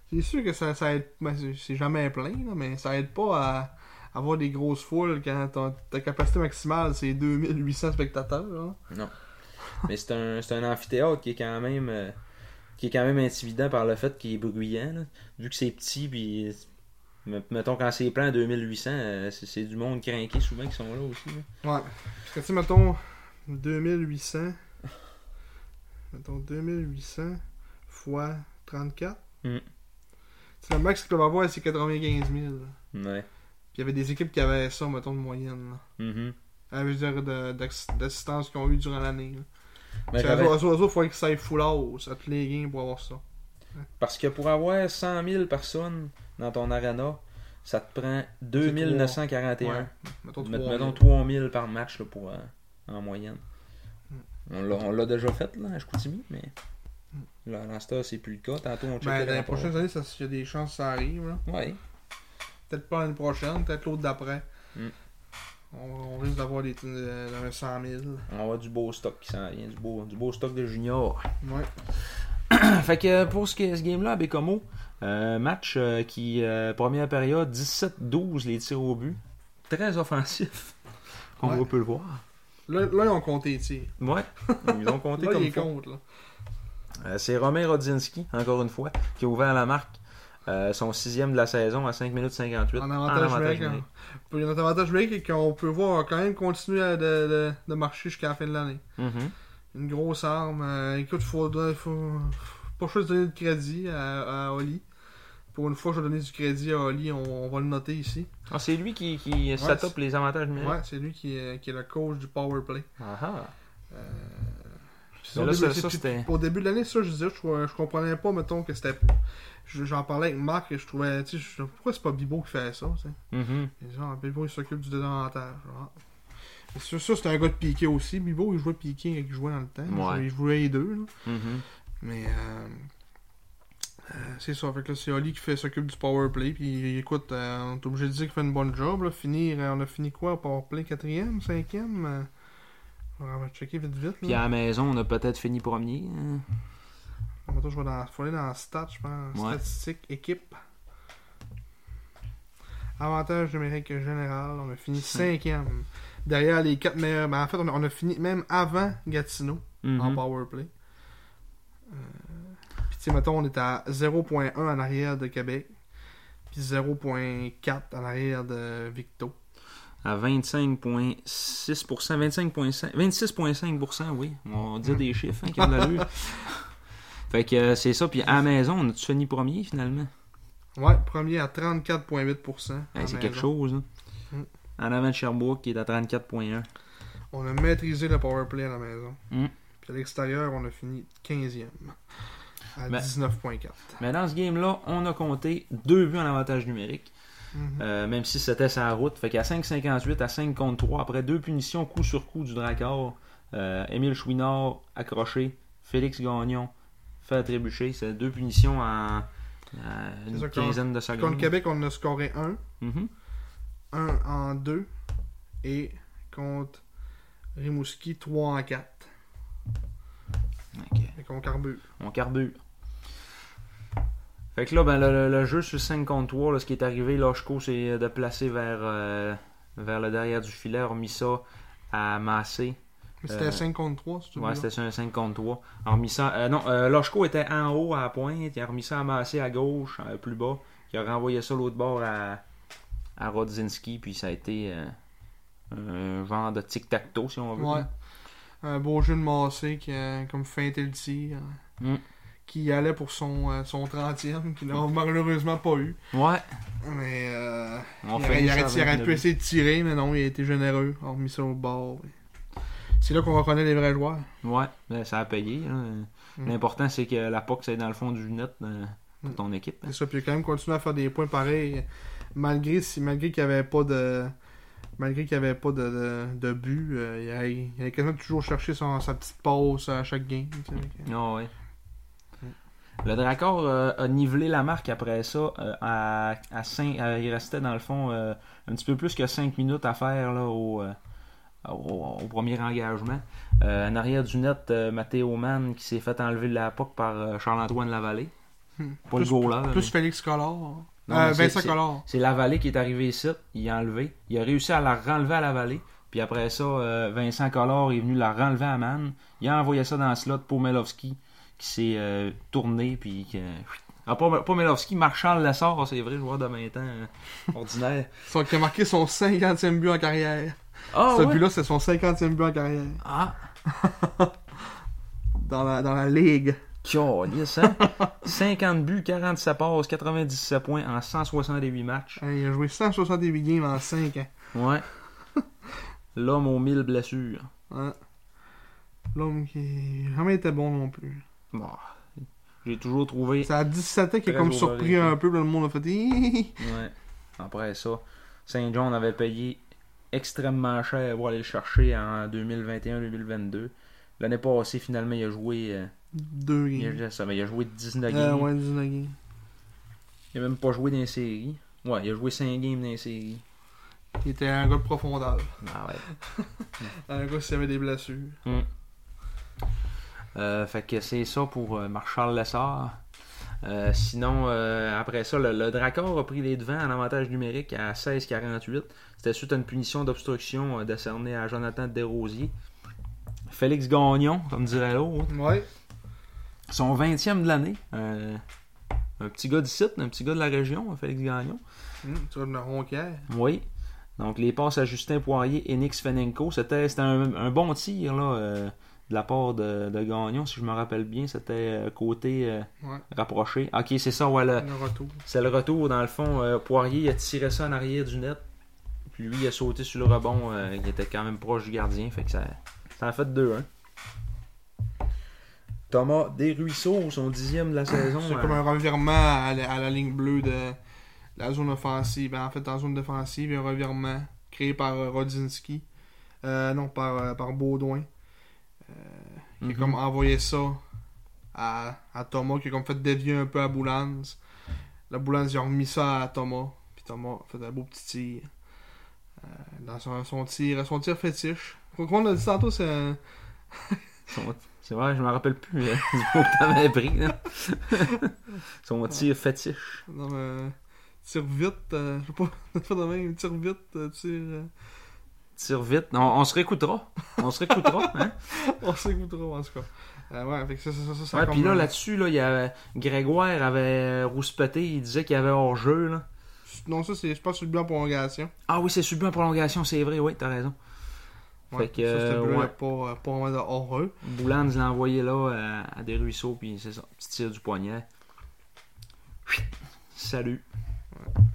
B: C'est sûr que ça, ça aide. ben, c'est- c'est jamais plein, là, mais ça aide pas à avoir des grosses foules quand ton- ta capacité maximale c'est 2800 spectateurs. là.
A: Mais c'est un, c'est un amphithéâtre qui est quand même euh, qui est quand même intimidant par le fait qu'il est bruyant. là. Vu que c'est petit, puis m- mettons quand c'est plein à 2800, euh, c'est c'est du monde craqué souvent qui sont là aussi. là.
B: Ouais. Parce que tu sais, mettons 2800. Mettons 2800 fois 34.
A: Hmm.
B: C'est le max qu'ils peuvent avoir, c'est 95 000.
A: Ouais.
B: Puis il y avait des équipes qui avaient ça, mettons, de moyenne. là.
A: Mhm.
B: Ah, je veux dire, de- d'acc- d'assistance qu'ils ont eu durant l'année. là.
A: Ben,
B: Parce que
A: j'avais-
B: eux autres, eux autres, faut qu'ils s'aillent full house à tous les games pour avoir ça.
A: Parce que pour avoir 100 000 personnes dans ton arena, ça te prend 2941.
B: Mettons
A: Met-
B: trois
A: mettons
B: games.
A: 3 000 par match là, pour, euh, en moyenne.
B: Mm.
A: On l'a- On l'a déjà fait là, à Chicoutimi, mais là, dans ce temps, c'est plus le cas. Tantôt, on check
B: Mm. Ben,
A: le
B: dans les
A: rapport.
B: prochaines années, ça- il y a des chances que ça arrive. là.
A: Ouais.
B: Peut-être pas l'année prochaine, peut-être l'autre d'après.
A: Mm.
B: On, on risque d'avoir des euh, un 100 000.
A: On va avoir du beau stock qui s'en vient, du beau, du beau stock de juniors.
B: Ouais.
A: fait que pour ce, qui- ce game-là, à Bécomo, euh, match euh, qui, euh, première période, 17-12 les tirs au but. Très offensif, comme
B: Ouais.
A: on peut le voir.
B: Là, là, ils ont compté les tirs.
A: Ouais, ils ont compté
B: Là,
A: comme
B: ils
A: faut.
B: comptent. Là.
A: Euh, c'est Romain Rodzinski, encore une fois, qui a ouvert la marque. euh, son sixième de la saison à 5 minutes 58.
B: En avantage break,
A: Ah,
B: hein.
A: numérique.
B: Puis notre avantage break est qu'on peut voir quand même continuer à- de, de- de marcher jusqu'à la fin de l'année.
A: Mhm.
B: Une grosse arme. Euh, écoute, faut, don- faut, faut pas juste donner de crédit à, à Oli. Pour une fois, je vais donner du crédit à Oli, on, on va le noter ici.
A: Ah, c'est lui qui, qui set up les avantages numériques.
B: Ouais, c'est lui qui est, qui est le coach du power play.
A: Ah ah.
B: Puis
A: Mais
B: au
A: là,
B: début-
A: ça-
B: c'est-
A: ça,
B: puis-
A: c'était-
B: Au début de l'année, ça, je disais, je, trouvais- je comprenais pas, mettons, que c'était. je- J'en parlais avec Marc et je trouvais, tu sais, je- pourquoi c'est pas Bibo qui fait ça, tu sais.
A: Mhm.
B: Et genre, Bibo, il s'occupe du désavantage. genre. Et ça, ça, c'était un gars de piqué aussi. Bibo, il jouait piqué quand il jouait dans le temps. Il
A: Ouais.
B: jouait- Il jouait les deux, là.
A: Mhm.
B: Mais, euh, euh, c'est ça. Fait que là, c'est Oli qui fait- s'occupe du power play. Puis, écoute, euh, on est obligé de dire qu'il fait une bonne job, là. Finir, euh, on a fini quoi au power play? Quatrième, cinquième? euh, on va checker vite, vite.
A: Puis
B: là.
A: à la maison, on a peut-être fini premier. hein.
B: Ah, mettons, je vais dans, faut aller dans stats, je pense.
A: Ouais.
B: Statistiques, équipe. Avantage numérique général, on a fini
A: Cinq.
B: cinquième. Derrière les quatre meilleurs. ben, en fait, on a, on a fini même avant Gatineau Mm-hmm. en
A: Mhm.
B: powerplay. Euh, Puis, tu sais, mettons, on est à 0.1 en arrière de Québec. Puis 0.4 en arrière de Victo.
A: à 25,6%, 25,5%, 26,5%, oui. On dit des chiffres, hein, qui ont de l'allure. fait que euh, c'est ça. Puis à la maison, on a-tu fini premier, finalement?
B: Ouais, premier à 34.8%.
A: Hey,
B: en
A: c'est quelque
B: maison.
A: chose, hein.
B: Mm.
A: En avant de Sherbrooke, qui est à 34,1.
B: On a maîtrisé le powerplay à la maison.
A: Mm.
B: Puis à l'extérieur, on a fini 15e. À
A: Ben-
B: 19.4.
A: Mais dans ce game-là, on a compté deux buts en avantage numérique,
B: Mhm.
A: euh, même si c'était sa route. Fait qu'à 5,58 à 5 contre 3, après deux punitions coup sur coup du Dracor, euh, Émile Chouinard accroché, Félix Gagnon fait trébucher. C'est deux punitions en, en
B: C'est ça,
A: une quinzaine de secondes.
B: Contre Québec, on a scoré 1.
A: Mhm.
B: 1 en 2. Et contre Rimouski, 3 en 4.
A: Ok.
B: Fait qu'on carbure.
A: On carbure. Fait que là, ben, le, le- le jeu sur 5 contre 3, là, ce qui est arrivé, Loshko c'est de placer vers, euh, vers le derrière du filet, remis ça à Massé.
B: Mais c'était
A: Euh,
B: 5 contre 3, c'est tout.
A: Ouais, c'était sur un 5 contre 3. En remis ça- euh, non, euh, Loshko était en haut à la pointe, il a remis ça à Massé à gauche, euh, plus bas. Il a renvoyé ça l'autre bord à, à Rodzinski, puis ça a été euh, un genre de tic-tac-toe, si on veut.
B: Ouais. Un beau jeu de massé qui a comme feinté le tir.
A: Mm.
B: euh, Qui allait pour son, euh, son 30e, qu'il n'a malheureusement pas eu.
A: Ouais,
B: Mais euh,
A: on
B: il,
A: fait
B: aurait, il aurait- il aurait pu essayer de tirer, mais non, il a été généreux. On a remis ça au bord. C'est là qu'on reconnaît les vrais joueurs.
A: Ouais, ben, ça a payé. hein.
B: Mm.
A: L'important, c'est que la POC c'est dans le fond du net euh, pour
B: Mm.
A: ton équipe. hein.
B: C'est ça, puis il a quand même continué à faire des points pareils, malgré, si, malgré qu'il n'y avait pas de... Malgré qu'il n'y avait pas de, de, de but, euh, il, allait, il allait quasiment toujours chercher son- sa petite pause à chaque game. tu sais.
A: Ah ouais.
B: Mm.
A: Le Dracor euh, a nivelé la marque après ça. euh, à, à cinq- euh, il restait dans le fond euh, un petit peu plus que 5 minutes à faire là, au, euh, au- au premier engagement. Euh, en arrière du net, euh, Matteo Mann qui s'est fait enlever la POC par euh, Charles-Antoine Lavallée.
B: Hmm.
A: Pas
B: Plus-
A: le goaler. là,
B: Plus Félix Collard.
A: Non,
B: Euh,
A: mais c'est-
B: Vincent
A: c'est-
B: Collard.
A: C'est la vallée qui est arrivée ici, il a enlevé. Il a réussi à la renlever à la vallée. Puis après ça, euh, Vincent Collard est venu la renlever à Man. Il a envoyé ça dans le slot pour Melowski, qui s'est euh, tourné. Puis que- Ah, pas, pas Melowski, Marchand Lessard, c'est vrai, joueur de 20 ans, euh, ordinaire.
B: Son- Qui a marqué son 50e but en carrière.
A: Ah,
B: Ce
A: ouais.
B: but-là, c'est son 50e but en carrière.
A: Ah,
B: Dans la, dans la ligue.
A: câlisse, hein? 50 buts, 47 passes, 97 points en 168 matchs.
B: Hein, Il a joué 168 games en 5 ans.
A: Ouais. L'homme aux 1000 blessures.
B: Hein. L'homme qui jamais était bon non plus.
A: Bon, j'ai toujours trouvé
B: C'est à 17 ans qu'il est
A: Très
B: comme
A: overrated.
B: surpris un peu, puis le monde a fait Hi, hi, hi.
A: Ouais. Après ça, Saint John avait payé extrêmement cher pour aller le chercher en 2021-2022. L'année passée, finalement, il a joué. euh,
B: deux
A: il,
B: games.
A: a, ça, ben, il a joué 19
B: Euh,
A: games.
B: ouais, 19 games.
A: Il a même pas joué dans les séries. Ouais, il a joué 5 games dans les séries.
B: Il était un gars de profondeur.
A: Ah ouais.
B: Un gars s'il avait des blessures.
A: Euh, fait que c'est ça pour euh, Marshall Lessard. Euh, sinon, euh, après ça, le, le Dracor a pris les devants en avantage numérique à 16-48. C'était suite à une punition d'obstruction euh, décernée à Jonathan Desrosiers. Félix Gagnon, comme dirait l'autre,
B: Ouais.
A: Son 20e de l'année. euh, un petit gars du site, un petit gars de la région, Félix Gagnon.
B: Hum, tu vois, de la ronquière.
A: Oui. Donc, les passes à Justin Poirier et Nix Fenenko, c'était c'était un, un bon tir là, euh, de la part de, de Gagnon, si je me rappelle bien. C'était euh, côté euh,
B: Ouais.
A: rapproché. Ok, c'est ça, voilà.
B: Le retour.
A: C'est le retour, dans le fond. euh, Poirier il a tiré ça en arrière du net. Puis lui, il a sauté sur le rebond. euh, il était quand même proche du gardien. Fait que ça, ça a fait hein. 2-1. Thomas Desruisseaux, son dixième de la saison.
B: C'est
A: euh,
B: comme un revirement à la, à la ligne bleue de la zone offensive. En fait, en zone défensive, il y a un revirement créé par euh, Rodzinski. Euh, non, par, euh, par Baudouin. qui
A: mhm.
B: a comme envoyé ça à, à Thomas, qui a comme fait dévier un peu à Boulans. La Boulans, il a remis ça à Thomas. Puis Thomas a fait un beau petit tir. Euh, dans son, son tir son tir fétiche. Quoi qu'on a dit tantôt, c'est un-
A: Son- C'est vrai, je me rappelle plus euh, du mot que t'avais pris. Là. Son tir fétiche.
B: Non, mais. Tire vite, euh, je sais pas, pas de même, tire vite, euh, tire. euh,
A: Tire vite. On, on se réécoutera. On se réécoutera. Hein?
B: on s'écoute trop, en tout cas. Euh, ouais, fait que ça, ça, ça, ça, ça.
A: Ouais,
B: comme,
A: puis là,
B: euh,
A: là-dessus, là, il y avait... Grégoire avait euh, rouspété. Il disait qu'il y avait hors-jeu. Là.
B: Non, ça, c'est, je pense, sur le blanc prolongation.
A: Ah oui, c'est subi en prolongation, c'est vrai. Oui, t'as raison.
B: Ouais,
A: Fait que,
B: ça, c'était
A: euh,
B: bleu,
A: ouais.
B: pas, euh, pas vraiment de heureux.
A: Boulan l'a envoyé là euh, à des ruisseaux. Puis c'est ça. Petit tir du poignet. Chut. Salut.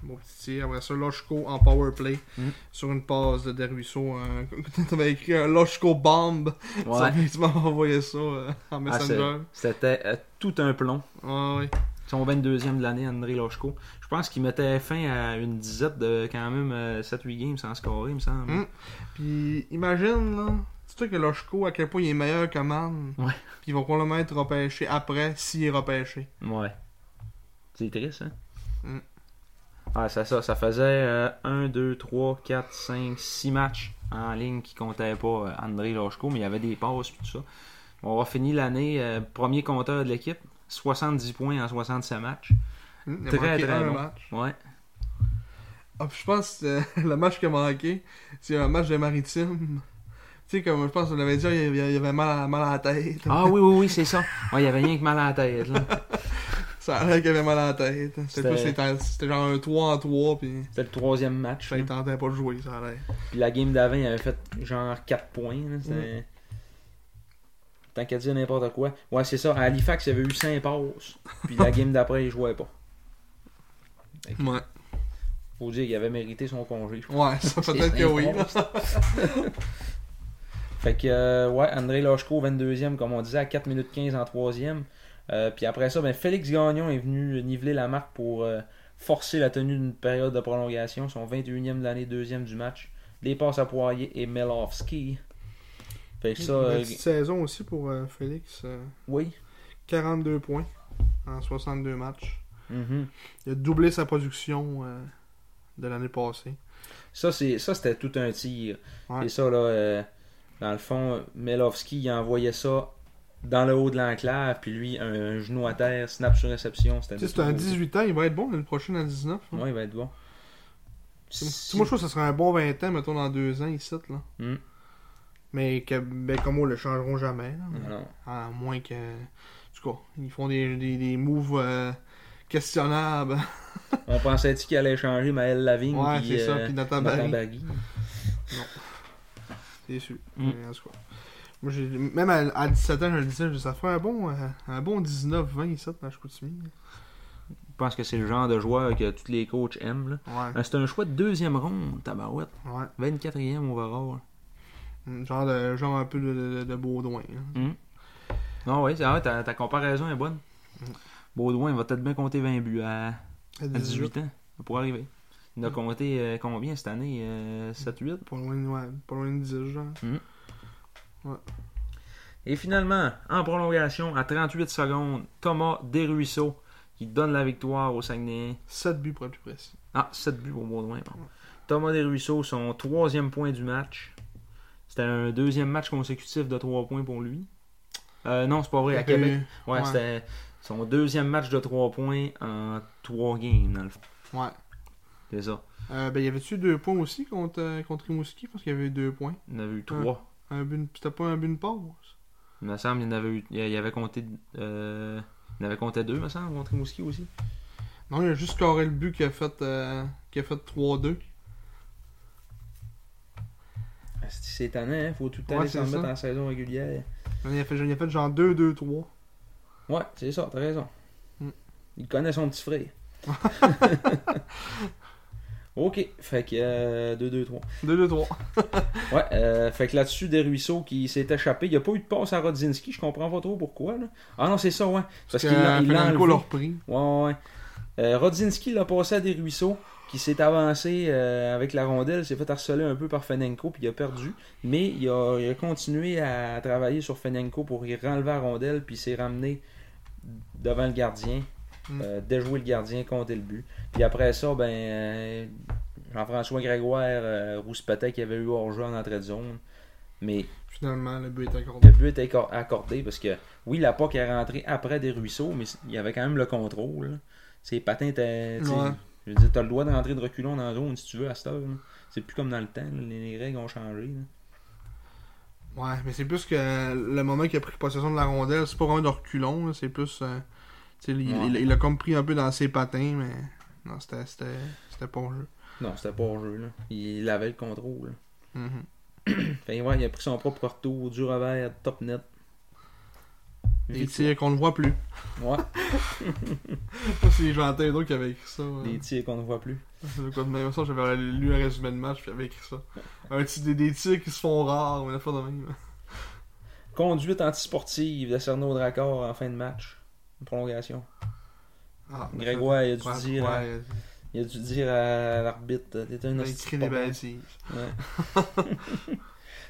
B: Bon petit tir. Après ça, Loshko en power play
A: Mm.
B: sur une passe de Deruisseau. Euh, t'avais écrit euh, un Loshko bomb.
A: Ouais.
B: Tu m'as envoyé ça euh, en
A: Ah, c'est-
B: Messenger.
A: c'était euh, tout un plomb.
B: ouais, ouais.
A: Son 22e de l'année, André Lochko. Je pense qu'il mettait fin à une disette de quand même euh, 7-8 games sans scorer, il me semble.
B: Mm. Puis imagine, là. Tu sais que Loshko, à quel point il est meilleur que Man.
A: Ouais.
B: Puis ils vont probablement être repêchés après, s'il est repêché.
A: Ouais. C'est triste, hein?
B: Mm.
A: Ah, c'est ça. Ça faisait euh, 1, 2, 3, 4, 5, 6 matchs en ligne qui comptaient pas euh, André Lochko, mais il y avait des passes et tout ça. On va finir l'année euh, premier compteur de l'équipe. 70 points en 67 matchs.
B: Mm, Il a
A: Très,
B: manqué
A: très
B: un
A: bon.
B: match.
A: Ouais.
B: Ah, puis je pense que euh, le match qui a manqué, c'est un match de maritime. Tu sais, comme je pense qu'on l'avait dit, il y avait- il y avait mal à, mal à la tête.
A: Ah oui, oui, oui, c'est ça. Ouais, il y avait rien que mal à la tête, là.
B: Ça a l'air qu'il avait mal à la tête. C'était
A: C'était-
B: plus, c'était- c'était genre un 3 en 3, puis
A: C'était le troisième match.
B: ça, il
A: là.
B: tentait pas de jouer, ça a l'air.
A: Puis la game d'avant, il avait fait genre 4 points. là, c'était- Tant qu'à dire n'importe quoi. Ouais, c'est ça. À Halifax, il avait eu 5 passes. Puis la game d'après, il jouait pas.
B: Ouais.
A: Faut dire qu'il avait mérité son congé. je crois.
B: Ouais, ça peut-être
A: C'est
B: que oui.
A: intense. Fait que, euh, ouais, André Lochko, 22e, comme on disait, à 4 minutes 15 en 3e. Euh, puis après ça, ben, Félix Gagnon est venu niveler la marque pour euh, forcer la tenue d'une période de prolongation. Son 21e de l'année, 2e du match. Les passes à Poirier et Melowski. Fait que ça,
B: Une
A: euh,
B: petite saison aussi pour euh, Félix. euh,
A: oui.
B: 42 points en 62 matchs.
A: Mhm.
B: Il a doublé sa production euh, de l'année passée.
A: Ça, c'est, ça, c'était tout un tir.
B: Ouais.
A: Et ça, là, euh, dans le fond, Melowski, il envoyait ça dans le haut de l'enclave, puis lui, un, un genou à terre, snap sur réception. C'était
B: Tu sais, c'est un 18 ans, il va être bon l'année prochaine à 19. hein.
A: Ouais, il va être bon.
B: Tu sais, Moi, je trouve que ça serait un bon 20 ans, mettons, dans 2 ans, ici, là.
A: Mm.
B: Mais que, ben, comme on le changeront jamais, là.
A: Non, non.
B: À moins que. En tout cas, ils font des, des, des moves euh, questionnables.
A: On pensait qu'il allait changer Maël Lavigne
B: ouais,
A: puis,
B: c'est ça.
A: euh,
B: Puis Nathan
A: Nathan
B: Barry,
A: Barry.
B: c'est sûr.
A: Mm.
B: Mais en tout cas, moi, j'ai- même à, à 17 ans, je le disais, je- ça ferait un bon, euh, un bon 19-20 ici, dans Chicoutimi.
A: Je pense que c'est le genre de joueur que tous les coachs aiment. là.
B: Ouais,
A: Euh, C'est un choix de deuxième ronde, tabarouette.
B: ouais.
A: 24e overall.
B: Mm, Genre, de, genre un peu de, de, de Baudouin. hein.
A: Non, oui, c'est vrai, ta, ta comparaison est bonne.
B: Mm.
A: Baudouin va peut-être bien compter 20 buts à,
B: À
A: À
B: 18.
A: 18 ans, pour arriver. Il en a compté euh, combien cette année Euh, 7-8
B: Pas loin, de- ouais, pas loin de 10, genre.
A: Et finalement, en prolongation, à 38 secondes, Thomas Desruisseaux qui donne la victoire au Saguenay.
B: 7 buts pour être plus précis.
A: Ah, 7 buts pour Baudouin. bon. Thomas Desruisseaux, son troisième point du match. C'était un deuxième match consécutif de 3 points pour lui. Euh, non, c'est pas vrai, à Québec. Ouais,
B: ouais.
A: c'était son deuxième match de 3 points en 3 games, dans le fond.
B: Euh, Ouais.
A: C'est ça.
B: Euh, ben, y avait-tu deux points aussi contre, euh, contre Rimouski? Je pense qu'il y avait eu deux points.
A: Il en avait eu 3.
B: Un but, une- c'était pas un but de pause.
A: Il me semble qu'il y en avait, eu- il y avait compté. euh, il en avait compté deux, il me semble, contre Rimouski aussi.
B: Non, il a juste carré le but qui a fait, euh, qui a fait 3-2.
A: Ah, C'est c'est étonnant, hein? Faut tout le temps
B: Ouais,
A: aller
B: c'est
A: s'en
B: ça.
A: mettre en saison régulière.
B: Il a fait, il a fait genre 2-2-3.
A: Ouais, c'est ça, t'as raison.
B: Mm.
A: Il connaît son petit frère. ok, fait que euh, 2-2-3.
B: 2-2-3.
A: Ouais, euh, fait que là-dessus, des ruisseaux qui s'est échappé. Il n'y a pas eu de passe à Rodzinski, je comprends pas trop pourquoi. là. Ah non, c'est ça, ouais. Parce qu'il l'a il l'a
B: euh, Fernando
A: enlevé.
B: l'a
A: Ouais,
B: repris.
A: ouais, ouais. Euh, Rodzinski l'a passé à des ruisseaux qui s'est avancé euh, avec la rondelle, s'est fait harceler un peu par Fenenko, puis il a perdu. Mais il a, il a continué à travailler sur Fenenko pour y renlever la rondelle, puis il s'est ramené devant le gardien,
B: Mm.
A: euh, déjouer le gardien, compter le but. Puis après ça, ben euh, Jean-François Grégoire, euh, Rouspata qui avait eu hors-jeu en entrée de zone. Mais
B: Finalement, le but est accordé.
A: le but était accor- accordé parce que, oui, la POC est rentrée après des ruisseaux, mais il y avait quand même le contrôle. là. Ses patins étaient. tu sais,
B: Ouais.
A: Je veux dire, t'as le droit de rentrer de reculons dans la zone si tu veux à cette heure. là. C'est plus comme dans le temps, là. les les règles ont changé. là.
B: Ouais, mais c'est plus que le moment qu'il a pris possession de la rondelle, c'est pas vraiment de reculon, là, c'est plus. euh, tu sais, il,
A: Ouais.
B: il, il a comme pris un peu dans ses patins, mais. Non, c'était c'était- c'était pas le jeu.
A: Non, c'était pas hors jeu. Là. Il avait le contrôle. là.
B: Mhm.
A: Fait, que, ouais, il a pris son propre retour du revers, top net.
B: Des
A: Victoire.
B: tirs qu'on ne voit plus.
A: Ouais,
B: c'est Jean d'autres qui avait écrit ça. euh. ouais.
A: des tirs qu'on ne voit plus.
B: C'est de quoi de même ça, j'avais lu un résumé de match, puis j'avais écrit ça. Un petit, des, des tirs qui se font rares, mais la fois de même.
A: Conduite antisportive de Cerno Dracor en fin de match. Une prolongation.
B: Ah, mais
A: Grégoire, il a
B: ça-
A: dû
B: ouais,
A: dire, à-
B: ouais,
A: il a dû dire à l'arbitre, t'étais un
B: il a
A: hostie de
B: écrit des
A: pas bon.
B: bêtises.
A: Ouais.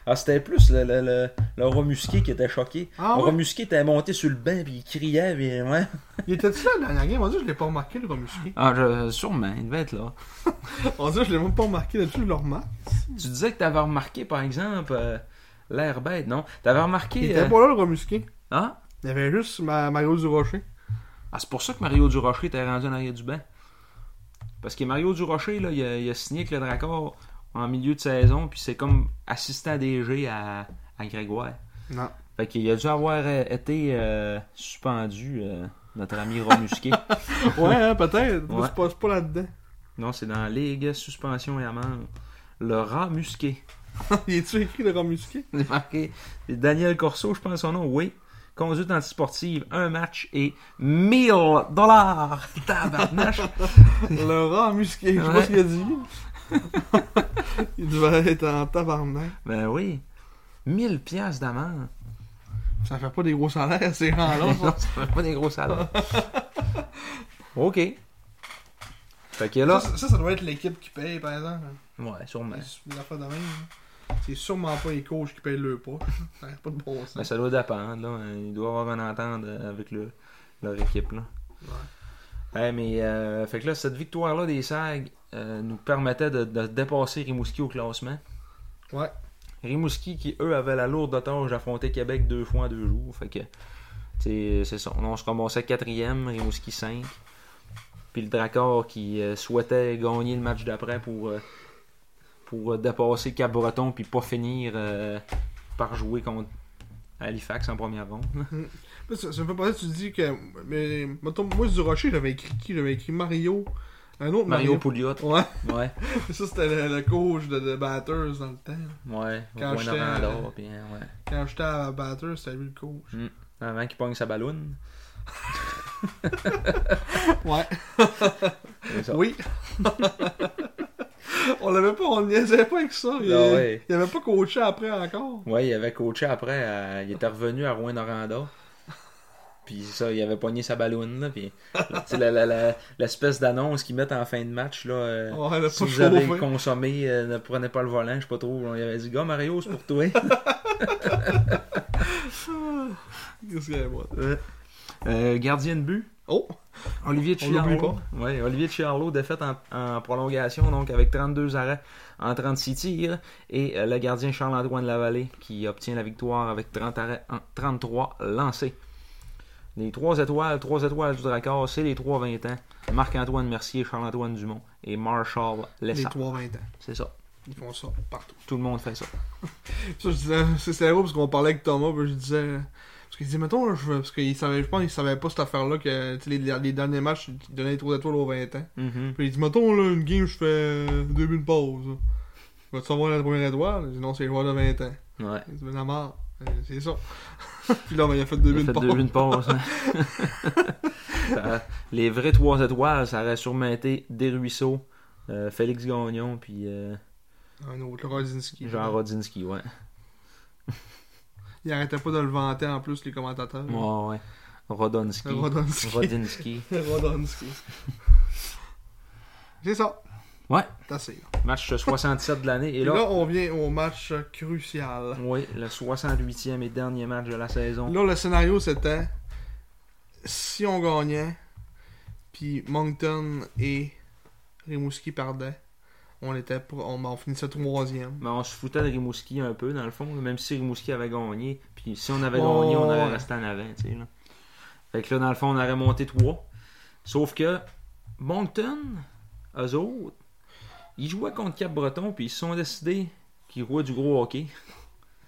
A: Ah, c'était plus le, le, le, le Romusqué qui était choqué.
B: Ah
A: le
B: ouais?
A: Romusqué était monté sur le banc puis il criait. Puis, ouais.
B: Il était-tu là la dernière game? On dirait que je l'ai pas remarqué, le Romusqué.
A: Ah, je- sûrement, il devait être là.
B: On dirait que je l'ai même pas remarqué, là-dessus, je le remarque.
A: Tu disais que t'avais remarqué, par exemple, euh, l'air bête, non? T'avais remarqué...
B: Il
A: euh,
B: était pas là, le Romusqué.
A: hein?
B: Il y avait juste ma, Mario du Rocher.
A: Ah, c'est pour ça que Mario Durocher était rendu en arrière du banc. Parce que Mario Durocher, là, il a, il a signé avec le Dracor en milieu de saison, puis c'est comme assistant DG à, à Grégoire.
B: Non.
A: Fait qu'il a dû avoir euh, été euh, suspendu, euh, notre ami Romusqué.
B: Ouais, hein, peut-être.
A: Ouais.
B: C'est pas, c'est pas là-dedans.
A: non, c'est dans Ligue, suspension et amende. Le rat musqué.
B: il est-tu écrit, le Romusqué?
A: C'est marqué. C'est Daniel Corso, je pense son nom, oui. Conduite antisportive, un match et 1000 dollars. Tabarnache.
B: Le Romusqué, je sais pas
A: Ouais.
B: ce qu'il a dit. il devait être en tabarnak.
A: ben oui. 1000 piastres d'amende.
B: Ça fait pas des gros salaires, ces gens-là.
A: Non,
B: ça.
A: ça fait pas des gros salaires. OK. Fait que là...
B: ça, ça doit être l'équipe qui paye, par exemple. Ben,
A: Ouais, sûrement.
B: C'est une affaire de même. hein. C'est sûrement pas les coachs qui payent le poche. Ça n'a pas de bon
A: Ben,
B: sens.
A: ça doit dépendre, là. Il doit avoir un entente euh, avec le, leur équipe, là. Ouais, mais, euh, fait que là, cette victoire-là des SAG euh, nous permettait de, de dépasser Rimouski au classement.
B: Ouais.
A: Rimouski, qui, eux, avaient la lourde tâche d'affronter Québec deux fois en deux jours. Fait que, t'sais, c'est ça. On se ramassait quatrième, Rimouski 5. Puis le Dracor qui euh, souhaitait gagner le match d'après pour, euh, pour euh, dépasser Cap-Breton puis pas finir euh, par jouer contre Halifax en première ronde. là.
B: Là, Ça, ça me fait penser, tu dis que. Mais, mettons, moi, du Rocher, j'avais écrit qui J'avais écrit Mario. Un autre
A: Mario
B: Mario.
A: Pouliot,
B: Ouais,
A: ouais.
B: ça c'était le, le coach de, de Batters dans le temps. là.
A: Ouais,
B: Quand
A: Rouen
B: j'étais-
A: Orlando, puis, hein, ouais.
B: Quand j'étais à Batters, c'était lui le coach.
A: Avant qu'il pogne sa balloune.
B: Ouais,
A: C'est ça.
B: oui. on l'avait pas, on niaisait pas avec ça. Il,
A: Ah ouais.
B: il avait pas coaché après encore.
A: Ouais, il avait coaché après. à- Il était revenu à Rouen Oranda. Puis ça, il avait pogné sa balloune, là. Puis, tu sais, la- la- la- l'espèce d'annonce qu'ils mettent en fin de match, là. euh,
B: On l'avait
A: Si
B: pas
A: vous avez
B: chauffé.
A: consommé, euh, ne prenez pas le volant, je sais pas trop. On lui avait dit, gars, Mario, c'est pour toi.
B: Qu'est-ce qu'il y avait, moi?
A: Euh, gardien de but,
B: Oh!
A: Olivier
B: On l'oublie
A: Chiarlo. Ouais, Olivier Chiarlo, défaite en, en prolongation, donc avec 32 arrêts en 36 tirs. Et euh, le gardien Charles-Antoine Lavallée qui obtient la victoire avec 30 arrêts en 33 lancés. Les trois étoiles, trois étoiles du Dracor, c'est les trois 20 ans. Marc-Antoine Mercier, Charles-Antoine Dumont et Marshall
B: Les
A: Lessard.
B: 3-20 ans.
A: C'est ça.
B: Ils font ça partout.
A: Tout le monde fait ça.
B: Ça, je disais, c'est c'est drôle parce qu'on parlait avec Thomas, puis je disais. euh, Parce qu'il disait, mettons, je, veux- parce qu'il savait, je pense qu'il savait pas cette affaire-là que tu sais, les, les derniers matchs, ils donnaient trop d'étoiles aux 20 ans.
A: Mhm.
B: Puis il dit, mettons, là, une game, je fais euh, deux buts de pause. Tu vas-tu avoir la première étoile Il dit, non, c'est les joueurs de 20 ans.
A: Ouais.
B: Il dit, mais la mort. Il dit, C'est ça. puis là, ben, il a fait
A: Il
B: deux
A: a
B: buts de
A: fait
B: pause.
A: deux buts de pause. Ça- les vrais trois étoiles, ça aurait sûrement été Des Ruisseaux, euh, Félix Gagnon, puis euh,
B: Un autre, le Rodzinski.
A: Jean Rodzinski, ouais.
B: Il arrêtait pas de le vanter en plus, les commentateurs.
A: Ouais, ouais. Rodonski.
B: Le Rodzinski.
A: Rodinski.
B: Le Rodzinski. c'est ça.
A: Ouais.
B: C'est assez. là.
A: Match 67 de l'année. Et
B: Et
A: là,
B: là, on vient au match crucial.
A: oui, le 68e et dernier match de la saison.
B: Là, le scénario, c'était si on gagnait, puis Moncton et Rimouski perdaient, on était pour, on, on finissait troisième.
A: Mais on se foutait de Rimouski un peu, dans le fond, là, même si Rimouski avait gagné. Puis si on avait
B: Ouais,
A: gagné, on
B: ouais.
A: aurait resté en avant, tu sais. là. Fait que là, dans le fond, on aurait monté 3. Sauf que Moncton, eux autres, ils jouaient contre Cap-Breton, puis ils se sont décidés qu'ils jouaient du gros hockey.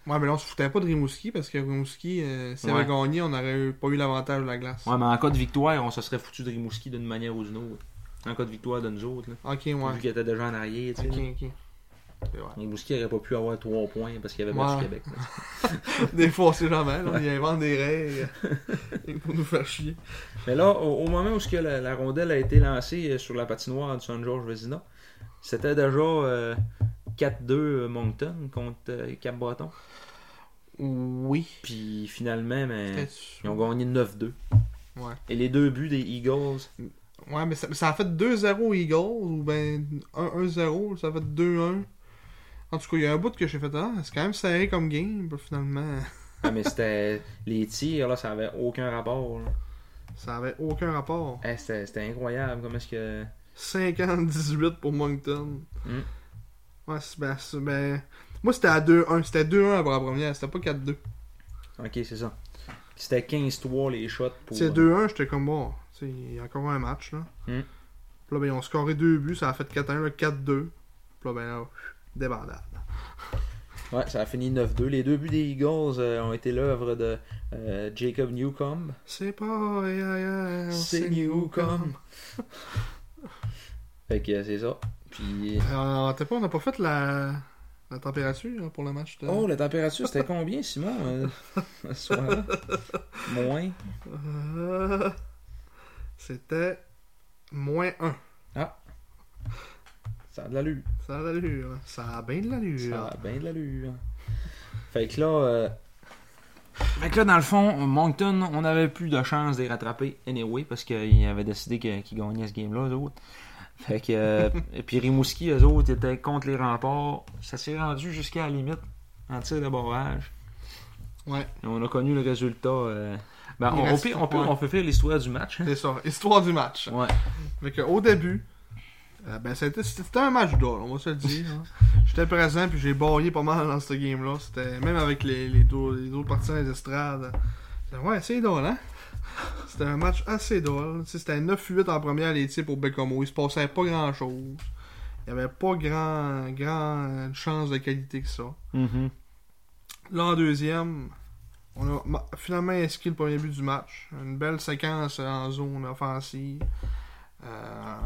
B: Ouais, mais là, on se foutait pas de Rimouski parce que Rimouski, euh, s'il avait
A: Ouais.
B: gagné, on n'aurait eu- pas eu l'avantage de la glace.
A: Ouais, mais en cas de victoire, on se serait foutu de Rimouski d'une manière ou d'une autre. En cas de victoire de nous autres, là.
B: Ok, ouais.
A: Vu qu'ils étaient déjà en arrière, tu sais.
B: Ok,
A: là.
B: ok. C'est vrai.
A: Rimouski n'aurait pas pu avoir 3 points parce qu'il avait
B: Ouais.
A: battu Québec. là.
B: Des fois, on sait jamais, là, ils inventent des règles euh, pour nous faire chier.
A: Mais là, au, au moment où ce que la, la rondelle a été lancée euh, sur la patinoire du San George Vezina, c'était déjà euh, 4-2 Moncton contre euh, Cap-Breton.
B: Oui.
A: Puis finalement, ben,
B: Peut-être-
A: ils ont gagné 9-2.
B: Ouais.
A: Et les deux buts des Eagles,
B: Ouais, mais ça, mais ça a fait 2-0 Eagles ou ben 1-1-0, ça a fait 2-1. En tout cas, il y a un bout que j'ai fait, ah, c'est quand même serré comme game, puis finalement,
A: ah, mais c'était les tirs, là, ça avait aucun rapport. là.
B: ça avait aucun rapport.
A: Eh, c'était c'était incroyable, comment est-ce que...
B: 50-18 pour Moncton.
A: Mm.
B: Ouais, c'est ben, c'est- ben. Moi, c'était à 2-1, c'était 2-1 après la première, c'était pas 4-2.
A: Ok, c'est ça. C'était 15-3 les shots pour...
B: C'est 2-1, j'étais comme bon, tu sais, il y a encore un match, là.
A: Mm.
B: Puis là, ben, ils ont scoré 2 buts, ça a fait 4-1, là, 4-2. Puis là, ben, là, débandade.
A: Ouais, ça a fini 9-2. Les deux buts des Eagles euh, ont été l'œuvre de euh, Jacob Newcomb.
B: C'est pas. yeah, yeah,
A: C'est Newcomb. Fait que euh, c'est ça. Puis.
B: Alors, Euh, t'as pas, on n'a pas fait la, la température hein, pour le match. de-
A: Oh, la température, c'était combien, Simon euh, ce soir-là Moins.
B: Euh, C'était moins 1.
A: Ça a de l'allure.
B: Ça a de l'allure. Ça a bien de
A: Ça
B: l'allure.
A: a bien de l'allure. Fait que là. euh, Fait que là, dans le fond, Moncton, on n'avait plus de chance de les rattraper anyway parce qu'ils avaient décidé que- qu'ils gagnaient ce game-là, eux autres. Fait que. euh, et puis Rimouski, eux autres, étaient contre les remparts. Ça s'est rendu jusqu'à la limite en tir de barrage.
B: Ouais,
A: Et On a connu le résultat. euh, ben,
B: Il
A: on,
B: reste-
A: au pire, on peut,
B: ouais.
A: on peut faire l'histoire du match. hein.
B: c'est ça. Histoire du match.
A: Ouais.
B: Fait que, au début, euh, ben, c'était, c'était un match d'or, on va se le dire. hein. J'étais présent puis j'ai baillé pas mal dans ce game-là. C'était même avec les, les, deux- les autres partisans des estrades. C'était- Ouais, c'est drôle, hein? C'était un match assez drôle. Tu sais, C'était 9-8 en première les tirs pour Bécomo. Il se passait pas grand-chose. Il n'y avait pas grand, grand chance de qualité que ça.
A: Mm-hmm.
B: Là, en deuxième, on a ma- finalement inscrit le premier but du match. Une belle séquence en zone offensive. Euh,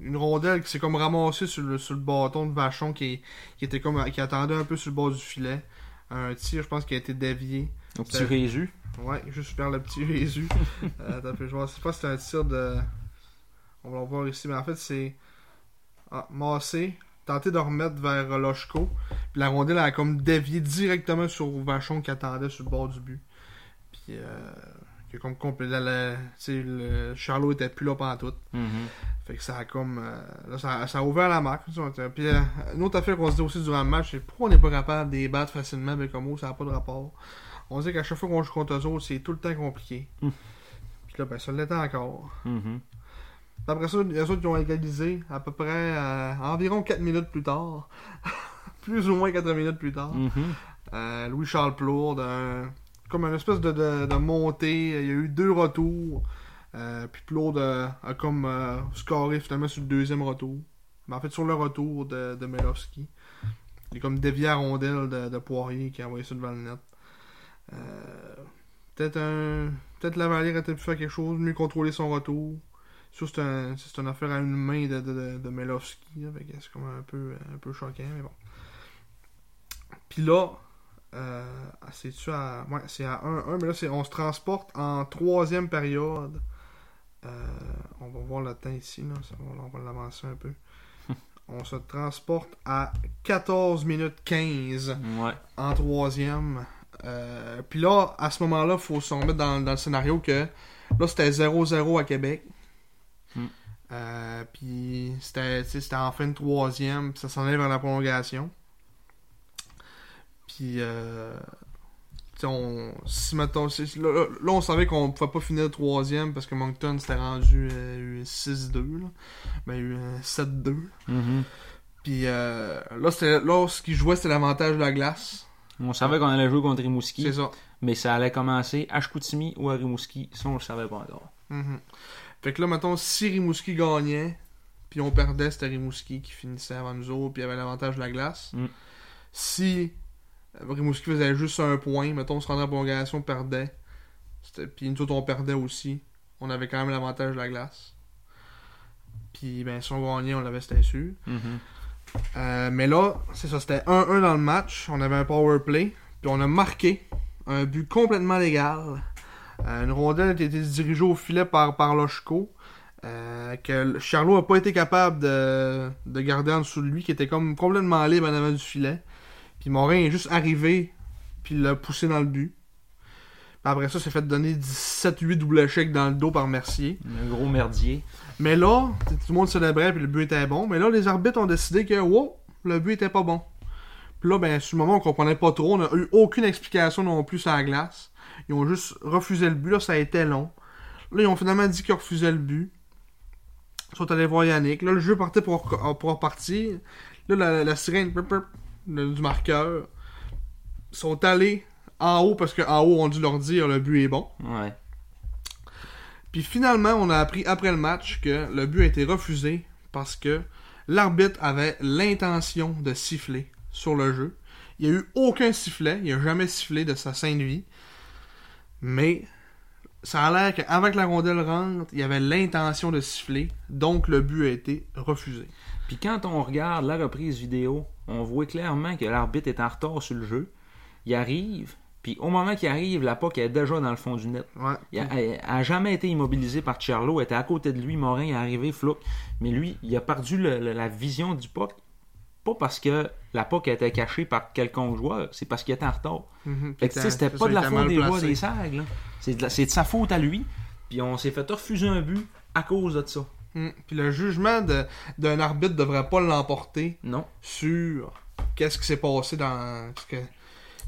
B: une rondelle qui s'est comme ramassée sur le, sur le bâton de Vachon qui, qui était comme qui attendait un peu sur le bord du filet. Un tir, je pense, qui a été dévié.
A: Au petit Résu.
B: Ouais, juste vers le petit Jésus. euh, attends, un peu, je vois. C'est pas si c'est un tir de. On va le voir ici, mais en fait, c'est. Ah, massé. Tenter de remettre vers euh, Loshko. Puis la rondelle elle a comme dévié directement sur Vachon qui attendait sur le bord du but. Puis. Euh, qui a comme complet. la- la- tu sais, le Charlot était plus là pendant tout.
A: Mm-hmm.
B: Fait que ça a comme. euh, là, ça, ça a ouvert la marque. tu sais, Puis euh, une autre affaire qu'on se dit aussi durant le match, c'est pourquoi on n'est pas capable de les battre facilement, mais comme oh, ça n'a pas de rapport. On dit qu'à chaque fois qu'on joue contre eux autres, c'est tout le temps compliqué.
A: Mm.
B: Puis là, ben, ça l'était encore.
A: Mm-hmm.
B: Puis Après ça, les autres qui ont égalisé à peu près euh, environ 4 minutes plus tard. plus ou moins 4 minutes plus tard. Euh, Louis-Charles Plourde, un- comme une espèce de, de- de montée. Il y a eu deux retours. Euh, puis Plourde euh, a comme euh, scoré finalement sur le deuxième retour. Mais en fait, sur le retour de, de Melowski, il est comme dévié à rondelle de, de Poirier qui a envoyé ça devant le net. Euh, peut-être un. Peut-être Lavalière a peut-être pu faire quelque chose, mieux contrôler son retour. Ça, c'est, un- c'est une affaire à une main de, de, de, de Melowski. là, fait que c'est comme un peu, un peu choquant, mais bon. Puis là, euh, c'est-tu à. Ouais, c'est à 1-1, mais là, c'est, on se transporte en troisième période. Euh, on va voir le temps ici, là, ça, on, va l'avancer un peu. on se transporte à 14 minutes 15
A: Mm-hmm. Ouais.
B: en troisième. Euh, Puis là, à ce moment-là, faut se remettre dans, dans le scénario que là, c'était 0-0 à Québec.
A: Mm.
B: Euh, Puis c'était tu sais, c'était en fin de troisième, puis ça s'en allait vers la prolongation. Puis, euh, tu sais, on, si mettons, si- là, là- là, on savait qu'on pouvait pas finir le troisième parce que Moncton s'était rendu euh, 6-2, là. ben euh, 7-2.
A: Mhm.
B: Puis euh, là, c'était- là, ce qui jouait, c'était l'avantage de la glace.
A: On savait qu'on allait jouer contre Rimouski,
B: C'est ça.
A: mais ça allait commencer à Chicoutimi ou à Rimouski, ça on le savait pas encore.
B: Mhm. Fait que là, mettons, si Rimouski gagnait, puis on perdait, c'était Rimouski qui finissait avant nous autres, puis il avait l'avantage de la glace.
A: Mm.
B: Si euh, Rimouski faisait juste un point, mettons, on se rendait en prolongation, on perdait, C'était- puis nous autres, on perdait aussi, on avait quand même l'avantage de la glace. Puis, ben, si on gagnait, on l'avait, c'était sûr.
A: Mhm.
B: Euh, mais là, c'est ça, c'était 1-1 dans le match. On avait un power play. Puis on a marqué un but complètement légal. Euh, une rondelle a été dirigée au filet par, par Lochko. euh, que Charlot n'a pas été capable de, de garder en dessous de lui, qui était comme complètement libre en avant du filet. Puis Morin est juste arrivé, puis l'a poussé dans le but. Puis après ça, s'est fait donner 17-8 double échecs dans le dos par Mercier.
A: Un gros merdier.
B: Mais là, tout le monde célébrait puis le but était bon. Mais là, les arbitres ont décidé que wow, le but était pas bon. Puis là, ben, sur le moment, on comprenait pas trop. On n'a eu aucune explication non plus à la glace. Ils ont juste refusé le but. Là, ça a été long. Là, ils ont finalement dit qu'ils refusaient le but. Ils sont allés voir Yannick. Là, le jeu partait pour, pour repartir. Là, la, la sirène pip, pip, le- du marqueur. Ils sont allés en haut parce qu'en haut, on a dû leur dire le but est bon.
A: Ouais.
B: Puis finalement, on a appris après le match que le but a été refusé parce que l'arbitre avait l'intention de siffler sur le jeu. Il n'y a eu aucun sifflet, il n'a jamais sifflé de sa sainte vie. Mais ça a l'air qu'avant que la rondelle rentre, il avait l'intention de siffler, donc le but a été refusé.
A: Puis quand on regarde la reprise vidéo, on voit clairement que l'arbitre est en retard sur le jeu. Il arrive, puis au moment qu'il arrive, la POC est déjà dans le fond du net.
B: Ouais.
A: Il a, elle- elle a jamais été immobilisé par Charlo. Elle était à côté de lui. Morin est arrivé, Flouc. Mais lui, il a perdu le- le- la vision du puck. Pas parce que la puck était cachée par quelconque joueur. C'est parce qu'il était en retard.
B: Mhm.
A: Fait que, tu sais, c'était
B: C'est
A: pas
B: ça,
A: de
B: il
A: la
B: était
A: faute
B: mal
A: des voix
B: placé.
A: des sages. là. C'est de, la- c'est de sa faute à lui. Puis on s'est fait refuser un but à cause de ça.
B: Mhm. Puis le jugement de- d'un arbitre devrait pas l'emporter
A: Non.
B: sur qu'est-ce qui s'est passé dans. parce que-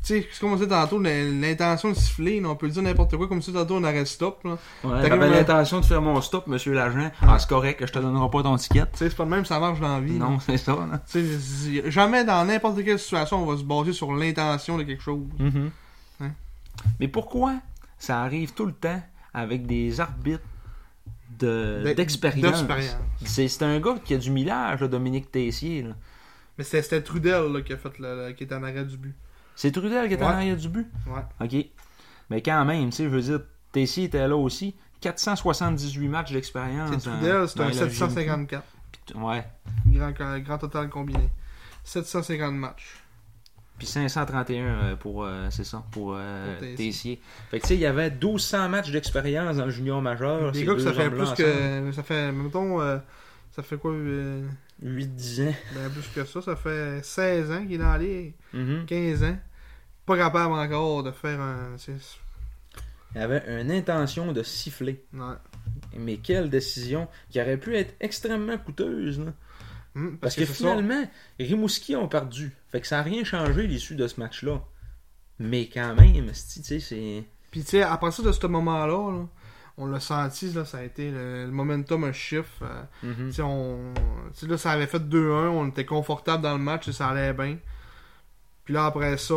B: Tu sais, c'est comme on disait tantôt, l'in- l'intention de siffler, là, on peut dire n'importe quoi, comme si tantôt on arrête stop. là.
A: Ouais,
B: T'as
A: J'avais
B: comme-
A: l'intention de faire mon stop, monsieur l'agent. Ah, c'est correct, que je te donnerai pas ton ticket.
B: Tu sais, c'est pas de même, ça marche dans la vie. là.
A: Non, c'est ça. là.
B: Tu sais, c'est- jamais dans n'importe quelle situation, on va se baser sur l'intention de quelque chose. Hein?
A: Mm-hmm. Mais pourquoi ça arrive tout le temps avec des arbitres de-
B: De-
A: d'expérience?
B: Euh, Ben, d'expérience.
A: c'est c'est un gars qui a du millage, là, Dominique Tessier. là.
B: Mais c'était c'était Trudel là, qui, a fait le, le- qui est en arrêt du but.
A: C'est Trudel qui est en
B: Ouais.
A: arrière du but.
B: Ouais.
A: OK. Mais quand même, tu sais, je veux dire, Tessier était là aussi. 478 matchs d'expérience.
B: Ah, C'est
A: dans-
B: Trudel, c'est
A: dans
B: un
A: la
B: 754.
A: LGMQ. Ouais.
B: Grand, grand total combiné. 750 matchs.
A: Puis 531 euh, pour, euh, c'est ça, pour, euh,
B: Pour Tessier.
A: Tessier. Fait que tu sais, il y avait 1200 matchs d'expérience dans le junior majeur.
B: Des
A: ces
B: gars que
A: Ah, deux
B: ça fait
A: hommes-là
B: plus que. Ça fait, mettons, euh, ça fait quoi euh,
A: ensemble. 8-10 ans.
B: ben, Plus que ça, ça fait 16 ans qu'il est dans la ligue.
A: Mhm.
B: 15 ans, pas capable encore de faire un. c'est-
A: Il avait une intention de siffler.
B: non.
A: Mais quelle décision qui aurait pu être extrêmement coûteuse. là.
B: Hmm,
A: Parce, que,
B: c'est ça.
A: finalement, Rimouski ont perdu. Fait que ça n'a rien changé l'issue de ce match-là. Mais quand même, sti, tu sais, c'est.
B: Puis tu sais, à partir de ce moment-là, là, on l'a senti, là, ça a été le, le momentum, un chiffre. euh,
A: Mhm.
C: Mm-hmm.
B: tu sais, on, tu sais, là, ça avait fait 2-1, on était confortable dans le match, et ça allait bien. Puis là, après ça,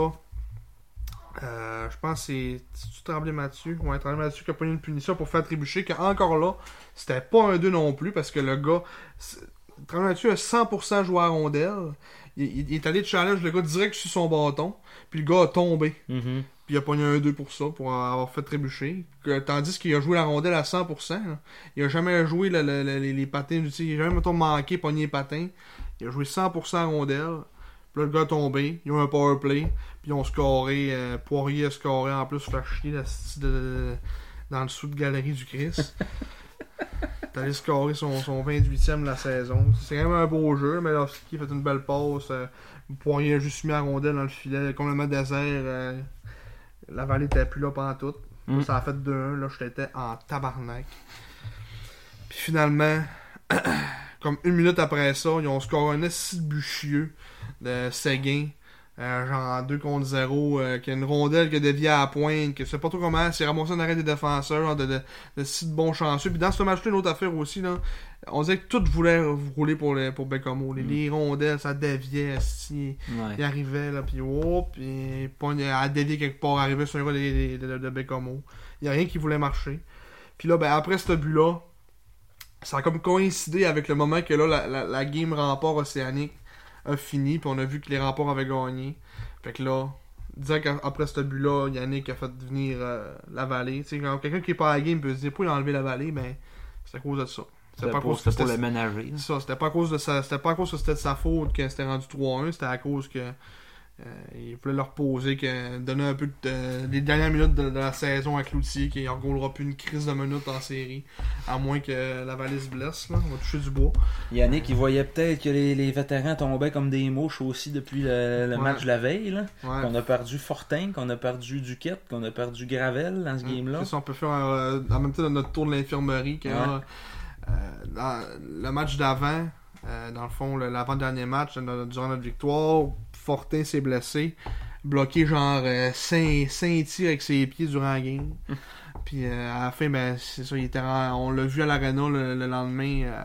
B: euh, je pense que c'est tu Tremblay Mathieu, ouais, Tremblay Mathieu qui a pogné une punition pour faire trébucher, que encore là, c'était pas un 2 non plus, parce que le gars, c'est- Tremblay Mathieu a 100% joué à rondelle. Il, il- il est allé challenge le gars direct sur son bâton. Puis le gars a tombé.
C: Mm-hmm.
A: Mhm.
B: Puis il a pogné un 2 pour ça, pour avoir fait trébucher. Que- tandis qu'il a joué la rondelle à 100%. là. Il a jamais joué le- le- le- les- les patins. du- tu sais, Il a jamais, mettons, manqué, pogné les patins. Il a joué 100% à rondelle. Puis là, le gars est tombé. Ils ont eu un power play. Puis ils ont scoré. euh, Poirier a scoré en plus, faire chier la sti- de- de- de- dans le sous de galerie du Chris. T'as allé scorer son, son 28e de la saison. C'est quand même un beau jeu. mais Melowski fait une belle passe. euh, Poirier a juste mis la rondelle dans le filet. Complètement désert. euh, la vallée était plus là pendant tout.
A: Mm.
B: Ça a fait 2-1. Là, j'étais en tabarnak. Puis finalement, comme une minute après ça, ils ont scoré un assis de but chieux de Seguin. euh, genre 2 contre 0, qui a une rondelle qui a dévié à la pointe, que je sais pas trop comment, c'est ramassé un arrêt des défenseurs, genre de, de, de si de bons chanceux. Puis dans ce match-là, une autre affaire aussi, là, on disait que tout voulait rouler pour, le, pour Bécamo. Les,
A: Mm.
B: les rondelles, ça déviait, si
A: Ouais.
B: il arrivait, là, puis oh, puis pogne à dévier quelque part, arrivé sur un gars de, de, de, de Bécomo. Il n'y a rien qui voulait marcher. Puis là, ben, après ce but-là, ça a comme coïncidé avec le moment que là, la, la- la game rempart océanique a fini, puis on a vu que les remports avaient gagné. Fait que là, direct a- après ce but-là, Yannick a fait venir euh, la vallée. Tu sais, quand quelqu'un qui est pas à la game peut se dire, pourquoi il a enlevé la vallée, ben, c'est à cause de ça.
A: C'était
B: à
A: pour,
B: cause que
A: c'était pour
B: c'était-
A: le ménager.
B: c'est ça, c'était pas à cause de sa, c'était pas à cause que c'était de sa faute que c'était rendu 3-1, c'était à cause que euh, il voulait leur poser que donner un peu de, les dernières minutes de, de la saison à Cloutier qui en gaulera plus une crise de minutes en série à moins que la valise blesse là, on va toucher du bois.
C: Yannick, il voyait peut-être que les, les vétérans tombaient comme des mouches aussi depuis le, le
B: Ouais.
C: match de la veille. Là.
B: Ouais.
C: On a perdu Fortin, qu'on a perdu Duquette, qu'on a perdu Gravel dans ce game-là.
B: Mm, Hein? C'est ça, on peut faire euh, en même temps notre tour de l'infirmerie que
C: Ouais.
B: là, euh, dans le match d'avant, euh, dans le fond, le- l'avant-dernier match, dans- durant notre victoire, Fortin s'est blessé, bloqué genre euh, 5, tirs avec ses pieds durant la game. Puis euh, à la fin, ben, c'est ça, il était en- on l'a vu à l'arena le, le lendemain euh,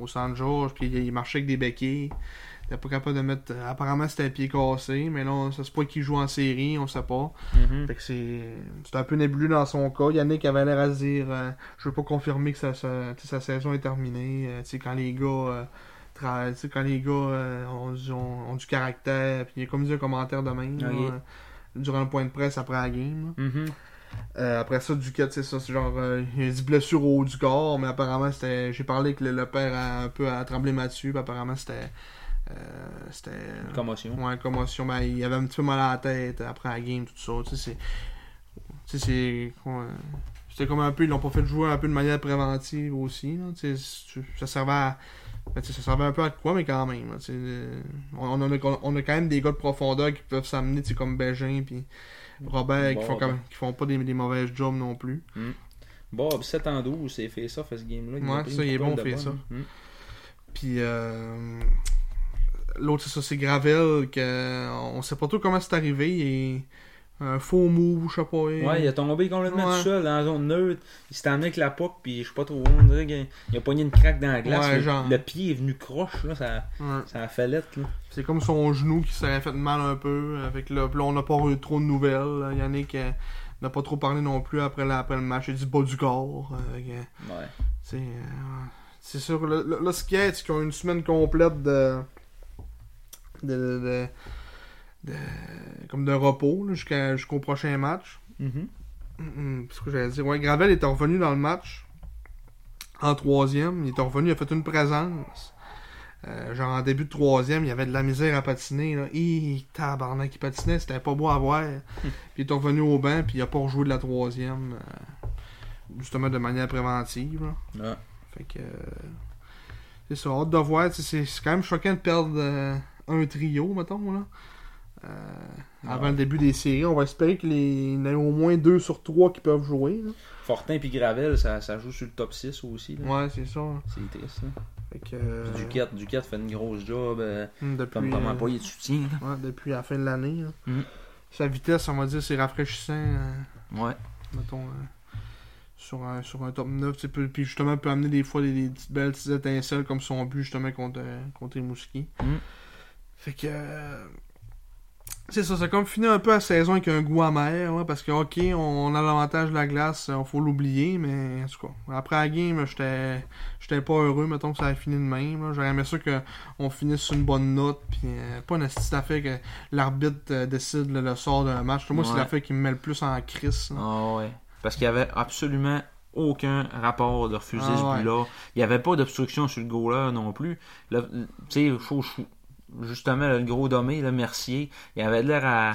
B: au centre Georges, puis il, il marchait avec des béquilles. Il était pas capable de mettre. Apparemment, c'était un pied cassé, mais là, on- ça se peut qu'il joue en série, on sait pas.
C: Mhm.
B: Fait que c'est c'est un peu nébuleux dans son cas. Yannick avait l'air à se dire euh, Je veux pas confirmer que sa, sa, tu sais, sa saison est terminée. Euh, tu sais, quand les gars. euh, tra- tu sais, quand les gars euh, ont, du- ont- ont du caractère, puis il a comme dit un commentaire de même, là,
C: Ok.
B: euh, durant le point de presse après la game. là.
C: Mhm.
B: Euh, après ça, Duquette, c'est ça, c'est genre, euh, il a dit blessure au haut du corps, mais apparemment, c'était. J'ai parlé avec le, le père à- un peu à trembler Mathieu, puis apparemment, c'était. euh, c'était.
C: Commotion.
B: Ouais, commotion. Ben, il avait un petit peu mal à la tête après la game, tout ça. Tu sais, c'est. Tu sais, c'est. ouais. C'était comme un peu. Ils l'ont pas fait jouer un peu de manière préventive aussi. là. Tu sais, si tu- ça servait à. ben, tu sais, ça servait un peu à quoi, mais quand même. là, tu sais, euh, on, on a, on a quand même des gars de profondeur qui peuvent s'amener, tu sais, comme Bégin, puis Robert, qui,
C: Bon,
B: font quand
C: ben.
B: même- qui font pas des, des mauvais jobs non plus.
C: Bob, 7 en 12, c'est fait ça, fait ce game-là.
B: Ouais,
C: a pris
B: ça,
C: une
B: il est
C: couple
B: bon,
C: de
B: fait
C: bonnes.
B: ça.
C: Mhm.
B: Puis euh, l'autre, c'est ça, c'est Gravel, que on sait pas trop comment c'est arrivé. Et un faux move, je sais pas. il-
C: Ouais, il a tombé complètement
B: Ouais.
C: tout seul dans la zone neutre. Il s'est emmené avec la poque, puis je sais pas trop où. On dirait qu'il il a pogné une craque dans la glace.
B: Ouais,
C: le,
B: genre.
C: le pied est venu croche, là, ça,
B: Ouais.
C: ça a fait lettre. Là.
B: C'est comme son genou qui s'est fait mal un peu. Avec le, puis là, on n'a pas eu trop de nouvelles. Yannick euh, n'a pas trop parlé non plus après, la- après le match. Il dit bas du corps. euh, fait que,
C: Ouais.
B: tu sais, euh, c'est sûr, le- le- là, ce qui est, c'est qu'ils ont une semaine complète de. de. de- de- de- comme de repos là, jusqu'à- jusqu'au prochain match.
C: Mhm.
B: Mm, mm, c'est ce que j'allais dire. Ouais, Gravel était revenu dans le match en troisième. Il était revenu, il a fait une présence. Euh, genre en début de troisième, il y avait de la misère à patiner. Là. Hi, tabarnak, il patinait, c'était pas beau à voir. puis il est revenu au banc, puis il a pas rejoué de la troisième. euh, justement de manière préventive. là.
C: Ouais.
B: Fait que. euh, C'est ça, hâte de voir. tu sais, C'est c'est quand même choquant de perdre euh, un trio, mettons. Là. Euh, avant
C: Ah Ouais.
B: le début des séries, on va espérer qu'il y en a au moins deux sur trois qui peuvent jouer. là.
C: Fortin puis Gravel, ça, ça joue sur le top 6 aussi. là.
B: Ouais, c'est ça. hein.
C: C'est triste. Là.
B: Fait que, euh,
C: Puis Duquette, Duquette fait une grosse job euh, comme,
B: hum, depuis,
C: comme
B: euh,
C: employé de soutien. là.
B: ouais, depuis la fin de l'année. là.
C: Mhm.
B: Sa vitesse, on va dire, c'est rafraîchissant. euh,
A: Ouais.
B: mettons, euh, sur, un, sur un top 9. tu sais, peut- Puis justement, peut amener des fois des, des petites belles petites étincelles comme son but justement contre, euh, contre les Mouskis.
A: Mm.
B: Fait que. euh, C'est ça, ça comme finit un peu la saison avec un goût amer, ouais, parce que ok, on, on a l'avantage de la glace, on faut l'oublier, mais en tout cas, après la game, j'étais j'étais pas heureux, mettons que ça a fini de même. là. J'aurais aimé ça qu'on finisse sur une bonne note, puis euh, pas une petite affaire que l'arbitre euh, décide le, le sort d'un match. Moi, c'est
A: Ouais.
B: l'affaire qui me met le plus en crise. là.
A: Ah ouais. Parce qu'il y avait absolument aucun rapport de refuser
B: Ah
A: ce
B: ouais.
A: but-là. Il n'y avait pas d'obstruction sur le goal-là non plus. Le- le- Tu sais, chou- chou- justement, le gros dommé, le Mercier, il avait de l'air à,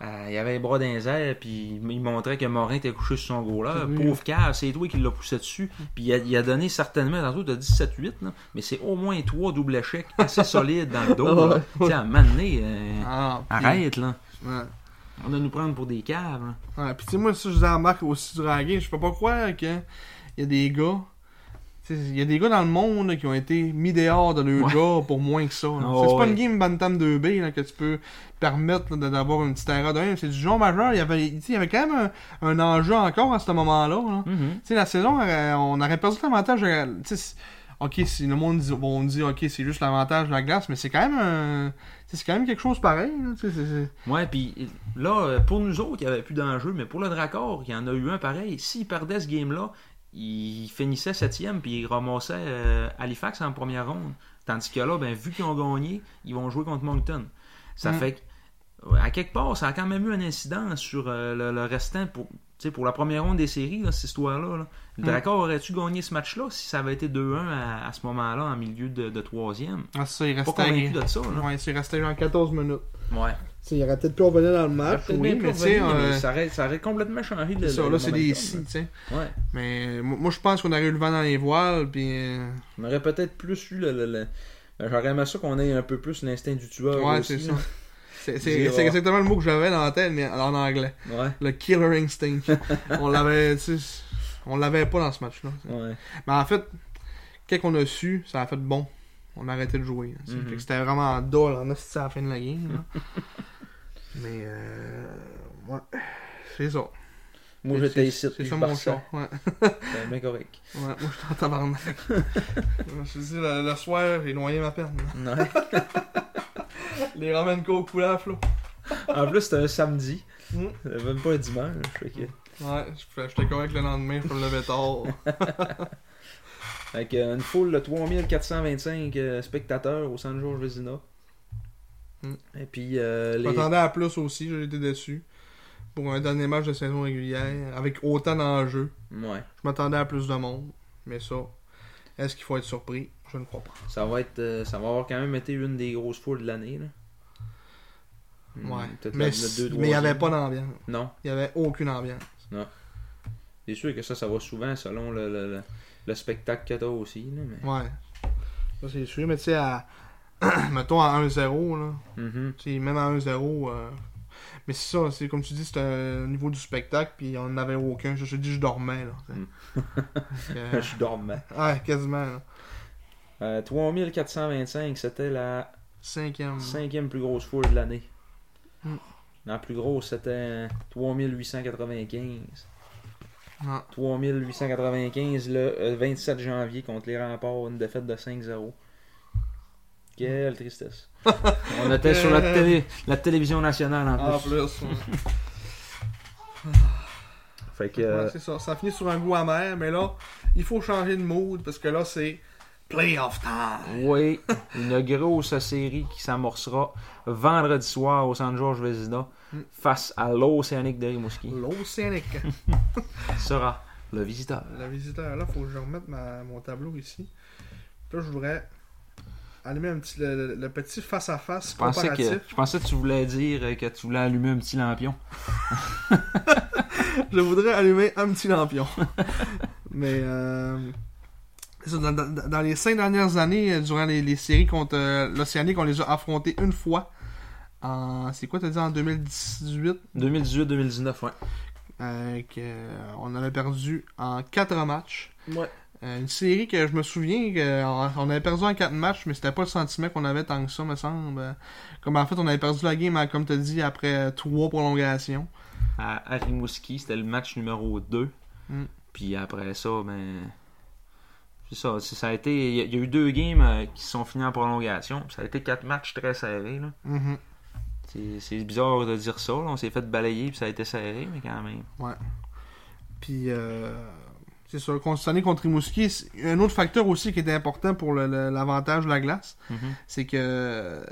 A: à- Il avait les bras dans les airs, puis il montrait que Morin était couché sur son goal-là.
B: Oui.
A: Pauvre cave, c'est toi qui l'as poussé dessus. Puis il a, il a donné certainement, dans tout, de 17-8, là, mais c'est au moins trois double échecs assez solides dans le dos. là. Tu sais, à un moment donné, euh,
B: Ah, puis-
A: arrête, là.
B: Ouais.
A: On va nous prendre pour des caves. là.
B: Ouais, puis tu sais, moi, ça, je disais à Marc aussi durant la game, je peux pas croire qu'il y a des gars. tu sais, Il y a des gars dans le monde là, qui ont été mis dehors de leur
A: Ouais.
B: gars pour moins que ça. là.
A: Ah,
B: c'est c'est pas
A: ouais.
B: une game Bantam 2B là, que tu peux permettre là, d'avoir une petite erreur de même. C'est du genre majeur. Il y avait, tu sais, il y avait quand même un, un enjeu encore à ce moment-là.
A: Mm-hmm.
B: là. Tu sais, la saison, euh, on aurait perdu l'avantage. euh, tu sais, c'est- Ok, si le monde dit, bon, on dit, ok, c'est juste l'avantage de la glace, mais c'est quand même, un- tu sais, c'est quand même quelque chose pareil. là, tu sais, c'est- c'est-
A: Ouais, puis là, euh, pour nous autres, il n'y avait plus d'enjeu, mais pour le Dracor, il y en a eu un pareil. S'il perdait ce game-là, il finissait septième, puis il ramassait euh, Halifax en première ronde. Tandis que là, ben, vu qu'ils ont gagné, ils vont jouer contre Moncton. Ça
B: Mm.
A: fait que, à quelque part, ça a quand même eu un incident sur euh, le, le restant pour, tu sais, pour la première ronde des séries, là, cette histoire-là. là. Le
B: Mm.
A: Dracor aurait-tu gagné ce match-là si ça avait été 2-1 à, à ce moment-là, en milieu de, de troisième?
B: Ah, ça, il
A: Pas
B: restait.
A: convaincu de ça, là.
B: Ouais, c'est resté genre 14 minutes.
A: Ouais.
B: T'sais, il aurait peut-être pu revenir dans le
A: Peut-être
B: match, Ah,
A: bien
B: oui, mais
A: plus
B: tu sais,
A: revenu, mais
B: euh,
A: ça, aurait, ça aurait complètement changé le.
B: c'est ça,
A: le
B: là, c'est des
A: momentum,
B: si,
A: là.
B: tu sais.
A: Ouais.
B: Mais euh, moi, moi, je pense qu'on aurait eu le vent dans les voiles, puis... euh,
A: On aurait peut-être plus eu le. le- le- Ben, J'aurais aimé ça qu'on ait un peu plus l'instinct du tueur.
B: ouais, c'est
A: aussi,
B: ça.
A: là.
B: C'est
A: C'est
B: c'est-
A: rare.
B: c'est exactement le mot que j'avais dans la tête, mais en anglais.
A: Ouais,
B: Le killer instinct. on l'avait, tu sais, on l'avait pas dans ce match-là.
A: ouais.
B: Mais en fait, quand on a su, ça a fait bon. On a arrêté de jouer. hein, tu sais.
A: Mhm.
B: Fait que C'était vraiment dull en esti à la fin de la game. là. mais, euh, ouais, c'est ça.
A: Moi,
B: C'est-
A: j'étais ici.
B: c'est- C'est
A: puis
B: ça
A: je
B: mon
A: partais.
B: choix, ouais.
A: C'était bien correct.
B: Ouais, moi je suis en tabarnak. je me suis dit, le, le soir, j'ai noyé ma peine.
A: Ouais.
B: Les Romanco au coulaf, là.
A: En plus, c'était un samedi.
B: Mm.
A: C'était Même pas un dimanche. Fait que,
B: Ouais, je pouvais- j'étais correct le lendemain, je me levais tard.
A: Fait que, euh, une foule de 3425 euh, spectateurs au San Jorge Vezina.
B: Mm.
A: Et puis, euh,
B: Je
A: les.
B: m'attendais à plus aussi, j'ai été déçu. Pour un dernier match de saison régulière, avec autant d'enjeux,
A: Ouais.
B: je m'attendais à plus de monde. Mais ça, est-ce qu'il faut être surpris Je ne crois pas.
A: Ça va être. euh, ça va avoir quand même été une des grosses foules de l'année, là. Hmm,
B: Ouais.
A: peut-être la-
B: Mais
A: la deux,
B: mais il n'y avait
A: troisième.
B: pas d'ambiance.
A: Non.
B: Il n'y avait aucune ambiance.
A: C'est sûr que ça, ça va souvent selon le, le, le- le spectacle que t'as aussi. Là, mais...
B: Ouais. Ça, c'est sûr, mais tu sais, à. Mettons à 1-0, là.
A: Mhm.
B: Tu sais, même à 1-0. euh, Mais c'est ça, c'est comme tu dis, c'était euh, au niveau du spectacle, puis on n'avait aucun. Je te dis, je dormais, là.
A: Mm.
B: Fait que, euh,
A: Je dormais.
B: ouais, quasiment, là.
A: Euh, 3425, c'était la
B: Cinquième.
A: cinquième plus grosse foule de l'année.
B: Mm.
A: La plus grosse, c'était 3895.
B: Ouais.
A: 3895 le euh, 27 janvier contre les remparts, une défaite de 5-0. Quelle tristesse. On était sur la, télé, la télévision nationale en
B: En
A: plus.
B: plus, ouais.
A: Fait que, euh,
B: Ouais, c'est ça. Ça finit sur un goût amer, mais là, il faut changer de mood, parce que là, c'est playoff time.
A: Oui, une grosse série qui s'amorcera vendredi soir au San Jorge Vezina
B: Mm.
A: face à l'Océanique de Rimouski.
B: L'Océanique.
A: Sera le visiteur.
B: Le visiteur, là, faut que je remette ma- mon tableau ici. Là, je voudrais allumer un petit, le, le- le petit face-à-face
A: Je pensais,
B: comparatif.
A: que, je pensais que tu voulais dire euh, que tu voulais allumer un petit lampion.
B: je voudrais allumer un petit lampion. Mais euh, c'est ça, dans, dans- dans les cinq dernières années, euh, durant les, les séries contre euh, l'Océanique, on les a affrontés une fois. En, c'est quoi, t'as dit en 2018
A: 2018-2019, ouais.
B: euh, que, euh, On avait perdu en quatre matchs.
A: Ouais.
B: Euh, une série que je me souviens qu'on avait perdu en quatre matchs, mais c'était pas le sentiment qu'on avait tant que ça, me semble. Euh, Comme en fait, on avait perdu la game, hein, comme t'as dit, après euh, trois prolongations.
A: À, à Rimouski, c'était le match numéro 2.
B: Mm.
A: Puis après ça, ben. C'est ça, c'est- ça a été. Il y a- il y, a eu deux games euh, qui se sont finis en prolongation. Ça a été quatre matchs très serrés, là.
B: Mhm.
A: C'est- C'est bizarre de dire ça. là. On s'est fait balayer puis ça a été serré, mais quand même.
B: Puis, euh, c'est ça, constater contre Rimouski. c'est- Un autre facteur aussi qui était important pour le- le- l'avantage de la glace,
A: Mhm.
B: c'est que euh,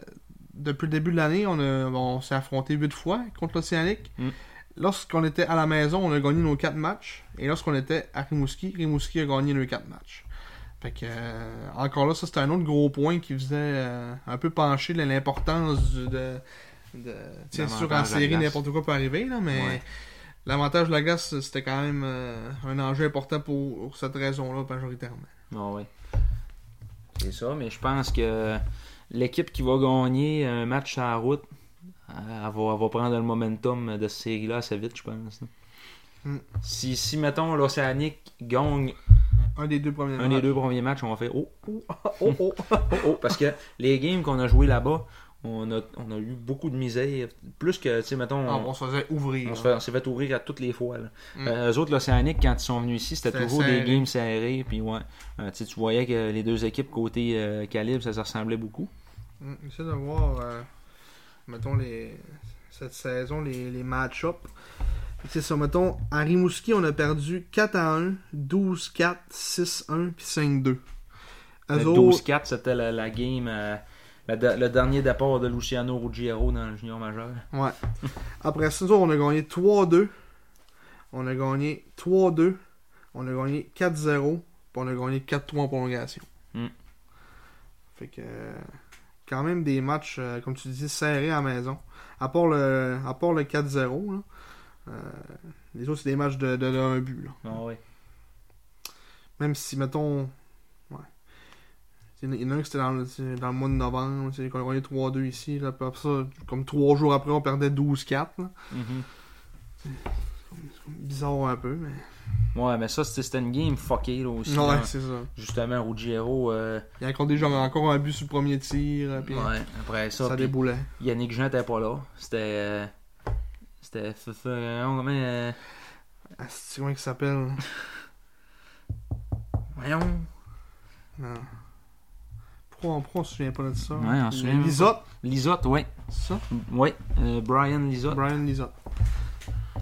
B: depuis le début de l'année, on, a- on s'est affronté huit fois contre l'Océanique.
A: Mm.
B: Lorsqu'on était à la maison, on a gagné nos quatre matchs. Et lorsqu'on était à Rimouski, Rimouski a gagné nos quatre matchs. Fait que, euh, encore là, ça c'était un autre gros point qui faisait euh, un peu pencher de l'importance du- de. de tu sais,
A: L'avantage
B: sûr,
A: de la
B: en série,
A: glace.
B: n'importe quoi peut arriver, là, mais
A: Ouais.
B: l'avantage de la glace, c'était quand même euh, un enjeu important pour, pour cette raison-là, majoritairement.
A: Ah ouais. C'est ça, mais je pense que l'équipe qui va gagner un match sur la route, euh, elle va, elle va prendre le momentum de cette série-là assez vite, je pense.
B: Mm.
A: Si, si, mettons, l'Océanique gagne
B: Un des deux premiers
A: un des
B: matchs.
A: deux premiers matchs, on va faire oh, oh, ah, oh, oh, oh, oh, parce que les games qu'on a joué là-bas, on a, on a eu beaucoup de misère. Plus que, tu sais, mettons,
B: Ah,
A: on-
B: on se faisait ouvrir.
A: on se fait- on s'est fait ouvrir à toutes les fois. Là.
B: Mm.
A: Euh, eux autres, l'Océanique, quand ils sont venus ici, c'était
B: C'était
A: toujours
B: serré.
A: des games serrés. Puis ouais, Euh, tu sais, tu voyais que les deux équipes côté euh, calibre, ça se ressemblait beaucoup.
B: Mm, J'essaie de voir, euh, mettons, les, cette saison, les, les match-up. C'est ça, mettons, à Rimouski, on a perdu 4 à 1, 12-4, 6-1, puis 5-2.
A: Le
B: Eux autres,
A: 12-4, c'était la, la game, euh, la de- le dernier départ de Luciano Ruggiero dans le junior majeur.
B: ouais. Après ça, nous autres, on a gagné 3-2. On a gagné 3-2. On a gagné 4-0. Puis on a gagné 4-3 en prolongation.
A: Mm.
B: Fait que. Quand même des matchs, euh, comme tu dis, serrés à la maison. À part le, à part le 4-0, là, euh, les autres, c'est des matchs de, de, de un but. là.
A: Ah ouais.
B: Même si, mettons. Ouais. Il y en a- il y en a un qui c'était dans le, c'est dans le mois de novembre, c'est qu'on a gagné 3-2 ici. Là, puis après ça, comme 3 jours après, on perdait 12-4. là.
A: Mhm.
B: Mm-hmm. Bizarre un peu, mais.
A: Ouais, mais ça, c'était c'était une game fuckée là, aussi.
B: ouais,
A: là.
B: c'est ça.
A: Justement, Ruggiero, euh,
B: Il y a encore des gens, encore un but sur le premier tir, euh, puis
A: ouais, après ça,
B: ça
A: puis
B: déboulait.
A: Yannick Jean n'était pas là. C'était. euh, c'était. f- f- euh, comment, euh,
B: Ah, c'est comment il s'appelle
A: voyons.
B: Non. Pourquoi on, pourquoi on se souvient pas de ça
A: Ouais, on se souvient même
B: Lisotte,
A: Lisotte, ouais.
B: c'est ça
A: Ouais, euh, Brian Lisotte,
B: Brian Lisotte.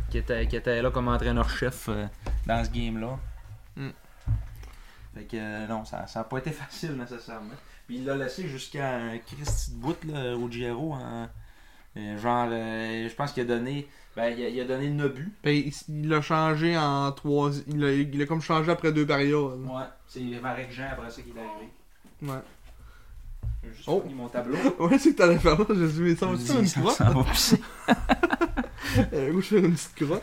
A: qui était, qui était là comme entraîneur-chef euh, dans ce game-là.
B: Mm.
A: Fait que euh, non, ça n'a pas été facile nécessairement. Puis il l'a laissé jusqu'à un Christy de bout là, au Giro. en- euh, genre, euh, je pense qu'il a donné. Ben, il a, il a donné 9 buts.
B: Puis Ben, il- il l'a changé en trois. Il l'a il l'a comme changé après deux périodes.
A: Ouais, c'est Marek Jean après ça qu'il est arrivé.
B: Ouais.
A: J'ai Juste
B: Oh.
A: mis mon tableau.
B: Ouais, c'est que t'allais faire là, j'ai dit, mais ça va
A: Je me
B: faire
A: dis,
B: une
A: ça
B: crotte
A: s'en va pisser.
B: Euh, Où je fais une petite crotte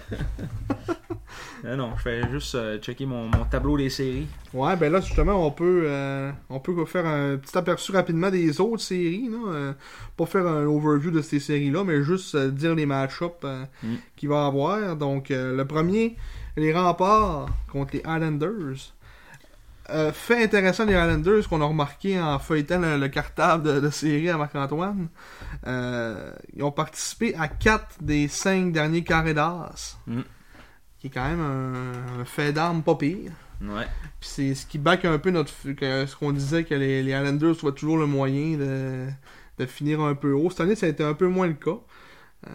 A: Ah non, je fais juste euh, checker mon, mon tableau des séries.
B: Ouais, ben là, justement, on peut, euh, on peut faire un petit aperçu rapidement des autres séries. Là, euh, pas faire un overview de ces séries-là, mais juste euh, dire les match-ups euh,
A: Mm.
B: qu'il va y avoir. Donc, euh, le premier, les remparts contre les Highlanders. Euh, fait intéressant des Highlanders qu'on a remarqué en feuilletant le, le cartable de, de série à Marc-Antoine. euh, ils ont participé à 4 des 5 derniers carrés d'as.
A: Mm.
B: Qui est quand même un- un fait d'armes pas pire.
A: Ouais.
B: Puis c'est ce qui back un peu notre que- ce qu'on disait que les, les Islanders soient toujours le moyen de, de finir un peu haut. Cette année, ça a été un peu moins le cas. Euh,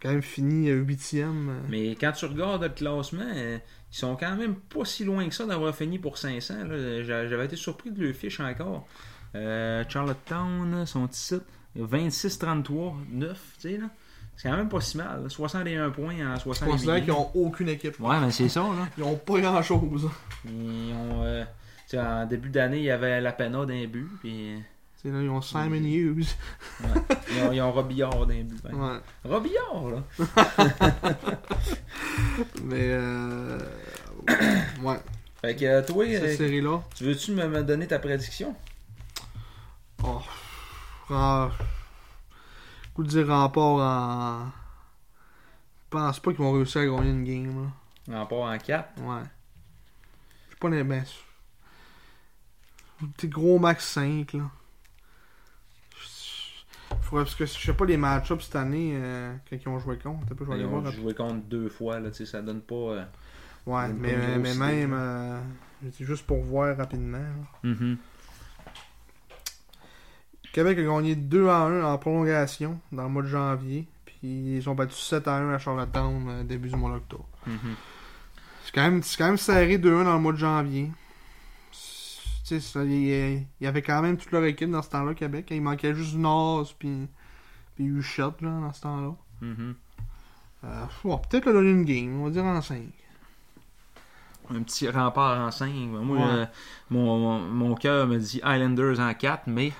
B: quand même fini euh, huitième. euh.
A: Mais quand tu regardes le classement, euh, ils sont quand même pas si loin que ça d'avoir fini pour 500. là. J'a- J'avais été surpris de leur fiche encore. Euh, Charlottetown, son titre, 26-33, 9, tu sais, là. C'est quand même pas si mal. là. 61 points en
B: Je
A: 68
B: considère
A: games.
B: qu'ils n'ont aucune équipe.
A: Ouais, mais c'est ça, là.
B: Ils n'ont pas grand chose.
A: Ils ont, euh, tu sais, en début d'année, il y avait la pena d'un but, puis euh,
B: Là, ils ont Simon Hughes.
A: ils ont, ils ont Robillard d'un but. ben.
B: Ouais.
A: Robillard, là.
B: Mais euh... ouais.
A: Fait que euh, toi, euh,
B: Cette série-là.
A: tu veux-tu me me donner ta prédiction?
B: Oh. Ren- Coup de dire rempart en. Je pense pas qu'ils vont réussir à gagner une game. Là.
A: En part en 4.
B: Ouais. Je suis pas les ben, T'es gros max 5 là. Je- Faudrait, parce que je sais pas les match-ups cette année euh, quand ils ont joué contre. T'as pas joué
A: Ben, Ils
B: les
A: ont
B: voir.
A: dû jouer contre deux fois, là, tu sais, ça donne pas... euh,
B: Ouais,
A: une
B: mais,
A: bonne hein.
B: mais,
A: grossité,
B: même.
A: là.
B: euh, c'est juste pour voir rapidement. là.
A: Mhm.
B: Que- Québec a gagné 2 à 1 en prolongation dans le mois de janvier. Puis ils ont battu 7 à 1 à Charlottetown euh, début du mois d'octobre.
A: Mhm.
B: C'est quand, même- c'est quand même serré 2-1 dans le mois de janvier. Tu sais, ça, il il y avait quand même toute leur équipe dans ce temps-là, Québec. Il manquait juste Nord puis, puis Huchette, là, dans ce temps-là.
A: Mhm.
B: Euh, on va peut-être leur donner une game, on va dire en 5.
A: Un petit rempart en 5. Moi,
B: Ouais.
A: euh, mon, mon, mon cœur me dit Islanders en 4, mais.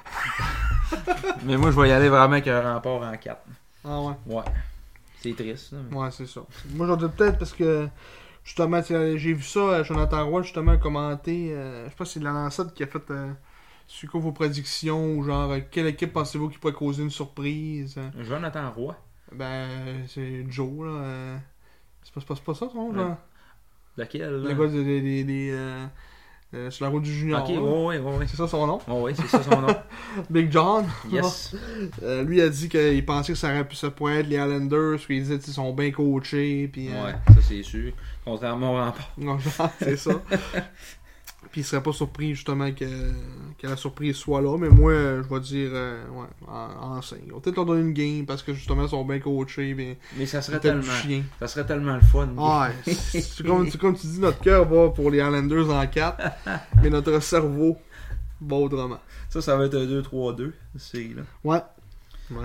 A: mais moi, je vais y aller vraiment avec un rempart en 4.
B: Ah ouais.
A: Ouais. C'est triste. là, mais-
B: Ouais, c'est ça. Moi, j'en doute peut-être parce que, justement, tu sais, j'ai vu ça, euh, Jonathan Roy, justement, commenter. euh, je sais pas si c'est de la lancette qui a fait. Euh, c'est quoi vos prédictions ou genre, euh, quelle équipe pensez-vous qui pourrait causer une surprise euh,
A: Jonathan Roy.
B: Ben, c'est Joe, là. euh, c'est pas, c'est pas, c'est pas ça, son nom, genre
A: Lequel là?
B: Le gars des. des, des, des, euh, euh, sur la route du Junior.
A: Ok,
B: là.
A: ouais, ouais, ouais.
B: C'est ça son nom
A: Ouais, ouais, c'est ça son nom.
B: Big John
A: Yes.
B: Euh, Lui a dit qu'il pensait que ça, aurait pu, ça pourrait être les Islanders, parce qu'il disait qu'ils sont bien coachés, puis. euh,
A: Ouais, ça c'est sûr. Contrairement au rempart.
B: Non, genre, c'est ça. Puis il serait pas surpris justement que, que la surprise soit là, mais moi euh, je vais dire euh, ouais, en, en cinq. On va peut-être leur donner une game parce que justement ils sont bien coachés, mais
A: Mais ça serait
B: c'est peut-être
A: tellement.
B: chien.
A: Ça serait tellement le fun.
B: Ouais, c'est c'est comme, c'est comme tu dis, notre cœur va pour les Islanders en 4, mais notre cerveau va autrement.
A: Ça, ça va être un 2-3-2. C'est là.
B: Ouais,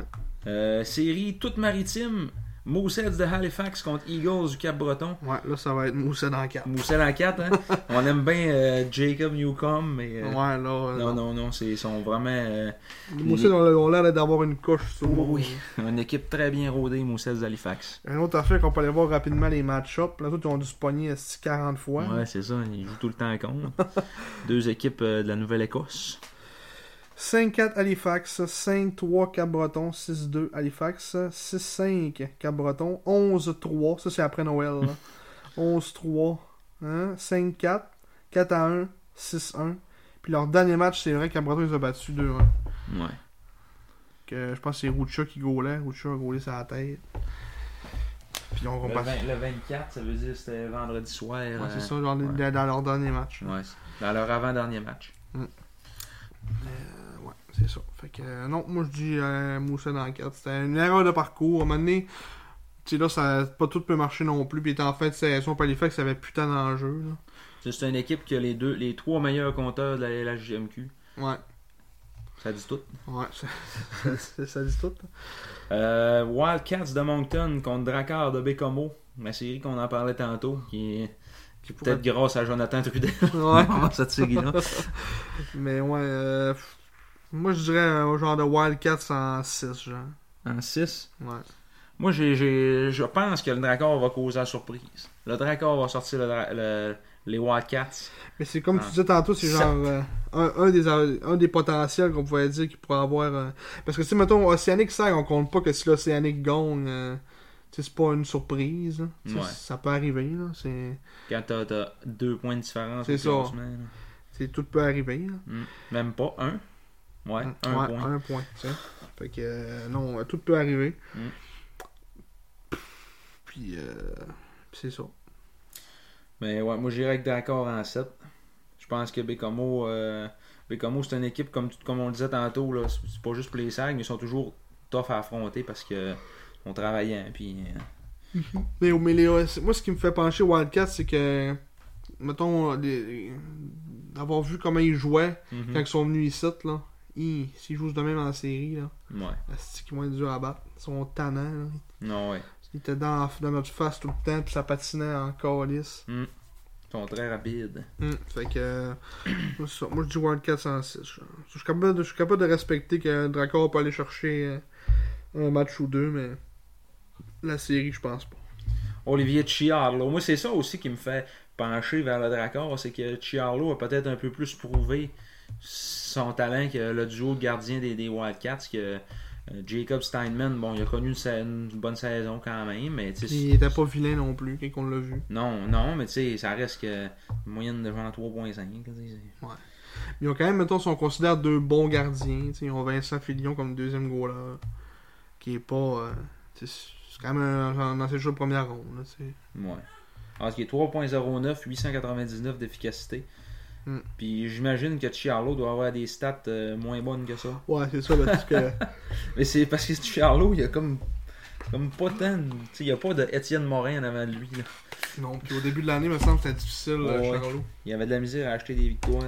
A: Euh, série toute maritime. Moussets de Halifax contre Eagles du Cap-Breton.
B: ouais, là ça va être moussé dans 4.
A: Moussel en 4, hein. On aime bien euh, Jacob Newcomb, mais. euh,
B: Ouais, là, euh,
A: Non, non, non, c'est- ils sont vraiment euh,
B: les Moussets ont ont l'air d'avoir une couche sur
A: Oh Oui. une équipe très bien rodée, Moussel d'Halifax.
B: Un autre affaire qu'on peut aller voir rapidement les match-ups. Là, tout, ils ont dû se pogner esti, 40 fois.
A: Ouais, c'est ça, ils jouent tout le temps contre. Deux équipes euh, de la Nouvelle-Écosse.
B: 5-4 Halifax, 5-3 Cap-Breton, 6-2 Halifax, 6-5 Cap-Breton, 11-3, ça c'est après Noël. là. 11-3, hein, 5-4, 4-1, 6-1. Puis leur dernier match, c'est vrai, Cap-Breton, ils ont battu 2-1.
A: Ouais.
B: Que, euh, je pense que c'est Rucha qui gaulait. Rucha a gaulé sa tête. Puis on
A: Le,
B: repasse. Ouais,
A: 24, ça veut dire que c'était vendredi soir. hein.
B: c'est ça, genre, dans- dans leur dernier match. là.
A: dans leur avant-dernier match.
B: Euh, ouais, c'est ça. Fait que, euh, non, moi je dis euh, Moussa dans 4. C'était une erreur de parcours. À un moment donné, tu sais, là, ça, pas tout peut marcher non plus. Puis il était en fin de saison, puis Halifax avait putain d'enjeu.
A: C'est c'est une équipe qui a les, deux, les trois meilleurs compteurs de la LHJMQ.
B: là.
A: Ça dit tout.
B: Ouais, ouais, ça, ça- ça- ça dit tout.
A: Euh, Wildcats de Moncton contre Drakkar de Bécomo. La série qu'on en parlait tantôt, qui est, qui est peut-être grâce à Jonathan Trudel.
B: Ouais,
A: cette série-là.
B: mais ouais, euh, pff, moi je dirais un genre de Wildcats en 6, genre.
A: En 6.
B: Ouais.
A: Moi, j'ai- j'ai- je pense que le Drakkar va causer la surprise. Le Drakkar va sortir le dra- le- les Wildcats.
B: Mais c'est comme
A: Ah.
B: tu disais tantôt, c'est
A: Sept.
B: genre euh, un, un des, un des potentiels qu'on pourrait dire qu'il pourrait avoir. euh, parce que si, mettons, Océanique 5, on compte pas que si l'Océanique gagne, euh, tu sais, c'est pas une surprise. là. Tu sais,
A: Ouais.
B: Ça peut arriver. là, C'est
A: Quand t'as t'as deux points de différence.
B: C'est
A: au
B: ça.
A: classement, là.
B: c'est- tout peut arriver. là.
A: Même pas un. Mm, Ouais, un
B: Ouais,
A: point.
B: Un point. tu sais. Fait que euh, non, euh, tout peut arriver.
A: Mm.
B: Puis euh, c'est ça.
A: Mais ouais, moi j'irais avec Drakkar en 7. Je pense que Bécamo, euh, Bécamo, c'est une équipe, comme, comme on le disait tantôt, là, c'est c'est pas juste pour les sacs, mais ils sont toujours tough à affronter parce que on travaillait. Puis, euh,
B: Mais, mais les OS moi, ce qui me fait pencher Wildcat, c'est que, mettons, les- d'avoir vu comment ils jouaient
A: mhm.
B: quand ils sont venus ici, là. Hi, S'ils jouent de même en série, là,
A: Ouais.
B: c'est qu'ils vont être durs à battre. Ils sont tannants, là.
A: Non, ouais.
B: Ils étaient dans, dans notre face tout le temps, puis ça patinait en calice.
A: Ils sont très rapides.
B: Hum, Fait que. euh, moi, c'est ça. Moi, je dis Wildcat 106. Je je suis capable, de- je suis capable de respecter que Dracor peut aller chercher euh, un match ou deux, mais. La série, je pense pas.
A: Olivier Chiarlo. Moi, c'est ça aussi qui me fait pencher vers le Drakkar, c'est que Chiarlo a peut-être un peu plus prouvé son talent que le duo de gardien des, des Wildcats, que euh, Jacob Steinman, bon, il a connu une, sa- une bonne saison quand même, mais tu sais,
B: Puis, il était pas vilain non plus, quand on l'a vu.
A: Non, non, mais tu sais, ça reste que moyenne de genre 3.5. tu sais,
B: Ils ont quand même, mettons, si on considère deux bons gardiens, tu sais, ils ont Vincent Fillion comme deuxième goaler, qui est pas... euh, tu sais, c'est quand même un, un ancien joueur de première ronde, là, tu sais.
A: Ah, c'est- Ouais. Alors, ce qui est 3.09, 899 d'efficacité.
B: Mm.
A: Puis j'imagine que Chiarlo doit avoir des stats euh, moins bonnes que ça.
B: Ouais, c'est ça, là, parce que.
A: Mais c'est parce que Chiarlo, il y a comme. Comme pas tant. de- tu sais, Il n'y a pas de Étienne Morin en avant de lui. Là.
B: Non, puis au début de l'année, me semble que c'était difficile, euh,
A: Ouais.
B: Charlot.
A: Il y avait de la misère à acheter des victoires.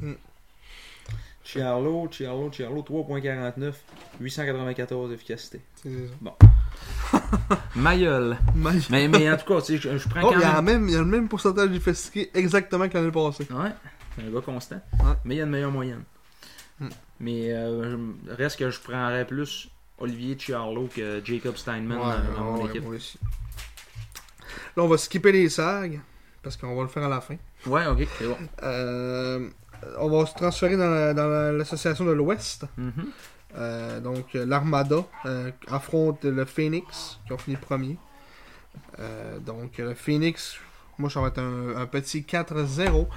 B: Mm.
A: Chiarlo, Chiarlo, Chiarlo, 3.49, 894 efficacité.
B: C'est ça.
D: Ma gueule.
B: Mais-
A: Mais, mais en tout cas, tu sais, je, je prends
B: Oh,
A: quand
B: il y, a
A: même.
B: la même, il y a le même pourcentage d'efficacité exactement que l'année passée.
A: Ouais, c'est un gars constant.
B: Ouais.
A: Mais il y a une meilleure moyenne.
B: Mm.
A: Mais euh, je- reste que je prendrais plus Olivier Chiarlo que Jacob Steinman dans, dans mon
B: ouais,
A: équipe.
B: moi aussi. Là, on va skipper les sags, parce qu'on va le faire à la fin.
A: Ouais, ok, c'est bon.
B: Euh, on va se transférer dans la- dans la- l'association de l'Ouest.
A: Mhm.
B: Euh, donc euh, l'Armada euh, affronte le Phoenix, qui ont fini premier. Euh, donc euh, le Phoenix, moi ça va être un, un petit 4-0.
A: Bon, Oh,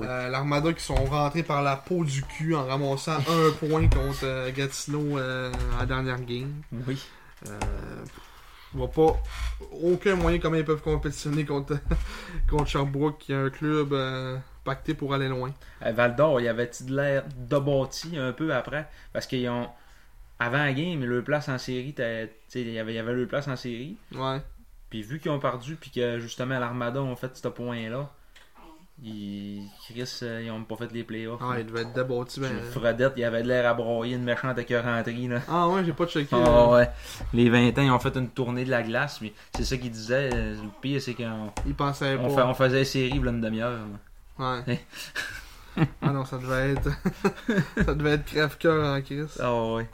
A: oui.
B: Euh, L'Armada qui sont rentrés par la peau du cul en ramassant un point contre euh, Gatineau euh, à la dernière game.
A: Oui.
B: Euh, je vois pas aucun moyen comment ils peuvent compétitionner contre, contre Sherbrooke, qui est un club euh, pacté pour aller loin.
A: À Euh, Val d'Or, il y avait de l'air débâti un peu après parce qu'ils ont. Avant la game, leur place en série, t'as- tu sais, il y avait, il y avait leur place en série.
B: Ouais.
A: Puis vu qu'ils ont perdu, puis que justement l'Armada ont fait ce point-là, ils, Chris, euh, ils ont pas fait les playoffs.
B: Ah, il devait être débattu.
A: Puis
B: ben-
A: Fredette, il avait de l'air à broyer une méchante écœuranterie, là.
B: Ah ouais, j'ai pas checké.
A: Ah
B: euh,
A: ouais. Les 20 ans, ils ont fait une tournée de la glace, mais c'est ça qu'ils disaient. euh, Le pire, c'est qu'on
B: Il pensait
A: on
B: pas.
A: fa- on faisait une série v'là une demi-heure. là.
B: Ouais. ah non, ça devait être. ça devait être crève-cœur en crise.
A: Ah ouais.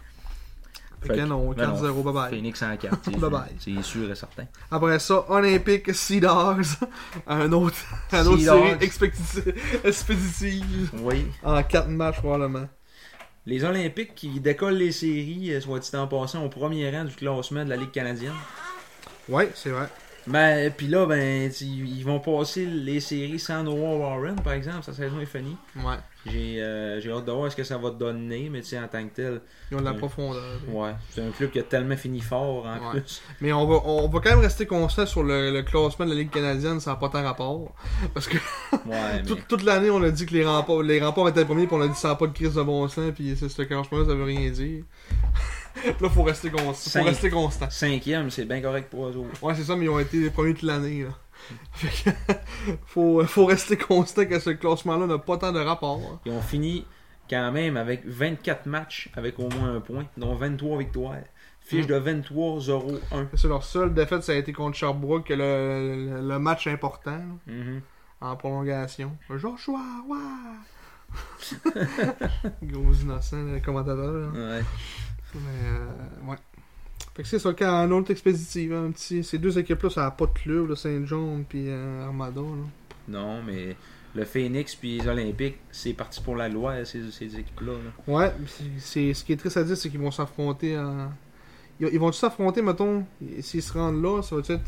B: Fait que non,
A: ben non.
B: 4-0, bye bye.
A: Phoenix en 4.
B: Bye bye.
A: C'est sûr et certain.
B: Après ça, Olympique Sea Dogs. un autre, un autre
A: Sea
B: série
A: Dogs.
B: expéditive, expéditive.
A: Oui.
B: En 4 matchs, probablement.
A: Les Olympiques qui décollent les séries, euh, soit dit en passant, au premier rang du classement de la Ligue canadienne.
B: Ouais, c'est vrai.
A: Ben, puis là, ben, tu- ils vont passer les séries sans Noah Warren, par exemple. Sa saison est finie.
B: Ouais.
A: J'ai euh, j'ai hâte de voir ce que ça va donner, mais tu sais, en tant que tel,
B: Ils ont de la
A: Ouais.
B: profondeur.
A: Ouais, c'est un club qui a tellement fini fort en
B: Ouais.
A: plus.
B: Mais on va, on va quand même rester constant sur le, le classement de la Ligue canadienne, ça n'a pas tant rapport. Parce que
A: Ouais, mais
B: toute, toute l'année, on a dit que les remparts, les remparts étaient premiers, puis on a dit que ça n'a pas de crise de bon sens, puis c'est ce classement-là, ça veut rien dire. là, faut rester constant.
A: Cinq.
B: Faut rester constant.
A: cinquième, c'est bien correct pour eux autres.
B: Ouais, c'est ça, mais ils ont été les premiers de l'année. là. Fait que, faut, euh, faut rester constant que ce classement-là n'a pas tant de rapport. hein.
A: Ils ont fini quand même avec 24 matchs avec au moins un point, dont 23 victoires. Fiche de
B: Mm.
A: 23-0-1.
B: C'est leur seule défaite, ça a été contre Sherbrooke, le, le, le match important, là,
A: Mhm.
B: en prolongation. Joshua, ouais! Gros innocent, le commentateur. là.
A: Ouais.
B: Mais, euh, ouais. Fait que c'est ça, quand en autre expéditive, hein, un petit, ces deux équipes-là, ça n'a pas de club, là, Saint-John puis euh, Armada. Là.
A: Non, mais le Phoenix puis les Olympiques, c'est parti pour la loi, ces, ces équipes-là. là.
B: Ouais, pis c'est- c'est ce qui est triste à dire, c'est qu'ils vont s'affronter en- Ils, ils vont s'affronter, mettons, s'ils se rendent là, ça va être...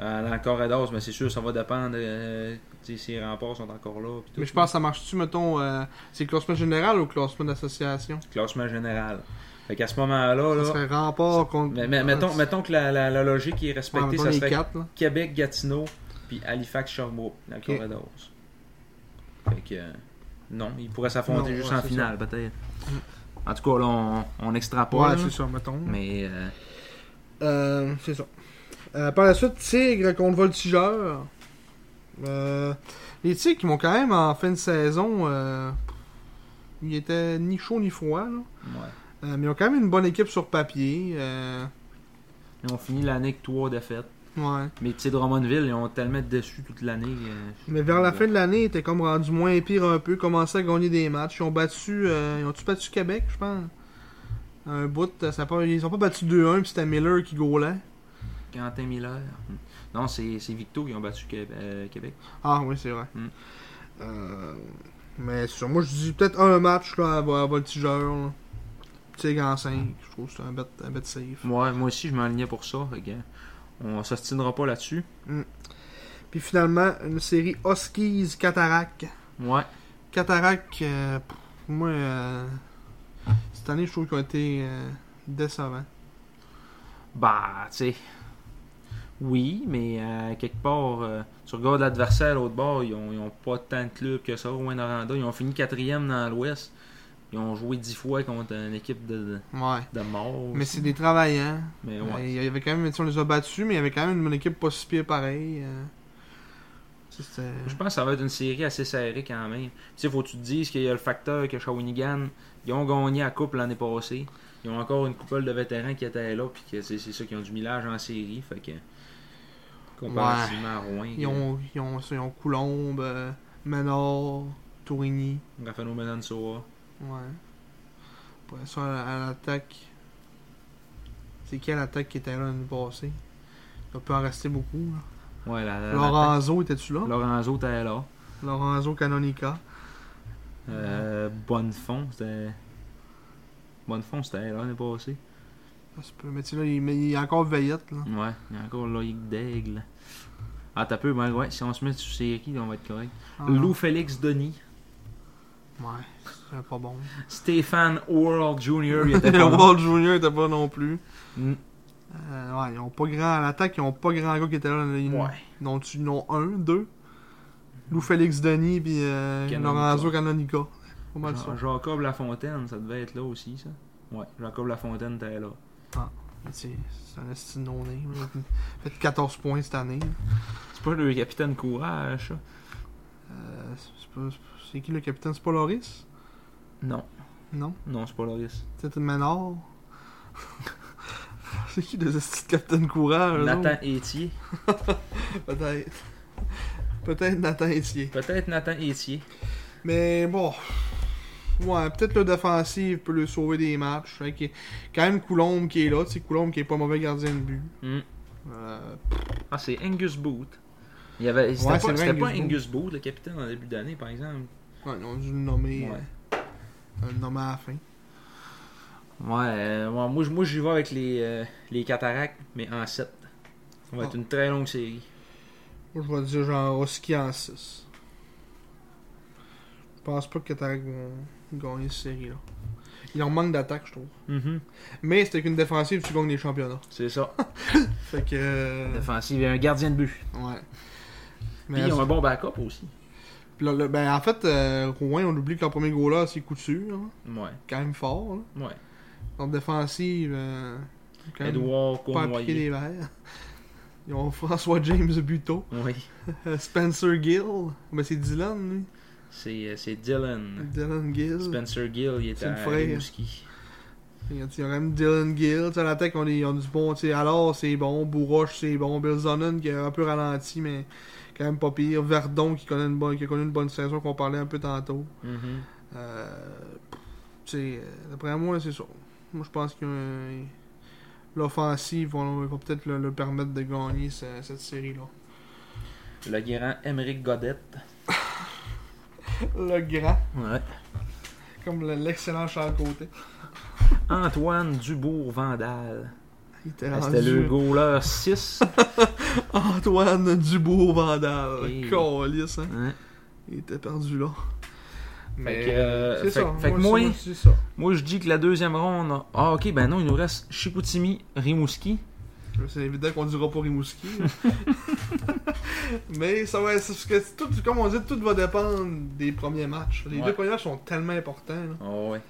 A: Euh, Dans le corridor, mais c'est sûr, ça va dépendre euh, tu sais, si les remparts sont encore là. puis tout.
B: Mais je pense que ça marche-tu, mettons, euh, c'est le classement général ou le classement d'association?
A: Classement général. Fait qu'à ce moment-là,
B: Ça
A: là,
B: serait rempart contre...
A: mais- mais- mettons,
B: Ouais, Ah,
A: mettons que la, la- la logique est
B: mettons
A: respectée, ça
B: les
A: serait
B: quatre, là.
A: Québec, Gatineau, puis Halifax, Sherbrooke, dans le
B: Ok.
A: Calvados. Fait que, euh, non, ils pourraient s'affronter
B: Non,
A: juste
B: ouais,
A: en
B: c'est Mm.
A: finale, peut-être. En tout cas, là, on, on extrapole.
B: Ouais,
A: là,
B: c'est ça, mettons.
A: mais euh,
B: Euh, c'est ça. Euh, par la suite, Tigre contre Voltigeur. Euh, les Tigres qui m'ont quand même, en fin de saison, euh, ils étaient ni chaud ni froid, là.
A: ouais.
B: Euh, mais ils ont quand même une bonne équipe sur papier. euh,
A: Ils ont fini l'année avec trois défaites.
B: ouais.
A: Mais tu sais, Drummondville, ils ont tellement déçu toute l'année. euh,
B: Mais vers la fin de l'année, ils étaient comme rendus moins pire un peu, commençaient à gagner des matchs. Ils ont battu, euh, ils ont battu Québec, je pense. Un bout, euh, ça a pas- ils ont pas battu 2-1, puis c'était Miller qui gaulait.
A: Quentin Miller. Non, c'est c'est Victo qui ont battu Qué- euh, Québec.
B: Ah oui, c'est vrai.
A: Mm.
B: Euh, mais sur moi, je dis peut-être un match là, à, vo- à voltigeur. là. Tigre en 5, je trouve que c'est un bet, un bet safe.
A: Ouais, moi aussi, je m'enlignais pour ça. fait que on s'ostinera pas là-dessus.
B: Puis finalement, une série Huskies Cataract.
A: Ouais.
B: Cataract, euh, pff, moi, euh, cette année, je trouve qu'ils ont été euh, décevants.
A: Bah, tu sais. Oui, mais euh, quelque part, euh, tu regardes l'adversaire à l'autre bord, ils ont, ils ont pas tant de clubs que ça. Rouen Noranda, ils ont fini quatrième dans l'Ouest. Ils ont joué dix fois contre une équipe de,
B: Ouais.
A: de morts.
B: Mais c'est des travaillants.
A: Mais
B: Euh,
A: ouais.
B: Il y avait quand même, tu sais, on les a battus, mais il y avait quand même une bonne équipe pas si pire pareil. euh. Ça, c'était-
A: Je pense que ça va être une série assez serrée quand même. Tu sais, faut que tu te dises qu'il y a le facteur que Shawinigan, ils ont gagné la coupe l'année passée. Ils ont encore une coupole de vétérans qui étaient là, puis que c'est c'est ça, qui ont du millage en série. Fait que. Comparativement à Rouen.
B: Ils ont, ils ont, ça, ils ont Coulombe, euh, Ménard, Tourigny.
A: Rafael Benansoa.
B: Ouais. Après ça, à, à l'attaque. C'est qui à l'attaque qui était là l'année passée Il a pu en rester beaucoup. là.
A: Ouais, la, la-
B: Lorenzo, était-tu là
A: la- Lorenzo était là.
B: Lorenzo Canonica.
A: Euh, Bonnefond, c'était. Bonnefond, c'était là l'année passée.
B: Ça se peut. Mais tu sais, là, il, mais il est encore veillette. Là.
A: Ouais, il y a encore Loïc Daigle. Ah, t'as peu, ben ouais, si on se met sur série, on va être correct.
B: Ah,
A: Lou Félix Denis.
B: Ouais, c'est pas bon.
A: Stéphane World Jr. Il était pas
B: Le
A: bon.
B: World Junior était pas non plus.
A: Mm.
B: Euh, ouais, ils ont pas grand. À l'attaque, ils ont pas grand gars qui était là. Ils
A: Ouais.
B: ils ont- ils en ont un, deux. Lou Félix Denis, puis euh,
A: Canonica.
B: Lorenzo Canonica. Pas mal ça.
A: Jean- Jacob Lafontaine, ça devait être là aussi, ça. Ouais, Jacob Lafontaine était là.
B: Mais tu sais, C'est un esti de non-name. là. Fait 14 points cette année.
A: C'est pas le capitaine Courage, ça?
B: Euh, c'est pas- c'est pas- c'est qui le capitaine? C'est pas Loris?
A: Non,
B: Non?
A: non, c'est pas Loris.
B: Peut-être Ménard? c'est qui les esti de capitaine courage? eux
A: Nathan Etier.
B: autres? Peut-être. Peut-être Nathan Etier.
A: Peut-être Nathan Etier.
B: Mais bon. Ouais, peut-être le défensif peut le sauver des matchs. Fait que, quand même Coulombe qui est là, c'est Coulombe qui est pas mauvais gardien de but.
A: Mm.
B: Euh,
A: Ah, c'est Angus Booth. Il y avait, c'était
B: Ouais, c'est
A: pas,
B: vrai,
A: c'était pas
B: Angus
A: Angus Booth, le capitaine, en début d'année, par exemple.
B: ouais, ils ont dû le nommer.
A: Ouais.
B: euh, le nommer à la fin.
A: Ouais, euh, ouais, moi, j- moi j'y vais avec les, euh, les cataractes, mais en 7. Ça va
B: Ah.
A: être une très longue série.
B: Moi, je vais dire genre Roski en 6. Je pense pas que Cataract vont gagner cette série-là. Il leur manque d'attaque, je trouve.
A: Mm-hmm.
B: Mais c'était qu'une défensive, tu gagnes les championnats.
A: C'est ça.
B: Fait que. euh,
A: Défensive et un gardien de but.
B: ouais.
A: Puis
B: Mais
A: ils ont un bon backup aussi.
B: Puis là, le- ben, en fait, euh, Rouen, on oublie que leur premier goal là, c'est coup de sûr. hein.
A: Ouais,
B: Quand même fort. Là.
A: ouais.
B: Leur défensive, euh, quand même
A: Edouard
B: pas appliqué
A: Cournoyer.
B: les verres. Ils ont François James Buteau,
A: Oui.
B: euh, Spencer Gill. Ben, c'est Dylan, lui.
A: C'est, euh, c'est Dylan.
B: Dylan Gill.
A: Spencer Gill, il
B: C'est
A: était
B: le
A: à
B: frère.
A: Rimouski.
B: Il y a quand même Dylan Gill, tu sais, à l'attaque, on, est- on a du bon, tu sais, alors c'est bon, Bourroche c'est bon, Bill Zonnen qui a un peu ralenti, mais quand même pas pire, Verdon qui, connaît une bonne, qui a connu une bonne saison qu'on parlait un peu tantôt.
A: Mhm.
B: Euh, tu sais, euh, d'après moi, c'est ça. Moi, je pense que euh, l'offensive va, va peut-être le, le permettre de gagner ce- cette série-là.
A: Le grand Émeric Godette.
B: Le grand,
A: Ouais.
B: comme le- l'excellent Charles Côté.
A: Antoine Dubourg-Vandal.
B: Il était
A: Ah, C'était le
B: rendu
A: goaler 6.
B: Antoine Dubourg-Vandal.
A: Et-
B: Calisse, hein.
A: Hein?
B: Il était perdu là.
A: que, euh,
B: c'est
A: fait-
B: ça.
A: fait que moi-
B: moi, c'est- moi, c'est ça.
A: Moi, je dis que la deuxième ronde. Ah, ok, ben non, il nous reste Chicoutimi, Rimouski.
B: C'est évident qu'on dira pas Rimouski. là. Mais ça va être. Parce que tout, comme on dit, tout va dépendre des premiers matchs. Les
A: Ouais.
B: deux premiers matchs sont tellement importants. là.
A: Oh, ouais.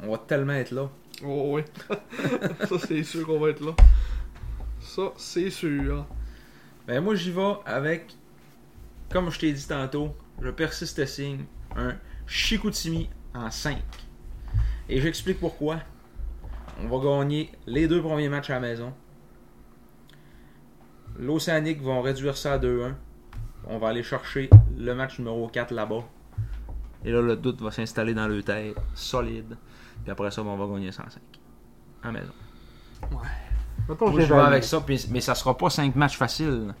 A: On va tellement être là.
B: Oh, oui. ça, c'est sûr qu'on va être là. Ça, c'est sûr.
A: Ben, moi, j'y vais avec. Comme je t'ai dit tantôt, je persiste à signe un Chicoutimi en 5. Et j'explique pourquoi. On va gagner les deux premiers matchs à la maison. L'Océanique vont réduire ça à 2-1. On va aller chercher le match numéro 4 là-bas. Et là, le doute va s'installer dans le tête, solide. Puis après ça, ben, on va gagner 105. À la maison.
B: Mettons,
A: Moi, je vais avec ça, puis- mais ça sera pas cinq matchs faciles.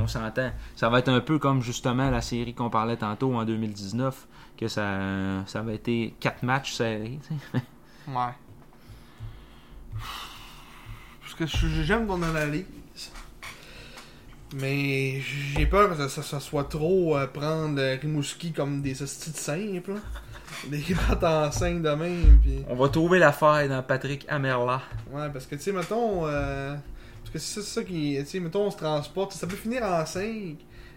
A: On s'entend. Ça va être un peu comme justement la série qu'on parlait tantôt en 2019, que ça, ça avait été quatre matchs serrés. tu sais.
B: Ouais. Parce que je- j'aime ton analyse. Mais j'ai peur que ça, ça- ça soit trop euh, prendre euh, Rimouski comme des hosties de simples. là. Des battes en 5 de même. Pis...
A: On va trouver l'affaire dans Patrick Amerla.
B: Ouais, parce que tu sais, mettons. euh, Parce que c'est ça, ça qui. Tu sais, mettons, on se transporte. Ça peut finir en 5,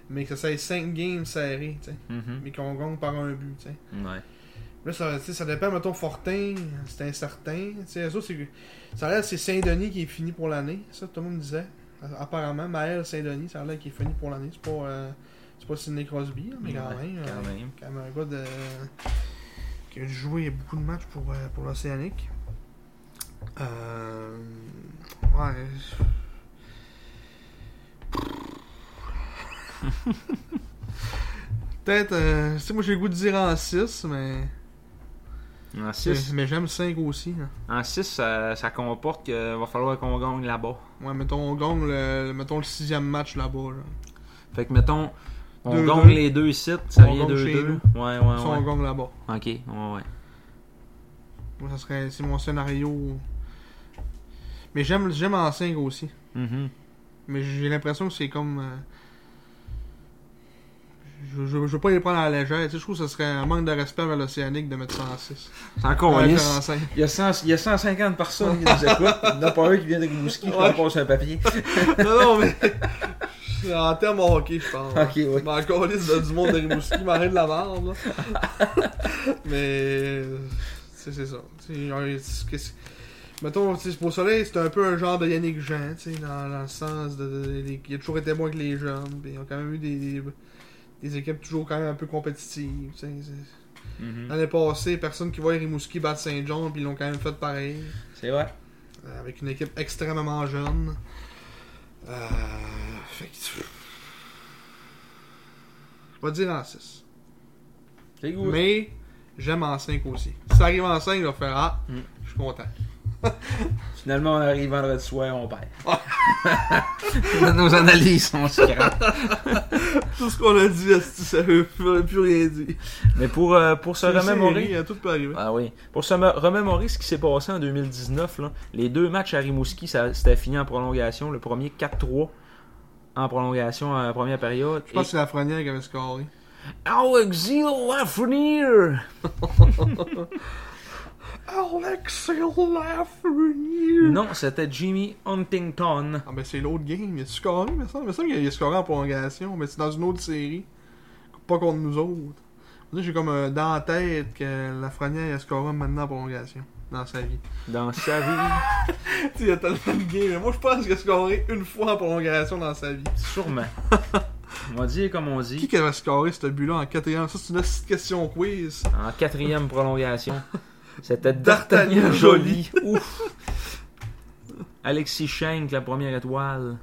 B: mais que ça soit 5 games serrés, tu sais.
A: Mhm.
B: Mais qu'on gagne par un but, tu sais.
A: Ouais.
B: Là, ça, tu sais, ça dépend, mettons, Fortin, c'est incertain. Tu sais, eux autres, c'est- ça a l'air que c'est Saint-Denis qui est fini pour l'année. Ça, tout le monde disait. Apparemment, Maël Saint-Denis, ça a l'air qu'il est fini pour l'année. C'est pas, euh, c'est pas Sidney Crosby, là, mais quand
A: Ouais,
B: même.
A: quand
B: euh,
A: même.
B: quand même un gars de... qui a joué beaucoup de matchs pour, euh, pour l'Océanique. Euh... Ouais. Peut-être, euh, tu sais, moi j'ai le goût de dire en 6, mais,
A: En
B: mais,
A: 6,
B: mais j'aime 5 aussi. hein. là.
A: en six, ça, ça comporte qu'il va falloir qu'on gagne là-bas.
B: Ouais, mettons, on gagne le, mettons le sixième match là-bas. Là.
A: Fait que mettons, on
B: Deux,
A: gagne
B: deux.
A: les deux sites, ça
B: On
A: vient
B: gagne chez
A: 2-2. Ouais, ouais,
B: Si on
A: Ah ouais.
B: gagne là-bas.
A: Ok, ouais, ouais.
B: Moi, ça serait, c'est mon scénario. Mais j'aime, j'aime en 5 aussi.
A: Mhm.
B: Mais j'ai l'impression que c'est comme. euh, Je, je, je veux pas les prendre à la légère. Tu sais, je trouve que ce serait un manque de respect vers l'Océanique de mettre ça en 6.
A: C'est encore
B: Ouais,
A: lisse.
B: faire en 5.
A: Il y, a 100 il y a 150 personnes qui nous écoutent. Il n'y en a pas un qui vient de Rimouski qui leur passe un papier.
B: Non, non, mais. C'est En termes hockey, je pense.
A: Ok, oui.
B: Mais encore liste de- du monde de Rimouski, marin de la merde, là. Mais. C'est, c'est ça. Tu sais, genre, c'est- qu'est-ce- Mettons, tu sais, pour soleil, c'est un peu un genre de Yannick Jean, tu sais, dans, dans le sens de. de- de- il a toujours été bon avec les jeunes, puis ils ont quand même eu des, des, des équipes toujours quand même un peu compétitives, tu sais. c'est-
A: Mhm.
B: L'année passée, personne qui voit Rimouski battre Saint-Jean, puis ils l'ont quand même fait pareil
A: C'est vrai.
B: Euh, avec une équipe extrêmement jeune. Euh, fait que... Je vais dire en 6.
A: C'est goût.
B: Mais j'aime en 5 aussi. Si ça arrive en 5, je vais faire Ah,
A: Mm.
B: je suis content.
A: Finalement, on arrive vendredi soir, on perd. Nos analyses sont scrap.
B: Tout ce qu'on a dit, esti, ça veut plus, plus rien dire.
A: Mais pour, euh, pour se
B: C'est
A: remémorer.
B: série, euh, Tout peut arriver.
A: Ah oui. Pour se me- remémorer ce qui s'est passé en 2019, là, les deux matchs à Rimouski, ça- c'était fini en prolongation. Le premier 4-3 en prolongation à la première période.
B: Je pense que c'est la Frenière qui avait scoré.
A: Et... Alexis Lafreniere!
B: Alex Lafreniere!
A: Non, c'était Jimmy Huntington.
B: Ah ben c'est l'autre game, il a scoré, mais ça, mais ça, il a scoré en prolongation, mais c'est dans une autre série. Pas contre nous autres. On dirait que J'ai comme euh, dans la tête que Lafrenière a scoré maintenant en prolongation dans sa vie.
A: Dans sa vie,
B: Tu sais, il y a tellement de games, mais moi je pense qu'il a scoré une fois en prolongation dans sa vie.
A: sûrement. On va dire comme on dit,
B: Qui qui avait scoré ce but-là en 4 Ça c'est une petite question quiz.
A: en quatrième prolongation, c'était
B: D'Artagnan
A: D'Artagnan Joly. Ouf! Alexis Schenk, la première étoile.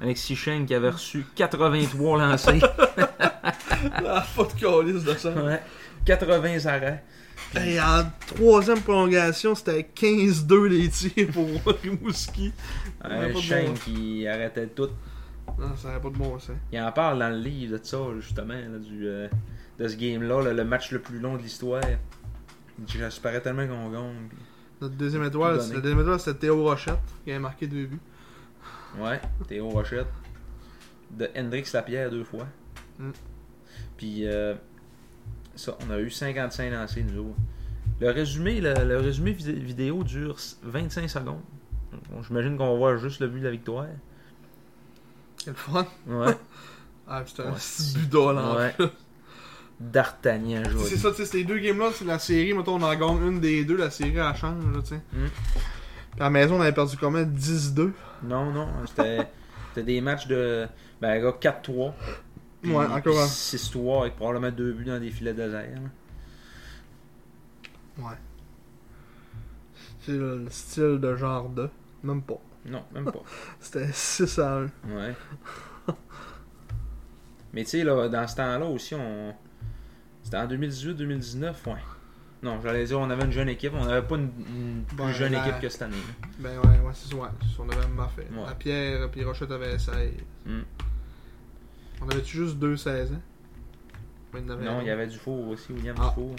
A: Alexis Schenk qui avait reçu 83 lancés.
B: Ah, pas de calice de ça.
A: Ouais. 80 arrêts.
B: Hey, en troisième prolongation, c'était 15-2 les tirs pour Rimouski. Ouais, pas
A: Euh,
B: de bon
A: Schenk qui arrêtait tout.
B: Non, ça n'avait pas de bon sens.
A: Il en parle dans le livre de ça, justement, là, du, euh, de ce game-là, là, le match le plus long de l'histoire. Il dit, J'espérais tellement qu'on gagne. puis-
B: Notre deuxième étoile,
A: Tout
B: c'est-
A: donné.
B: la deuxième étoile, c'était Théo Rochette, qui avait marqué deux buts.
A: Ouais, Théo Rochette. De Hendrix Lapierre deux fois.
B: Mm.
A: Puis, euh, ça, on a eu 55 lancés, nous autres. Le résumé, le, le résumé vid- vidéo dure 25 secondes. Bon, J'imagine qu'on va voir juste le but de la victoire.
B: Quel fun!
A: Ouais.
B: Ah, putain,
A: Ouais.
B: c'est du dol, en
A: Ouais.
B: fait.
A: D'Artagnan,
B: Tu sais, C'est
A: joli.
B: ça, tu sais, ces deux games-là, c'est la série, mettons, on en gagne une des deux, la série, elle change, là, tu sais.
A: Mm.
B: Puis à la maison, on avait perdu combien? 10-2?
A: Non, non, c'était c'était des matchs de ben, gars, 4-3. puis
B: Ouais, encore un.
A: 6-3 avec probablement deux buts dans des filets déserts. là.
B: Ouais. C'est le le style de genre 2. Même pas.
A: Non, même pas.
B: C'était 6 à 1.
A: Ouais. Mais tu sais, là, dans ce temps-là aussi, on. C'était en 2018-2019, ouais. Non, j'allais dire, on avait une jeune équipe, on n'avait pas une, une plus
B: Ben,
A: jeune
B: la-
A: équipe que cette année. là.
B: Ben ouais, ouais, c'est ça, ouais. c'est ça, On avait même affaire.
A: Ouais.
B: La pierre, puis Rochette avait 16.
A: Mm.
B: On avait-tu juste hein? 2 16 ans? Ouais, Ben, en
A: Non, il y
B: un.
A: avait Dufour aussi, William
B: Ah.
A: Dufour.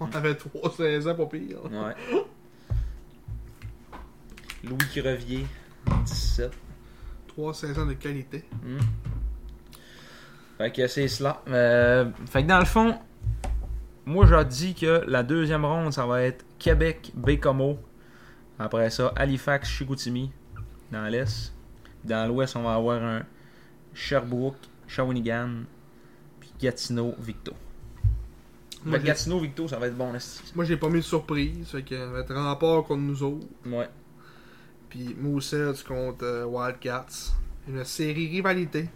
B: On avait 3 16 ans, pas pire.
A: Ouais. Louis Crevier, 17.
B: 3 16 ans de qualité.
A: Hmm. Fait que c'est cela. Euh, fait que dans le fond, moi je dis que la deuxième ronde, ça va être Québec, Bécomo. Après ça, Halifax, Chicoutimi, dans l'Est. dans l'Ouest, on va avoir un Sherbrooke, Shawinigan, puis Gatineau, Victo.
B: Moi,
A: Mais
B: j'ai-
A: Gatineau, Victo, ça va être bon, là. c'est-
B: Moi, j'ai pas mis de surprise. Fait que, ça va être rempart contre nous autres.
A: Ouais.
B: Puis Moussets contre euh, Wildcats. Une série rivalité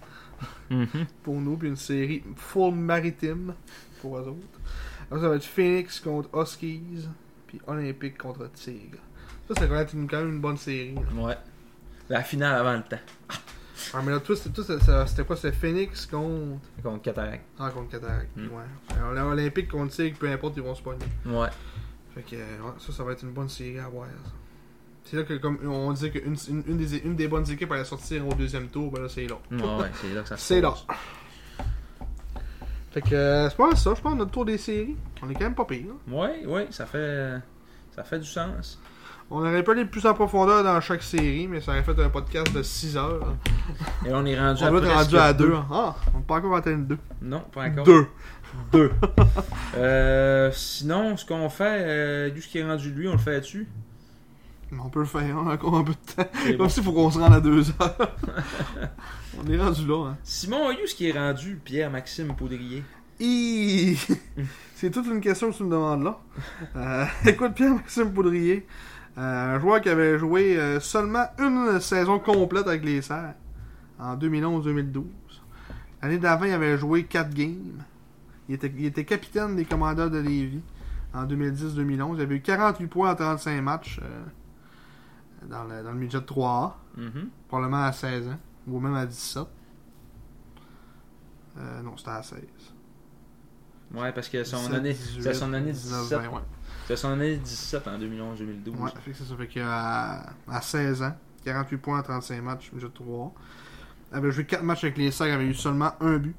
B: pour nous, puis une série full maritime pour eux autres. Après, ça va être Phoenix contre Huskies, puis Olympique contre Tigre. Ça, ça va être une- quand même une bonne série. là.
A: Ouais. La finale avant le temps,
B: Ah, mais là, tout, c'était tout, ça- ça- c'était quoi C'était Phoenix contre.
A: contre Cataract.
B: Ah, contre Cataract.
A: Mm.
B: Ouais. Alors, là, Olympique contre Tigre, peu importe, ils vont se pogner.
A: Ouais.
B: Fait que, euh, ouais, ça, ça va être une bonne série à voir. ça. C'est là que, comme on dit qu'une une, une des, une des bonnes équipes allait sortir au deuxième tour, ben là, c'est là.
A: Ouais, ouais, c'est là que ça se
B: C'est là.
A: passe.
B: Fait que euh, c'est pas mal ça, je pense, notre tour des séries. On est quand même pas pire. hein.
A: Ouais, ouais, ça fait. Ça fait du sens.
B: On aurait pu aller plus en profondeur dans chaque série, mais ça aurait fait un podcast de 6 heures. hein.
A: Et là, on est rendu
B: On doit être
A: presque
B: rendu à
A: deux.
B: 2. Ah, on peut pas encore atteint le 2.
A: Non, pas encore.
B: 2.
A: Euh, sinon, ce qu'on fait, euh, lui, ce qui est rendu lui, on le fait dessus.
B: On peut le faire, on a encore un peu de temps.
A: C'est bon.
B: Comme s'il faut qu'on se rende à 2 heures. on est rendu là, hein.
A: Simon Ayou, ce qui est rendu Pierre-Maxime Poudrier.
B: Hi! C'est toute une question que tu me demandes là. Euh, écoute, Pierre-Maxime Poudrier, euh, un joueur qui avait joué euh, seulement une saison complète avec les Serres en 2011-2012. L'année d'avant, il avait joué 4 games. Il était, il était capitaine des commandeurs de Lévis en 2010-2011. Il avait eu 48 points en 35 matchs euh, dans, le, dans le midget 3A
A: Mhm.
B: probablement à 16 ans, ou même à 17. Euh, non, c'était à 16.
A: Ouais, parce que son
B: 17,
A: année,
B: 18,
A: c'est son année
B: 19,
A: 17.
B: 20, ouais.
A: C'est son année 17 en 2011-2012.
B: Ouais, fait que c'est ça. Fait qu'à à 16 ans, 48 points en 35 matchs, jeu 3. Elle avait joué 4 matchs avec les Sags, elle avait eu seulement un but.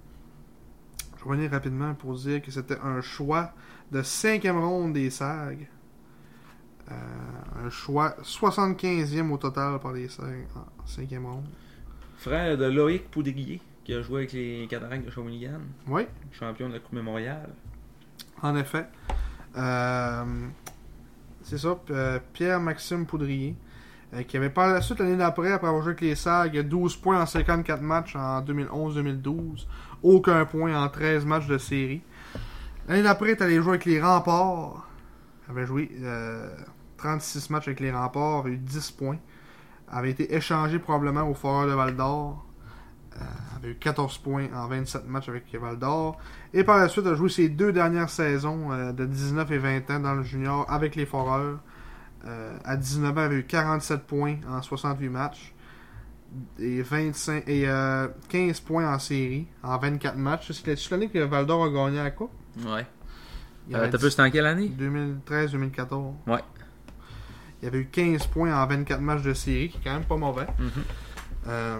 B: Je revenais rapidement pour dire que c'était un choix de 5e ronde des Sags. Euh, un choix 75e au total par les Sags en 5e ronde.
A: Frère de Loïc Poudrier, qui a joué avec les Cataractes de Shawinigan,
B: Oui.
A: champion de la Coupe Mémorial.
B: En effet. Euh, c'est ça, p- euh, Pierre-Maxime Poudrier, euh, qui avait par la suite l'année d'après, après avoir joué avec les SAG, 12 points en 54 matchs en 2011-2012, aucun point en 13 matchs de série. L'année d'après, il est allé jouer avec les Remparts. Il avait joué euh, 36 matchs avec les Remparts, avait eu 10 points. Avait été échangé probablement au Foreur de Val d'Or. Euh, avait eu 14 points en 27 matchs avec Val d'Or. Et par la suite, a joué ses deux dernières saisons euh, de 19 et 20 ans dans le junior avec les Foreurs. Euh, à 19 ans, elle avait eu 47 points en 68 matchs. Et, 25, et euh, 15 points en série en 24 matchs. C'est ce l'année que Valdor a gagné la Coupe.
A: Ouais.
B: Il
A: Euh,
B: avait
A: T'as plus, c'était en quelle année
B: 2013-2014.
A: Ouais.
B: Il avait eu 15 points en 24 matchs de série, qui est quand même pas mauvais.
A: Mhm.
B: Euh,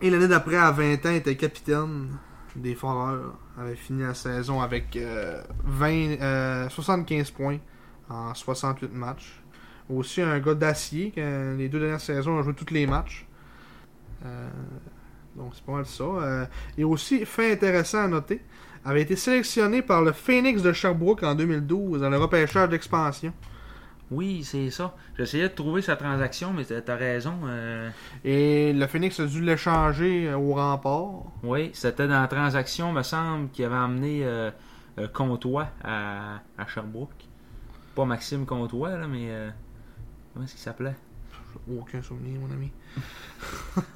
B: et l'année d'après, à 20 ans, il était capitaine des Foreurs. Il avait fini la saison avec euh, 20, euh, 75 points en 68 matchs. Aussi, un gars d'acier, qui, euh, les deux dernières saisons, a joué tous les matchs. Euh, donc, c'est pas mal ça. Euh, et aussi, fait intéressant à noter, avait été sélectionné par le Phoenix de Sherbrooke en 2012 dans le repêchage d'expansion.
A: Oui, c'est ça. J'essayais de trouver sa transaction, mais t'as t'as raison. euh,
B: Et le Phoenix a dû l'échanger euh, au rempart.
A: Oui, c'était dans la transaction, me semble, qui avait amené euh, euh, Comtois à, à Sherbrooke. Pas Maxime Comtois, là, mais. euh, comment est-ce qu'il s'appelait
B: Aucun souvenir, mon ami.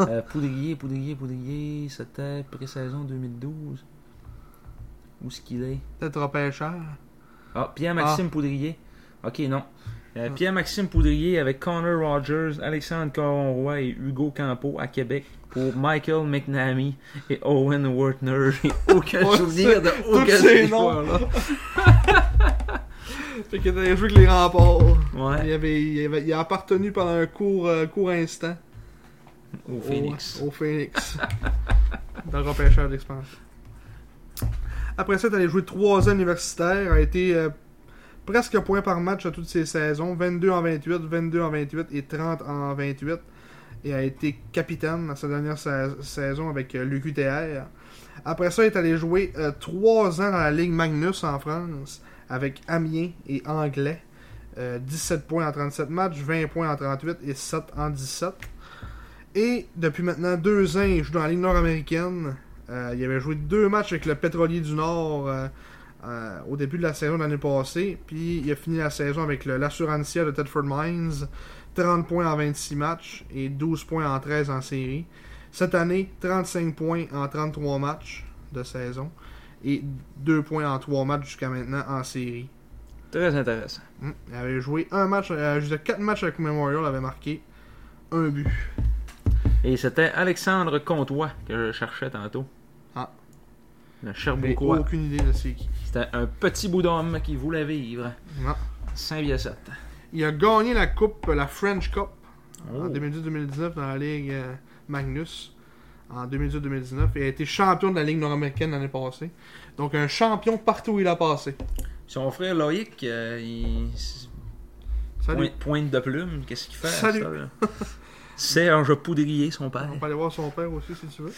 A: Euh, Poudrier, Poudrier, Poudrier, c'était pré-saison 2012. Où est-ce qu'il est
B: Peut-être repêcheur.
A: Ah, Pierre-Maxime Poudrier. Ok, non. Euh, Pierre-Maxime Poudrier avec Connor Rogers, Alexandre Coron-Roy et Hugo Campo à Québec pour Michael McNamee et Owen Wertner. J'ai aucun
B: Ouais,
A: souvenir de
B: Tous
A: aucun de
B: ces
A: ces
B: noms,
A: joueurs.
B: là. fait qu'il avait joué avec les remparts. Il,
A: Ouais,
B: avait, il, avait- il a appartenu pendant un court, euh, court instant
A: au Phoenix.
B: Au, Phoenix. Dans le repêcheur d'expansion. Après ça, t'allais jouer 3 ans universitaire. A été euh, presque un point par match à toutes ces saisons. 22 en 28, 22 en 28 et 30 en 28. Et a été capitaine dans sa dernière sa- saison avec euh, l'UQTR. Après ça, il est allé jouer 3 ans dans la Ligue Magnus en France avec Amiens et Anglais. Euh, 17 points en 37 matchs, 20 points en 38 et 7 en 17. Et depuis maintenant deux ans, il joue dans la Ligue nord-américaine. Euh, il avait joué deux matchs avec le Pétrolier du Nord euh, euh, au début de la saison de l'année passée. Puis il a fini la saison avec le- l'Assurancia de Tedford Mines. 30 points en 26 matchs et 12 points en 13 en série. Cette année, 35 points en 33 matchs de saison et 2 points en 3 matchs jusqu'à maintenant en série.
A: Très intéressant.
B: Hmm. Il avait joué un match, euh, juste 4 matchs avec Memorial, avait marqué un but.
A: Et c'était Alexandre Comtois que je cherchais tantôt.
B: Ah.
A: Le
B: J'ai
A: Cherbourgois.
B: aucune idée de c'est qui.
A: C'était un petit bout d'homme qui voulait vivre.
B: Non.
A: Saint-Viacette.
B: Il a gagné la coupe, euh, la French Cup, en
A: Oh.
B: 2018-2019 dans la Ligue euh, Magnus, en 2018-2019, et a été champion de la Ligue nord-américaine l'année passée. Donc un champion partout où il a passé.
A: Son frère Loïc, euh, il...
B: Salut.
A: Point- pointe de plume, qu'est-ce qu'il fait à
B: Salut.
A: cette heure-là? Serge Poudrier, son père.
B: On peut aller voir son père aussi si tu veux.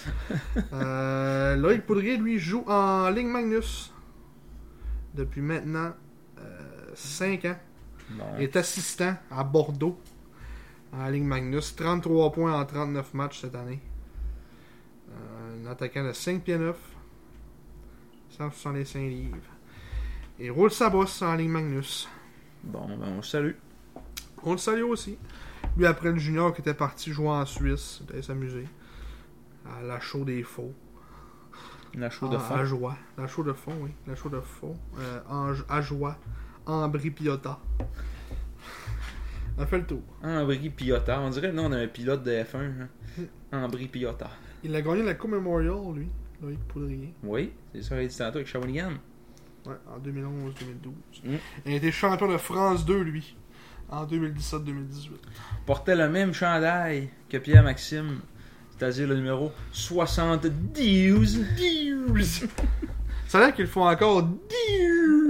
B: Euh, Loïc Poudrier, lui, joue en Ligue Magnus depuis maintenant 5 ans.
A: Bon.
B: Il est assistant à Bordeaux en Ligue Magnus. 33 points en 39 matchs cette année. Euh, un attaquant de 5 pieds 9. 165 livres. Et roule sa bosse en Ligue Magnus.
A: Bon, ben on le salue.
B: On le salue aussi. Lui, après le junior qui était parti jouer en Suisse, il allait s'amuser. À la chaux des faux.
A: La chaux
B: Ah,
A: de fond.
B: À joie. La chaux de fond, oui. La chaux de fond. Euh, Ange- à joie. Ambry Piotta. On fait le tour.
A: Ambry Piotta. On dirait le nom d'un pilote de F1. hein. Ambry Piotta.
B: Il a gagné la Coupe Memorial, lui, Loïc Poudrier,
A: Oui, c'est ça, il dit tantôt avec Shawinigan.
B: ouais, en 2011-2012.
A: Mm.
B: Il a été champion de France 2, lui, en 2017-2018.
A: Portait le même chandail que Pierre-Maxime. C'est-à-dire le numéro 72.
B: Ça a l'air qu'ils font encore 10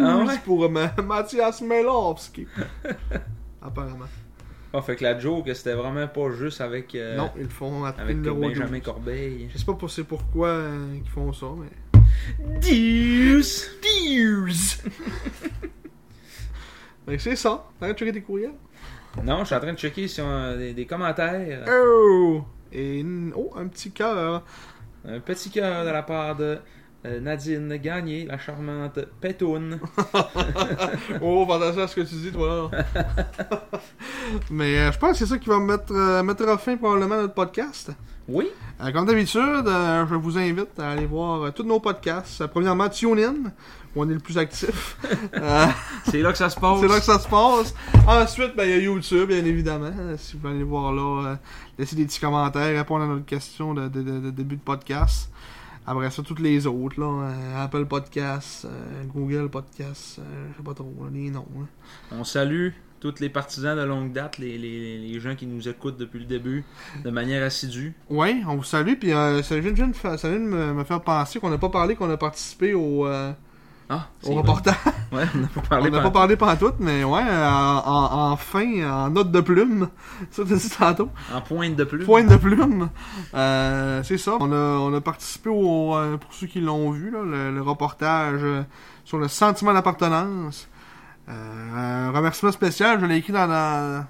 A: Ah ouais?
B: pour euh, Ma- Mathias Melowski. Apparemment.
A: Ah, fait que la joke, c'était vraiment pas juste avec, euh,
B: non, ils le font à
A: avec
B: numéro
A: Benjamin
B: 12.
A: Corbeil.
B: Je sais pas pour c'est pourquoi euh, qu'ils font ça, mais...
A: 12!
B: Fait que c'est ça. T'arrêtes de checker tes courriels.
A: Non, je suis en train de checker sur euh, des, des commentaires.
B: Oh! Et... Oh, un petit cœur.
A: Un petit cœur de la part de euh, Nadine Gagné, la charmante pétoune.
B: Oh, fantastique à ce que tu dis, toi. là. Mais euh, je pense que c'est ça qui va mettre, euh, mettre fin probablement à notre podcast.
A: Oui,
B: Euh, comme d'habitude, euh, je vous invite à aller voir euh, tous nos podcasts. Euh, premièrement, TuneIn, où on est le plus actif. Euh,
A: c'est là que ça se passe.
B: c'est là que ça se passe. Ensuite, ben, il y a YouTube, bien évidemment. Euh, Si vous voulez aller voir là, euh, laissez des petits commentaires, répondre à notre question de, de- de- de début de podcast. Après ça, toutes les autres, là, euh, Apple Podcasts, euh, Google Podcasts, euh, je sais pas trop, là, les noms. là.
A: On salue tous les partisans de longue date, les, les- les gens qui nous écoutent depuis le début, de manière assidue.
B: Oui, on vous salue. Puis euh, ça vient, de- ça vient de me, me faire penser qu'on n'a pas parlé qu'on a participé au, euh,
A: Ah, c'est
B: au
A: vrai.
B: reportage.
A: Ouais, on n'a pas
B: On
A: parlé.
B: n'a pas
A: pendant-
B: parlé pantoute, mais ouais, euh, en, en fin, en note de plume. Ça, t'as dit tantôt.
A: En pointe de plus.
B: Pointe de plume. Euh, c'est ça. On a, on a participé au, euh, pour ceux qui l'ont vu, là, le, le reportage euh, sur le sentiment d'appartenance. Euh, un remerciement spécial, je l'ai écrit dans la,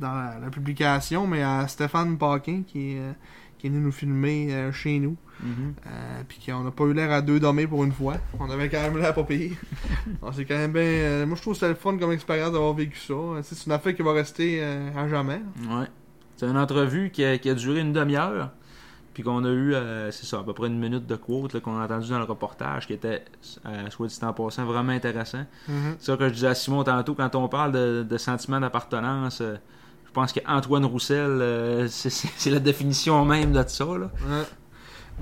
B: dans la, la publication, mais à Stéphane Paquin qui, est, euh, qui est venu nous filmer euh, chez nous.
A: Mhm.
B: Euh, puis qu'on n'a pas eu l'air à deux dommés pour une fois. On avait quand même l'air pas pire. On s'est quand même bien. euh, moi, je trouve que c'est le fun comme expérience d'avoir vécu ça. Euh, C'est une affaire qui va rester euh, à jamais.
A: Ouais. C'est une entrevue qui a, qui a duré une demi-heure. Puis qu'on a eu, euh, c'est ça, à peu près une minute de quote là, qu'on a entendu dans le reportage, qui était, euh, soit dit en passant, vraiment intéressant. C'est ça que je disais à Simon tantôt, quand on parle de, de sentiment d'appartenance, euh, je pense qu'Antoine Roussel, euh, c'est- c'est c'est la définition même de ça. Là.
B: Ouais.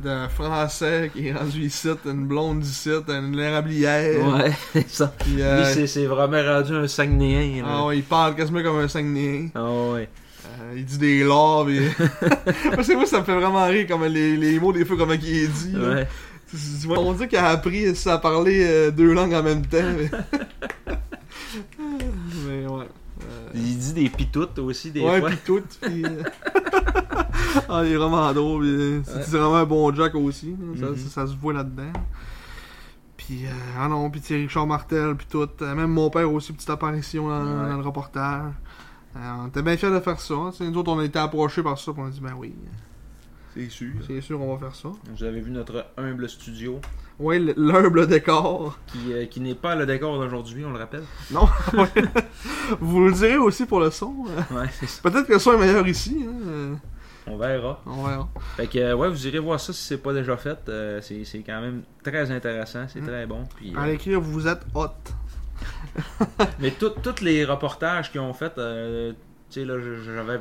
B: D'un Français qui est rendu ici, une blonde ici, une l'érablière.
A: Ouais, c'est ça.
B: Puis,
A: Lui,
B: euh,
A: c'est- c'est vraiment rendu un Saguenayen.
B: ah
A: Là.
B: ouais, il parle quasiment comme un Saguenayen.
A: Ah ouais.
B: Euh, il dit des lords. Pis... moi, c'est moi, ça me fait vraiment rire comme les, les mots des fois, comment il est dit. là.
A: Ouais.
B: Tu- tu vois, On dit qu'elle a appris ça à parler euh, deux langues en même temps. Mais, mais ouais. Euh,
A: Il dit des pitoutes aussi, des
B: ouais,
A: fois.
B: puis tout. Puis... euh, ah, il est vraiment drôle. puis, euh, c'est- C'est vraiment un bon Jack aussi. hein, ça,
A: Mhm.
B: ça- ça se voit là-dedans. Puis, euh, ah non, puis Thierry Richard Martel, puis tout. Euh, même mon père aussi, petite apparition dans,
A: Ouais.
B: dans le reportage. Euh, on était bien fiers de faire ça. hein. tu sais, Nous autres, on a été approchés par ça, puis on a dit, ben oui,
E: C'est sûr.
B: c'est sûr, on va faire ça.
A: Vous avez vu notre humble studio,
B: Oui, l- l'humble décor.
A: qui, euh, qui n'est pas le décor d'aujourd'hui, on le rappelle.
B: Non, ouais. Vous le direz aussi pour le son. euh.
A: Ouais, c'est ça.
B: Peut-être que le son est meilleur ici. hein, euh,
A: On verra.
B: On verra.
A: Fait que, euh, ouais, vous irez voir ça si c'est pas déjà fait. Euh, c'est c'est quand même très intéressant, c'est
B: Mm.
A: très bon. Puis,
B: À
A: euh,
B: l'écrire, vous êtes hot.
A: mais tout- tous les reportages qu'ils ont fait, euh, tu sais, là, je- j'avais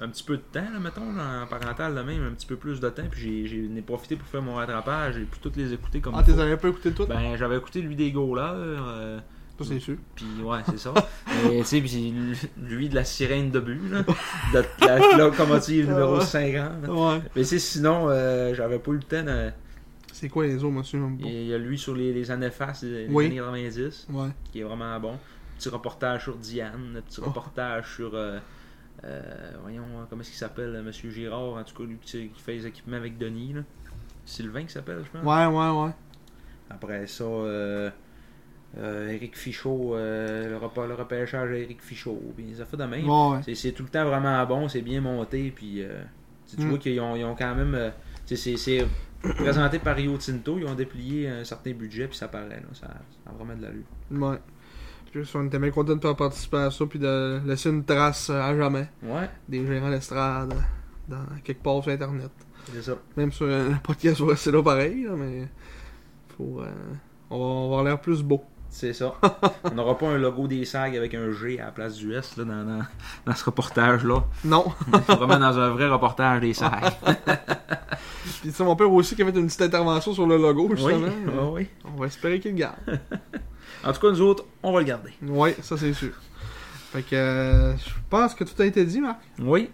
A: un petit peu de temps, là, mettons, là, en parental, là même, un petit peu plus de temps, puis j'ai- j'ai- j'en ai, profité pour faire mon rattrapage et puis toutes les écouter comme
B: Ah, t'es
A: il faut.
B: avais pas écouté tout?
A: Ben, j'avais écouté lui des gauleurs, euh,
B: Ça, c'est sûr.
A: puis ouais, c'est ça. Et tu sais, puis lui de la sirène de but, là, de la
B: Ah
A: locomotive numéro 50. là.
B: Ouais.
A: Mais tu sais, sinon, euh, j'avais pas eu le temps de.
B: C'est quoi les autres, monsieur? même pas.
A: Il y a lui sur les, les années face des
B: Oui.
A: années 90,
B: Ouais.
A: qui est vraiment bon. Petit reportage sur Diane, petit
B: Oh.
A: reportage sur. euh, euh, voyons, comment est-ce qu'il s'appelle, euh, Monsieur Girard, en tout cas, lui qui, qui fait les équipements avec Denis. Là. Sylvain qui s'appelle, je pense.
B: Ouais, ouais, ouais.
A: Après ça, euh, euh, Eric Fichot, euh, le, repas- le repêchage d'Eric Fichot. Puis les affaires de même.
B: Ouais, ouais.
A: C'est- C'est tout le temps vraiment bon, c'est bien monté, puis euh, tu tu
B: Mm.
A: vois qu'ils ont, ils ont quand même. euh, tu sais, c'est c'est présenté par Rio Tinto, ils ont déplié un certain budget, puis ça paraît, là, ça, ça a vraiment de l'allure.
B: Ouais. Puis on était bien contents de faire participer à ça, puis de laisser une trace euh, à jamais
A: Ouais,
B: des gérants d'estrade euh, dans quelque part sur Internet.
A: c'est ça.
B: Même sur euh, le podcast, va rester là pareil, là, mais faut, euh, on va on va avoir l'air plus beau.
A: C'est ça. On n'aura pas un logo des SAG avec un G à la place du S là, dans, dans, dans ce reportage-là.
B: Non.
A: On est vraiment dans un vrai reportage des SAG.
B: puis c'est mon père aussi qui a fait une petite intervention sur le logo,
A: oui, Ah.
B: justement.
A: oui, oui.
B: On va espérer qu'il le garde.
A: En tout cas, nous autres, on va le garder.
B: ouais, ça c'est sûr. Fait que euh, je pense que tout a été dit, Marc.
A: Oui,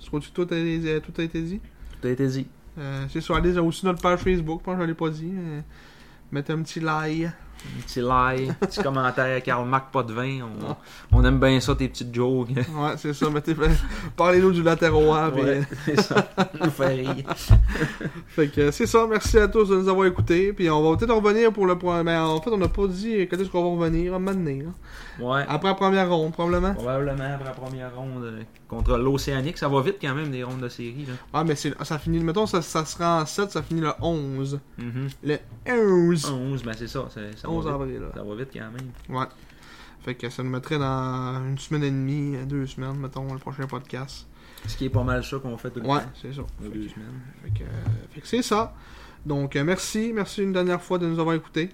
B: Je trouve que tout a, euh, tout a été dit.
A: tout a été dit.
B: Euh, c'est sur allez aussi notre page Facebook, je pense que je l'ai pas dit. euh, mettez un petit like.
A: Un petit like, un petit commentaire, Karl Marc, pas de vin. On, on aime bien ça, tes petites jokes.
B: Ouais, c'est ça, mettez parlez-nous du latérois. puis,
A: Ouais, c'est ça. Nous faire rire.
B: euh, fait que euh, c'est ça, merci à tous de nous avoir écoutés. Puis on va peut-être revenir pour le point. Mais en fait, on n'a pas dit quand est-ce qu'on va revenir, maintenant. hein.
A: Ouais.
B: Après la première ronde, probablement.
A: Probablement après la première ronde euh, contre l'Océanique. Ça va vite quand même, des rondes de série. Là.
B: Ah, mais c'est, ça finit, mettons, ça, ça sera en 7, ça finit le 11.
A: Mhm.
B: Le 11.
A: 11, ben c'est ça. c'est- Ça,
B: 11
A: va vite.
B: avril, là.
A: ça va vite quand même.
B: Ouais. Fait que ça nous mettrait dans une semaine et demie, euh, deux semaines, mettons, le prochain podcast.
A: Ce qui est pas mal ça qu'on fait tout le
B: Ouais,
A: temps.
B: c'est ça.
A: Nos deux semaines.
B: Fait que, euh, fait que c'est ça. Donc, euh, merci. Merci une dernière fois de nous avoir écoutés.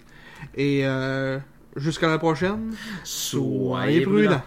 B: Et euh, jusqu'à la prochaine.
A: Soyez prudents.